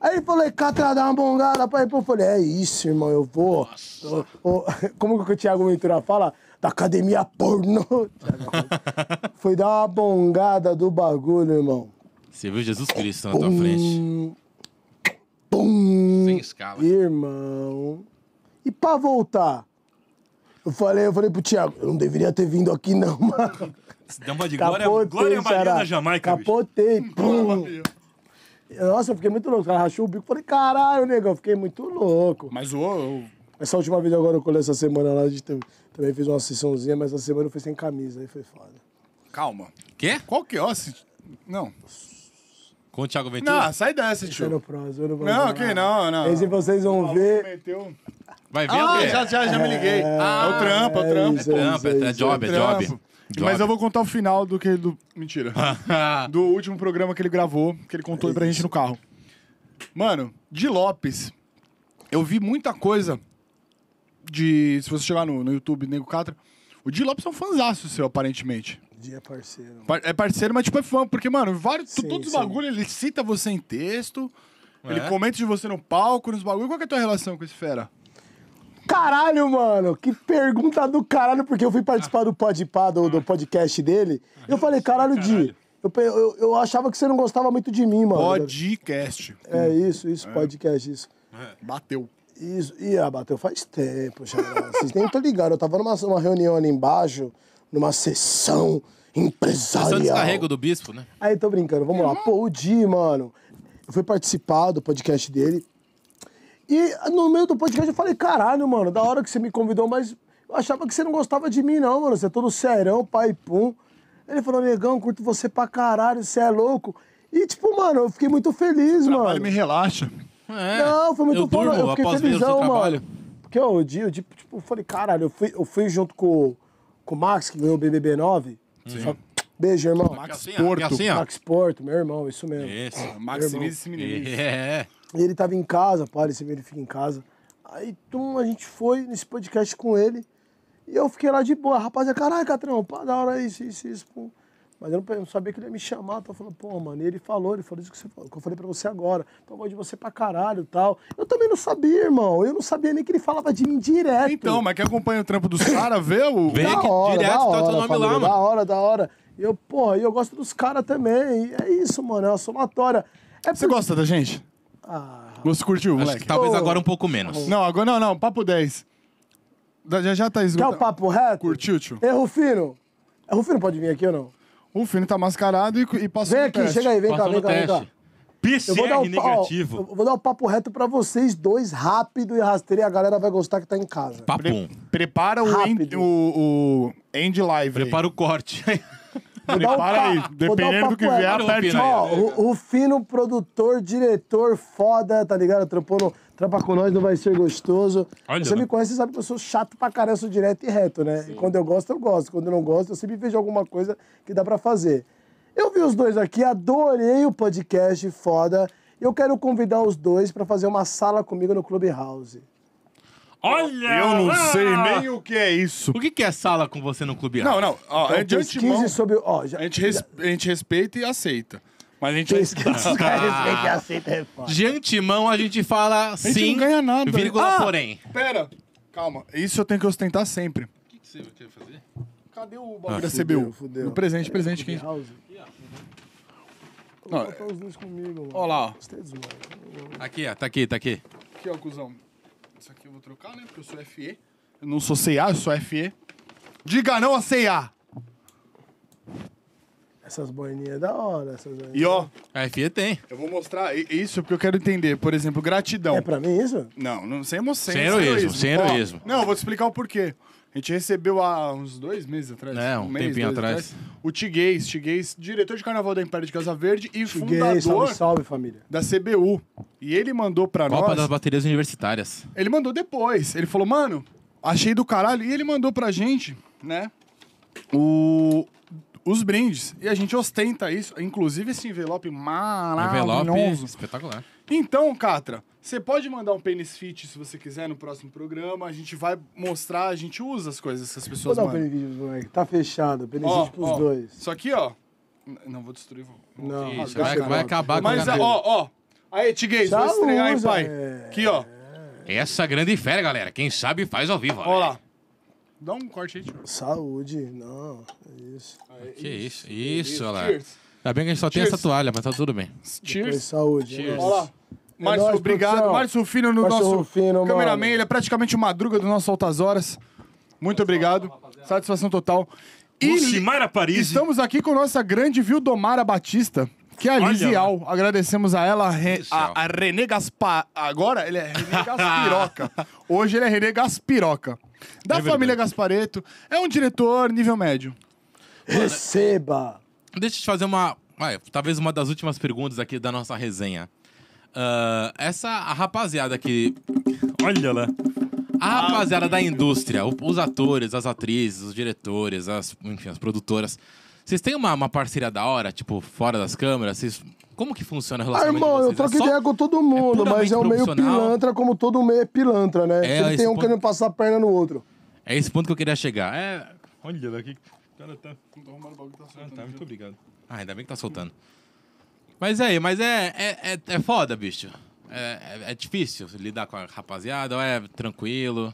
[SPEAKER 6] Aí ele falou, "Ei, Catra, dá uma bongada pra ele. Eu falei, é isso, irmão, eu vou. Eu- eu- como que o Thiago Ventura fala? Da academia pornô. Foi dar uma bongada do bagulho, irmão.
[SPEAKER 3] Você viu Jesus Cristo na tua frente.
[SPEAKER 6] Pum!
[SPEAKER 3] Sem escala.
[SPEAKER 6] Irmão. E pra voltar? Eu falei, eu falei pro Thiago, eu não deveria ter vindo aqui, não, mano.
[SPEAKER 5] Dama de
[SPEAKER 6] Capotei, Ceará.
[SPEAKER 5] bicho.
[SPEAKER 6] Capotei. Pum. Nossa, eu fiquei muito louco. O cara rachou o bico. Falei, caralho, negão, eu fiquei muito louco.
[SPEAKER 4] Mas o. o-
[SPEAKER 6] Essa última vez agora eu colei essa semana lá, a gente teve- também fez uma sessãozinha, mas essa semana eu fui sem camisa, aí foi foda.
[SPEAKER 4] Calma.
[SPEAKER 3] Quê?
[SPEAKER 4] Qual que é? ó, se- Não.
[SPEAKER 3] Com o Thiago Ventura?
[SPEAKER 4] Não, sai dessa,
[SPEAKER 6] Eu
[SPEAKER 4] tio.
[SPEAKER 6] não próximo, eu não vou
[SPEAKER 4] Não,
[SPEAKER 6] falar.
[SPEAKER 4] ok, não, não.
[SPEAKER 6] Esse vocês vão ver.
[SPEAKER 4] Meteu.
[SPEAKER 3] Vai ver o
[SPEAKER 4] Ah,
[SPEAKER 3] quê?
[SPEAKER 4] já, já, já me liguei. É o trampo, é o trampo.
[SPEAKER 6] isso, é
[SPEAKER 3] Trampa,
[SPEAKER 6] isso,
[SPEAKER 3] é
[SPEAKER 6] isso,
[SPEAKER 3] job, é
[SPEAKER 4] Trampo.
[SPEAKER 3] job.
[SPEAKER 4] Mas
[SPEAKER 3] Job.
[SPEAKER 4] eu vou contar o final do que. Do... Mentira. do último programa que ele gravou, que ele contou aí pra gente no carro. Mano, de Lopes, eu vi muita coisa de. Se você chegar no, no YouTube, Nego Catra, o Di Lopes é um fanzaço seu, aparentemente.
[SPEAKER 6] Didi é parceiro. mano.
[SPEAKER 4] Par- É parceiro, mas tipo é fã, porque, mano, vários, tu-
[SPEAKER 6] Sim,
[SPEAKER 4] todos os
[SPEAKER 6] sim.
[SPEAKER 4] bagulhos, ele cita você em texto, ele
[SPEAKER 3] É?
[SPEAKER 4] comenta de você no palco, nos bagulhos. Qual que é a tua relação com esse fera?
[SPEAKER 6] Caralho, mano, que pergunta do caralho, porque eu fui participar do Podpah, do, do podcast dele. Eu falei, caralho, Di, eu, pe- eu, eu achava que você não gostava muito de mim, mano.
[SPEAKER 4] Podcast.
[SPEAKER 6] É isso, isso, podcast, isso.
[SPEAKER 4] Bateu.
[SPEAKER 6] Isso, e ah, bateu faz tempo já. né? Vocês nem estão ligados. Eu tava numa numa reunião ali embaixo, numa sessão
[SPEAKER 3] Só
[SPEAKER 6] empresarial.
[SPEAKER 3] descarrego do bispo, né?
[SPEAKER 6] Aí, tô brincando, vamos lá. Pô, o Di, mano, eu fui participar do podcast dele. E no meio do podcast eu falei, caralho, mano, da hora que você me convidou, mas eu achava que você não gostava de mim, não, mano. Você é todo serão, pai pum. Ele falou, negão, curto você pra caralho, você é louco. E, tipo, mano, eu fiquei muito feliz, mano.
[SPEAKER 4] Trabalho me relaxa.
[SPEAKER 3] É,
[SPEAKER 6] Não, foi muito
[SPEAKER 3] eu
[SPEAKER 6] foda.
[SPEAKER 3] durmo
[SPEAKER 6] Eu fiquei
[SPEAKER 3] após ver o seu
[SPEAKER 6] felizão,
[SPEAKER 3] trabalho.
[SPEAKER 6] mano. Porque ó, o dia, eu, tipo, tipo, eu falei, caralho, eu fui, eu fui junto com, com o Max, que ganhou o BBB 9. Só- Beijo, irmão. Max,
[SPEAKER 3] Assim, ó,
[SPEAKER 4] Porto. Ah,
[SPEAKER 3] assim, ó.
[SPEAKER 6] Porto, meu irmão, isso mesmo.
[SPEAKER 3] Isso.
[SPEAKER 4] Maximize esse menino.
[SPEAKER 3] É.
[SPEAKER 6] E ele tava em casa, pá, ele sempre fica em casa. Aí, tum, a gente foi nesse podcast com ele. E eu fiquei lá de boa, rapaziada, caralho, Catrão, pá, da hora isso, isso, isso, pum. Mas eu não, pe- não sabia que ele ia me chamar, então eu falei, pô, mano, e ele falou, ele falou isso que, você falou, que eu falei pra você agora. Então eu gosto de você pra caralho e tal. Eu também não sabia, irmão. Eu não sabia nem que ele falava de mim direto.
[SPEAKER 4] Então, mas quem acompanha o trampo dos caras, vê o.
[SPEAKER 3] Vê que direto tá teu nome
[SPEAKER 6] família,
[SPEAKER 3] lá,
[SPEAKER 6] Da
[SPEAKER 3] mano.
[SPEAKER 6] hora, da hora. E eu, porra, e eu gosto dos caras também. E é isso, mano, é uma somatória. É
[SPEAKER 4] Você
[SPEAKER 6] por-
[SPEAKER 4] gosta da gente?
[SPEAKER 6] Ah,
[SPEAKER 4] Você curtiu,
[SPEAKER 3] Acho que
[SPEAKER 4] moleque?
[SPEAKER 3] talvez
[SPEAKER 6] Ô.
[SPEAKER 3] agora um pouco menos.
[SPEAKER 4] Não, agora não, não. Papo 10. Da- Já já tá
[SPEAKER 6] quer
[SPEAKER 4] esgotado.
[SPEAKER 6] o papo reto?
[SPEAKER 4] Curtiu, tio?
[SPEAKER 6] Ei, Rufino. É, Rufino pode vir aqui ou não?
[SPEAKER 4] O filho tá mascarado e, e passou
[SPEAKER 6] Vem
[SPEAKER 4] no
[SPEAKER 6] aqui,
[SPEAKER 4] teste.
[SPEAKER 6] chega aí, vem
[SPEAKER 3] Passou
[SPEAKER 6] cá, vem
[SPEAKER 3] no
[SPEAKER 6] cá, vem cá.
[SPEAKER 3] teste. é
[SPEAKER 5] PCR
[SPEAKER 6] Eu vou, dar um, pa- ó,
[SPEAKER 5] negativo.
[SPEAKER 6] eu vou dar um papo reto pra vocês dois, rápido e rasteiro, e a galera vai gostar que tá em casa.
[SPEAKER 3] Papum.
[SPEAKER 4] Prepara o end,
[SPEAKER 6] Rápido.
[SPEAKER 4] o, o end live. aí.
[SPEAKER 3] Prepara o corte.
[SPEAKER 6] Vou dar um
[SPEAKER 4] Prepara
[SPEAKER 6] pa-
[SPEAKER 4] aí,
[SPEAKER 6] vou dar um
[SPEAKER 4] dependendo do que
[SPEAKER 6] papo
[SPEAKER 4] vier,
[SPEAKER 6] reto.
[SPEAKER 4] aperte
[SPEAKER 3] aí.
[SPEAKER 6] Ó, o Rufino, produtor, diretor, foda, tá ligado? Trampou no- Trampa com nós, não vai ser gostoso.
[SPEAKER 3] Olha.
[SPEAKER 6] você me conhece, você sabe que eu sou chato pra caralho, eu sou direto e reto, né? E Quando eu gosto, eu gosto. Quando eu não gosto, eu sempre vejo alguma coisa que dá pra fazer. Eu vi os dois aqui, adorei o podcast, foda. Eu quero convidar os dois pra fazer uma sala comigo no Clubhouse. um
[SPEAKER 3] Olha!
[SPEAKER 4] Eu não sei nem
[SPEAKER 3] o...
[SPEAKER 4] o que é isso.
[SPEAKER 3] que, que é sala com você no clube?
[SPEAKER 4] Não, não. Ó, é de antemão,
[SPEAKER 6] Pesquise sobre. Ó, já,
[SPEAKER 4] a, gente res- a gente respeita e aceita. Mas a gente, vai-
[SPEAKER 6] pesquise sobre. aceita, é foda.
[SPEAKER 3] De antemão a gente fala
[SPEAKER 4] a gente
[SPEAKER 3] sim,
[SPEAKER 4] não ganha nada.
[SPEAKER 3] vírgula
[SPEAKER 4] Ah,
[SPEAKER 3] porém.
[SPEAKER 4] Pera, calma. Isso eu tenho que ostentar sempre.
[SPEAKER 6] Cadê o
[SPEAKER 4] Pra CBU.
[SPEAKER 6] Ah, fudeu.
[SPEAKER 4] No Um presente, presente. Que a gente...
[SPEAKER 6] Clubhouse? Vou botar os dois comigo, mano.
[SPEAKER 4] Ó lá, ó.
[SPEAKER 6] Os três, mano.
[SPEAKER 3] Aqui, ó, tá aqui, tá aqui.
[SPEAKER 4] Aqui, ó, cuzão. Isso aqui eu vou trocar, né? Porque eu sou FE. Eu não sou CA, eu sou FE. Diga não a CA.
[SPEAKER 6] Essas boininhas é da hora, essas boininhas.
[SPEAKER 4] E ó,
[SPEAKER 3] A FE tem.
[SPEAKER 4] eu vou mostrar i- isso porque eu quero entender. Por exemplo, gratidão.
[SPEAKER 6] É pra mim isso?
[SPEAKER 4] Não, não, sem emoção.
[SPEAKER 3] Sem heroísmo, sem
[SPEAKER 4] Ó,
[SPEAKER 3] heroísmo.
[SPEAKER 4] não, eu vou te explicar o porquê. A gente recebeu há uns dois meses atrás.
[SPEAKER 3] É, um tempinho
[SPEAKER 4] dois
[SPEAKER 3] atrás.
[SPEAKER 4] O Tiguês, Tiguês, diretor de carnaval da Império de Casa Verde e
[SPEAKER 6] Cheguei,
[SPEAKER 4] fundador
[SPEAKER 6] salve, salve, família.
[SPEAKER 4] da CBU. E ele mandou pra
[SPEAKER 3] Copa
[SPEAKER 4] nós.
[SPEAKER 3] das baterias universitárias.
[SPEAKER 4] Ele mandou depois. Ele falou, mano, achei do caralho. E ele mandou pra gente, né? O. Os brindes. E a gente ostenta isso. Inclusive esse envelope Ah, maravilhoso.
[SPEAKER 3] Envelope espetacular.
[SPEAKER 4] Então, Catra, você pode mandar um pênis fit se você quiser no próximo programa. A gente vai mostrar, a gente usa as coisas que as
[SPEAKER 6] Vou
[SPEAKER 4] pessoas
[SPEAKER 6] dar um
[SPEAKER 4] mandam.
[SPEAKER 6] benefício pros moleques. Tá fechado,
[SPEAKER 4] Ó,
[SPEAKER 6] benefício pros
[SPEAKER 4] ó,
[SPEAKER 6] dois.
[SPEAKER 4] Isso aqui, ó. N- Não, vou destruir. Vou...
[SPEAKER 6] Não, tá
[SPEAKER 3] Isso,
[SPEAKER 6] rasgar
[SPEAKER 3] vai,
[SPEAKER 6] esse
[SPEAKER 3] vai
[SPEAKER 6] negócio.
[SPEAKER 3] acabar Ah, com
[SPEAKER 4] Mas,
[SPEAKER 3] o
[SPEAKER 4] ó, ó. Aí, Tiguez,
[SPEAKER 6] Já
[SPEAKER 4] vou estrear, hein,
[SPEAKER 6] usa,
[SPEAKER 4] pai?
[SPEAKER 6] é.
[SPEAKER 4] Aqui, ó.
[SPEAKER 3] Essa grande fera, galera. Quem sabe faz ao vivo.
[SPEAKER 4] Ó lá. Dá um corte aí, tio.
[SPEAKER 6] Saúde, não, é isso.
[SPEAKER 3] Que isso. Isso, olha lá.
[SPEAKER 4] Cheers.
[SPEAKER 3] Ainda bem que a gente só tem
[SPEAKER 4] Cheers.
[SPEAKER 3] essa toalha, mas tá tudo bem.
[SPEAKER 6] Foi
[SPEAKER 4] Cheers.
[SPEAKER 6] saúde. é nóis.
[SPEAKER 4] Olha lá. Márcio,
[SPEAKER 6] nóis,
[SPEAKER 4] obrigado.
[SPEAKER 6] produção.
[SPEAKER 4] Márcio Rufino, no
[SPEAKER 6] Márcio
[SPEAKER 4] nosso
[SPEAKER 6] Rufino,
[SPEAKER 4] cameraman.
[SPEAKER 6] mano.
[SPEAKER 4] Ele é praticamente o madruga do nosso Altas Horas. Muito obrigado. Satisfação total. E
[SPEAKER 5] Lucimara Paris.
[SPEAKER 4] estamos aqui com nossa grande Vildomara Batista, que é a Liz
[SPEAKER 5] Olha.
[SPEAKER 4] Al. Agradecemos a ela, a, Re-
[SPEAKER 3] Isso.
[SPEAKER 4] a, a Renê Gaspar. Agora ele é Renê Gaspiroca. Hoje ele é Renê Gaspiroca. Da família Gaspareto. É um diretor nível médio.
[SPEAKER 6] Receba!
[SPEAKER 3] Deixa eu te fazer uma. vai, talvez uma das últimas perguntas aqui da nossa resenha. Ah, essa a rapaziada que.
[SPEAKER 5] Olha lá.
[SPEAKER 3] A rapaziada da indústria, o- os atores, as atrizes, os diretores, as, enfim, as produtoras. Vocês têm uma, uma parceria da hora, tipo, fora das câmeras? Vocês, como que funciona a
[SPEAKER 6] Ah,
[SPEAKER 3] relação?
[SPEAKER 6] irmão, eu
[SPEAKER 3] É
[SPEAKER 6] troco ideia com todo mundo, mas
[SPEAKER 3] puramente
[SPEAKER 6] é um meio
[SPEAKER 3] profissional?
[SPEAKER 6] pilantra, como todo meio é pilantra, né?
[SPEAKER 3] É,
[SPEAKER 6] Sempre
[SPEAKER 3] esse
[SPEAKER 6] tem um
[SPEAKER 3] ponto-
[SPEAKER 6] querendo passar a perna no outro.
[SPEAKER 3] É esse ponto que eu queria chegar. É,
[SPEAKER 5] Olha lá. Que... Cara, tá.
[SPEAKER 4] Não tô arrumando o bagulho, tá
[SPEAKER 5] Ah,
[SPEAKER 4] soltando.
[SPEAKER 5] tá, muito obrigado.
[SPEAKER 3] Ah, ainda bem que tá soltando. Mas é, mas é, é, é, é foda, bicho. É, é, é difícil lidar com a rapaziada, ou é tranquilo,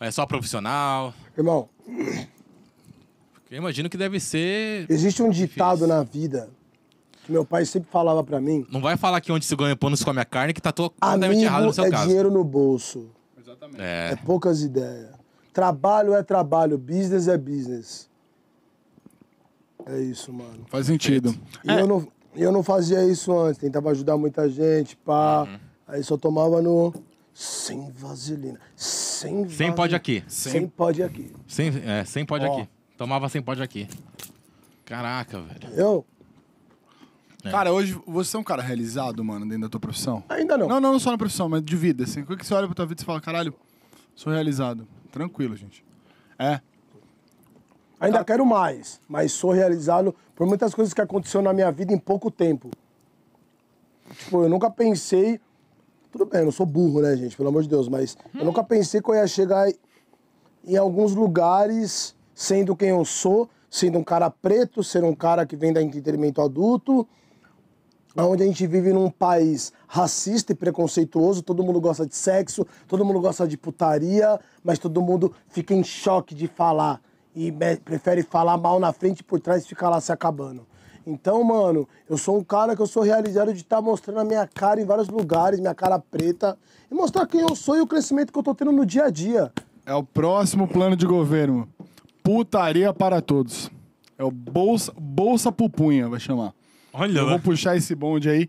[SPEAKER 3] ou é só profissional.
[SPEAKER 6] Irmão,
[SPEAKER 3] Porque eu imagino que deve ser.
[SPEAKER 6] existe um ditado na vida que meu pai sempre falava pra mim.
[SPEAKER 3] Não vai falar que onde se ganha pão não se come a carne, que tá totalmente
[SPEAKER 6] Amigo
[SPEAKER 3] errado no seu
[SPEAKER 6] é
[SPEAKER 3] caso.
[SPEAKER 6] dinheiro no bolso.
[SPEAKER 4] Exatamente.
[SPEAKER 3] É.
[SPEAKER 6] É poucas ideias. Trabalho é trabalho, business é business. É isso, mano.
[SPEAKER 4] Faz sentido.
[SPEAKER 6] E
[SPEAKER 3] É.
[SPEAKER 6] eu, não, eu não fazia isso antes, tentava ajudar muita gente, pá.
[SPEAKER 3] Uhum.
[SPEAKER 6] Aí só tomava no. Sem vaselina. Sem
[SPEAKER 3] Sem
[SPEAKER 6] vaselina.
[SPEAKER 3] pode aqui.
[SPEAKER 6] Sem, pode aqui.
[SPEAKER 3] Sem, é, sem pode
[SPEAKER 4] Ó.
[SPEAKER 3] aqui. Tomava sem pode aqui. Caraca, velho.
[SPEAKER 6] Eu?
[SPEAKER 4] Cara, hoje você é um cara realizado, mano, dentro da tua profissão?
[SPEAKER 6] Ainda não.
[SPEAKER 4] Não, não, não só na profissão, mas de vida, assim. Quando que você olha pra tua vida e fala, caralho, sou realizado. Tranquilo, gente. É.
[SPEAKER 6] Ainda quero mais, mas sou realizado por muitas coisas que aconteceu na minha vida em pouco tempo. Tipo, eu nunca pensei. Tudo bem, eu não sou burro, né, gente? Pelo amor de Deus, mas eu nunca pensei que eu ia chegar em alguns lugares sendo quem eu sou, sendo um cara preto, sendo um cara que vem da entretenimento adulto, onde a gente vive num país racista e preconceituoso, todo mundo gosta de sexo, todo mundo gosta de putaria, mas todo mundo fica em choque de falar e me- prefere falar mal na frente e por trás ficar lá se acabando. Então, mano, eu sou um cara que eu sou realizado de estar mostrando a minha cara em vários lugares, minha cara preta, e mostrar quem eu sou e o crescimento que eu tô tendo no dia a dia.
[SPEAKER 4] É o próximo plano de governo. Putaria para todos. É o Bolsa, bolsa Pupunha, vai chamar.
[SPEAKER 3] Olha,
[SPEAKER 4] Eu vou puxar esse bonde aí.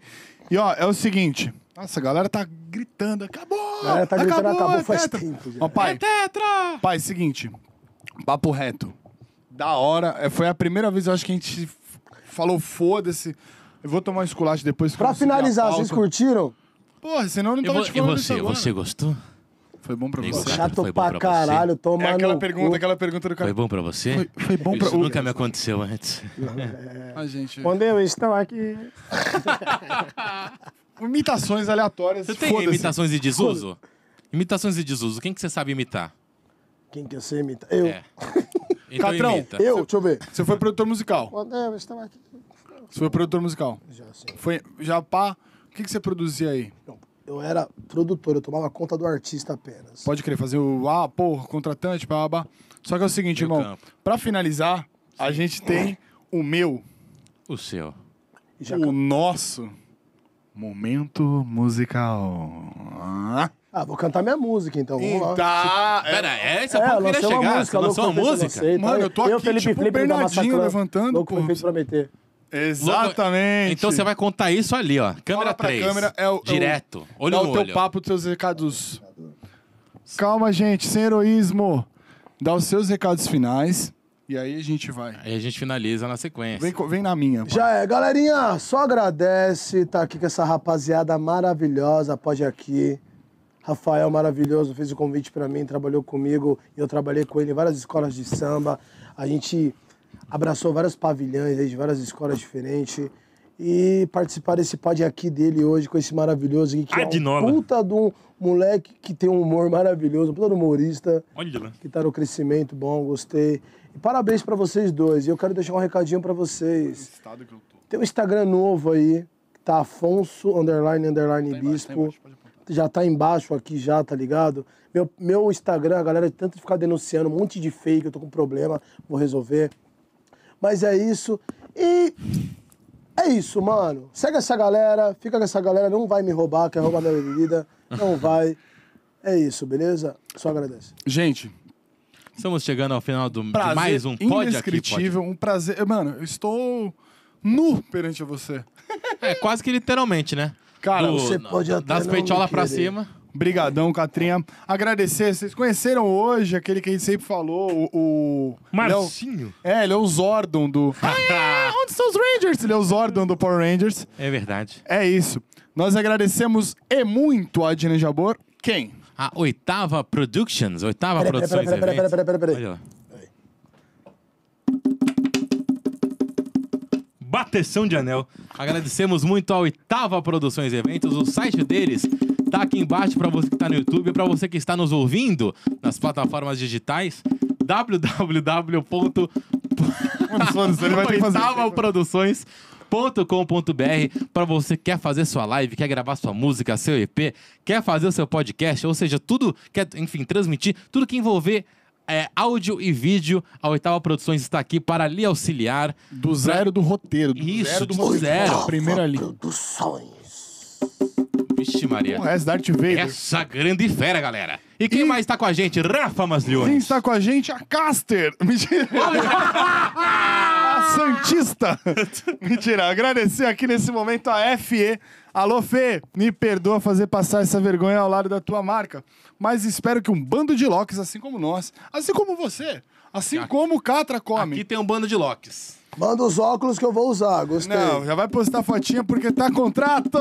[SPEAKER 4] E ó, é o seguinte. Nossa, a galera tá gritando. Acabou!
[SPEAKER 6] A galera tá gritando, acabou
[SPEAKER 4] é
[SPEAKER 6] faz
[SPEAKER 4] tetra.
[SPEAKER 6] tempo já.
[SPEAKER 4] Ó, pai,
[SPEAKER 3] É Tetra!
[SPEAKER 4] pai, seguinte. Papo reto. Da hora. É, Foi a primeira vez, eu acho, que a gente f- falou, foda-se. Eu vou tomar um esculacho depois. que eu
[SPEAKER 6] Pra
[SPEAKER 4] vou seguir a
[SPEAKER 6] finalizar,
[SPEAKER 4] pauta.
[SPEAKER 6] vocês curtiram?
[SPEAKER 4] Porra, senão eu não
[SPEAKER 3] E,
[SPEAKER 4] tava
[SPEAKER 3] vo-
[SPEAKER 4] te
[SPEAKER 3] e
[SPEAKER 4] falando isso
[SPEAKER 3] você,
[SPEAKER 4] agora.
[SPEAKER 3] você gostou?
[SPEAKER 4] Foi bom pra
[SPEAKER 3] Amigo,
[SPEAKER 4] você?
[SPEAKER 3] cara,
[SPEAKER 6] Chato
[SPEAKER 3] foi bom
[SPEAKER 6] pra,
[SPEAKER 3] pra você?
[SPEAKER 6] caralho, toma
[SPEAKER 4] É aquela
[SPEAKER 6] no
[SPEAKER 4] pergunta,
[SPEAKER 6] cu.
[SPEAKER 4] aquela pergunta do cara.
[SPEAKER 3] Foi bom pra você?
[SPEAKER 4] Foi, um foi bom pra...
[SPEAKER 3] Isso nunca me aconteceu antes.
[SPEAKER 4] Ah, gente.
[SPEAKER 6] Quando eu estou aqui...
[SPEAKER 4] Imitações aleatórias.
[SPEAKER 3] Você tem
[SPEAKER 4] foda-se.
[SPEAKER 3] imitações de desuso? Imitações de desuso. Quem que você sabe imitar?
[SPEAKER 6] Quem que você imita? Eu.
[SPEAKER 3] É. Então
[SPEAKER 4] Catrão,
[SPEAKER 3] imita.
[SPEAKER 6] Eu, deixa eu ver.
[SPEAKER 4] Você foi produtor musical.
[SPEAKER 6] Quando eu estou aqui...
[SPEAKER 4] Você foi produtor musical.
[SPEAKER 6] Já sei.
[SPEAKER 4] Foi já pá. O que, que você produzia aí?
[SPEAKER 6] Não, Eu era produtor, eu tomava conta do artista apenas.
[SPEAKER 4] Pode querer fazer o ah, porra, contratante, pá, pá, pá. Só que é o seguinte,
[SPEAKER 3] Meio
[SPEAKER 4] irmão.
[SPEAKER 3] campo.
[SPEAKER 4] Pra finalizar, a gente tem o meu,
[SPEAKER 3] O seu.
[SPEAKER 6] E já
[SPEAKER 4] o
[SPEAKER 6] acabou.
[SPEAKER 4] nosso momento musical. Ah.
[SPEAKER 6] Ah, vou cantar minha música então, vamos lá.
[SPEAKER 4] Tá.
[SPEAKER 3] Pera,
[SPEAKER 4] é-
[SPEAKER 3] é essa é, porra que eu queria chegar. você lançou uma
[SPEAKER 6] Felipe, eu
[SPEAKER 3] música?
[SPEAKER 6] lancei,
[SPEAKER 4] Mano, eu tô
[SPEAKER 6] tá eu,
[SPEAKER 4] aqui,
[SPEAKER 6] Felipe
[SPEAKER 4] tipo, o
[SPEAKER 6] Felipe, da
[SPEAKER 4] Bernardinho
[SPEAKER 6] Massacran,
[SPEAKER 4] levantando,
[SPEAKER 6] Louco
[SPEAKER 4] pô.
[SPEAKER 6] foi feito pra meter.
[SPEAKER 4] Exatamente.
[SPEAKER 3] Então você vai contar isso ali, ó. Câmera
[SPEAKER 4] Fala pra
[SPEAKER 3] 3.
[SPEAKER 4] câmera, é o- é o-
[SPEAKER 3] Direto. Olho
[SPEAKER 4] Dá
[SPEAKER 3] no
[SPEAKER 4] o teu
[SPEAKER 3] olho.
[SPEAKER 4] papo, os teus recados. Calma, gente, sem heroísmo. Dá os seus recados finais e aí a gente vai.
[SPEAKER 3] Aí a gente finaliza na sequência.
[SPEAKER 4] Vem, co- vem na minha. pô.
[SPEAKER 6] Já é, galerinha, só agradece, tá aqui com essa rapaziada maravilhosa, pode aqui. Rafael maravilhoso fez o convite pra mim, trabalhou comigo e eu trabalhei com ele em várias escolas de samba. A gente abraçou vários pavilhões aí de várias escolas diferentes e participar desse pod aqui dele hoje com esse maravilhoso aqui, que é
[SPEAKER 5] Adinola.
[SPEAKER 6] um puta de um moleque que tem um humor maravilhoso, um puta de um humorista
[SPEAKER 5] Olha lá.
[SPEAKER 6] que tá no crescimento bom, gostei. E parabéns pra vocês dois. E eu quero deixar um recadinho pra vocês.
[SPEAKER 4] Estado que eu tô.
[SPEAKER 6] Tem um Instagram novo aí, que tá Afonso, underline, underline,
[SPEAKER 4] Tá
[SPEAKER 6] bispo. já tá embaixo aqui já, tá ligado? Meu, meu Instagram, a galera tanto ficar denunciando, um monte de fake, eu tô com problema, vou resolver. Mas é isso. E é isso, mano. Segue essa galera, fica com essa galera, não vai me roubar, quer roubar minha bebida, não vai. É isso, beleza? Só agradece.
[SPEAKER 4] Gente,
[SPEAKER 3] Estamos chegando ao final do, de
[SPEAKER 4] prazer
[SPEAKER 3] mais um Pode Aqui. Pode.
[SPEAKER 4] indescritível, um prazer. Mano, eu estou nu perante você.
[SPEAKER 3] É quase que literalmente, né?
[SPEAKER 4] Cara,
[SPEAKER 6] você pode até
[SPEAKER 3] Das
[SPEAKER 6] não me
[SPEAKER 3] peitolas pra
[SPEAKER 6] querer.
[SPEAKER 3] cima.
[SPEAKER 4] Brigadão, Catrinha. Agradecer. Vocês conheceram hoje aquele que a gente sempre falou, o... o...
[SPEAKER 5] Marcinho.
[SPEAKER 4] Ele é o- É, ele é o Zordon do... Ah, onde estão os Rangers? Ele é o Zordon do Power Rangers.
[SPEAKER 3] É verdade.
[SPEAKER 4] É isso. Nós agradecemos e muito a Dina Jabor. Quem?
[SPEAKER 3] A oitava Productions, oitava
[SPEAKER 6] Peraí, peraí,
[SPEAKER 3] Produções
[SPEAKER 6] peraí, peraí, peraí,
[SPEAKER 3] Eventos.
[SPEAKER 6] peraí, peraí, peraí.
[SPEAKER 3] Olha lá.
[SPEAKER 5] Bateção de anel.
[SPEAKER 3] Agradecemos muito a Oitava Produções Eventos. O site deles tá aqui embaixo para você que está no YouTube, para você que está nos ouvindo nas plataformas digitais. www.oitavaproduçõeseventos.com.br
[SPEAKER 5] Mano, ele vai ter que fazer.
[SPEAKER 3] Produções.com.br para você que quer fazer sua live, quer gravar sua música, seu EP, quer fazer o seu podcast, ou seja, tudo, quer, enfim, transmitir, tudo que envolver é, áudio e vídeo, a Oitava Produções está aqui para lhe auxiliar.
[SPEAKER 4] Do zero do roteiro. Do
[SPEAKER 3] Isso,
[SPEAKER 4] zero do
[SPEAKER 3] do
[SPEAKER 4] roteiro.
[SPEAKER 3] zero.
[SPEAKER 4] Primeira linha.
[SPEAKER 6] Produções.
[SPEAKER 3] Vixe, Maria.
[SPEAKER 4] Porra, essa Darth Vader.
[SPEAKER 3] Essa grande fera, galera. E quem mais tá com a gente? Rafa
[SPEAKER 4] Quem
[SPEAKER 3] Maslione.
[SPEAKER 4] está com a gente? A Caster. Mentira. a Santista. Mentira. Agradecer aqui nesse momento a FE. Alô, Fê, me perdoa fazer passar essa vergonha ao lado da tua marca, mas espero que um bando de locks, assim como nós, assim como você, assim como o Catra come.
[SPEAKER 3] Aqui tem um bando de Locks.
[SPEAKER 6] Manda os óculos que eu vou usar, gostei.
[SPEAKER 4] Não, já vai postar fotinha porque tá contrato!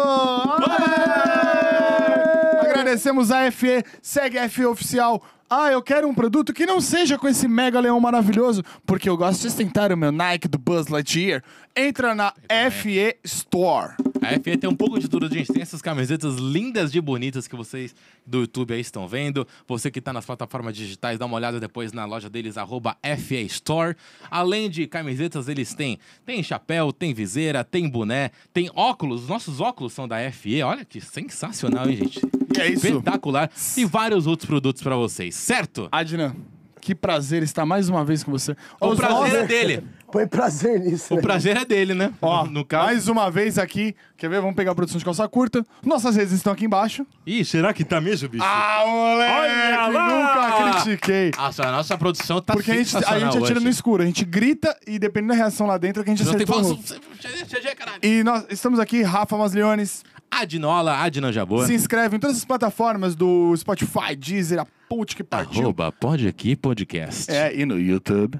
[SPEAKER 4] Aê! Agradecemos a FE, segue a FE Oficial. Ah, eu quero um produto que não seja com esse mega leão maravilhoso, porque eu gosto de sustentar o meu Nike do Buzz Lightyear. Entra na FE Store.
[SPEAKER 3] A FE tem um pouco de tudo, gente. Tem essas camisetas lindas de bonitas que vocês do YouTube aí estão vendo. Você que está nas plataformas digitais, dá uma olhada depois na loja deles, arroba FE Store. Além de camisetas, eles têm, tem chapéu, tem viseira, tem boné, tem óculos. Os nossos óculos são da FE. Olha que sensacional, hein, gente?
[SPEAKER 4] E é isso.
[SPEAKER 3] Espetacular. E vários outros produtos para vocês, certo?
[SPEAKER 4] Adnan, que prazer estar mais uma vez com você.
[SPEAKER 3] O
[SPEAKER 4] Os
[SPEAKER 3] prazer é
[SPEAKER 4] nossos-
[SPEAKER 3] dele.
[SPEAKER 6] Põe prazer nisso,
[SPEAKER 3] O
[SPEAKER 6] né?
[SPEAKER 3] prazer é dele, né?
[SPEAKER 4] Ó,
[SPEAKER 3] No- no caso.
[SPEAKER 4] mais uma vez aqui. Quer ver? Vamos pegar a produção de calça curta. Nossas redes estão aqui embaixo.
[SPEAKER 5] Ih, será que tá mesmo, bicho?
[SPEAKER 4] Ah, moleque!
[SPEAKER 3] Olha lá!
[SPEAKER 4] Nunca critiquei.
[SPEAKER 3] Nossa, a nossa produção tá
[SPEAKER 4] Porque a gente, a
[SPEAKER 3] sensacional
[SPEAKER 4] gente atira
[SPEAKER 3] hoje.
[SPEAKER 4] no escuro, a gente grita e dependendo da reação lá dentro é que a gente
[SPEAKER 3] Não tem
[SPEAKER 4] acertou.
[SPEAKER 3] fala-
[SPEAKER 4] o gol.
[SPEAKER 3] GG, caralho.
[SPEAKER 4] E nós estamos aqui, Rafa Masliones.
[SPEAKER 3] Adnola, Adnan Jabor.
[SPEAKER 4] Se inscreve em todas as plataformas do Spotify, Deezer, a ponte que partiu.
[SPEAKER 3] Arroba Pode Aqui Podcast.
[SPEAKER 4] É, e no YouTube.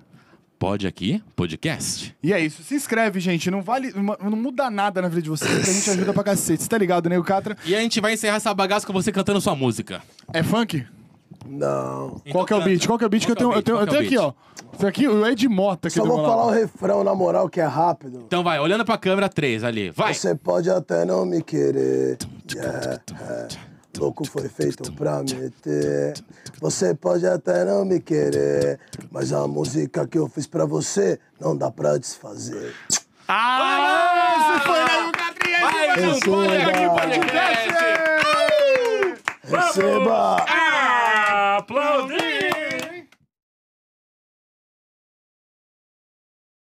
[SPEAKER 3] Pode Aqui Podcast.
[SPEAKER 4] E é isso. Se inscreve, gente. Não vale. Não muda nada na vida de vocês, porque a gente ajuda pra cacete. Você tá ligado, né, o Catra?
[SPEAKER 3] E a gente vai encerrar essa bagaça com você cantando sua música.
[SPEAKER 4] É funk?
[SPEAKER 6] Não.
[SPEAKER 4] Qual que é o beat? Qual que é o beat que eu
[SPEAKER 3] Então
[SPEAKER 4] tenho?
[SPEAKER 3] Qual que é o
[SPEAKER 4] Eu tenho, eu tenho
[SPEAKER 3] beat? Qual que é o
[SPEAKER 4] aqui, ó. Isso aqui, o Ed Mota que
[SPEAKER 6] Só
[SPEAKER 4] deu
[SPEAKER 6] vou
[SPEAKER 4] uma lá.
[SPEAKER 6] falar o refrão, na moral, que é rápido.
[SPEAKER 3] Então vai, olhando pra câmera 3 ali. Vai.
[SPEAKER 6] Você pode até não me querer. yeah, é. Louco foi feito pra me ter. Você pode até não me querer. Mas a música que eu fiz pra você não dá pra desfazer.
[SPEAKER 4] Ah, esse foi na
[SPEAKER 3] Vai, não
[SPEAKER 6] Esse
[SPEAKER 3] pode
[SPEAKER 6] é
[SPEAKER 3] aqui
[SPEAKER 6] da-
[SPEAKER 3] podcast.
[SPEAKER 6] Receba!
[SPEAKER 3] Aplaudir!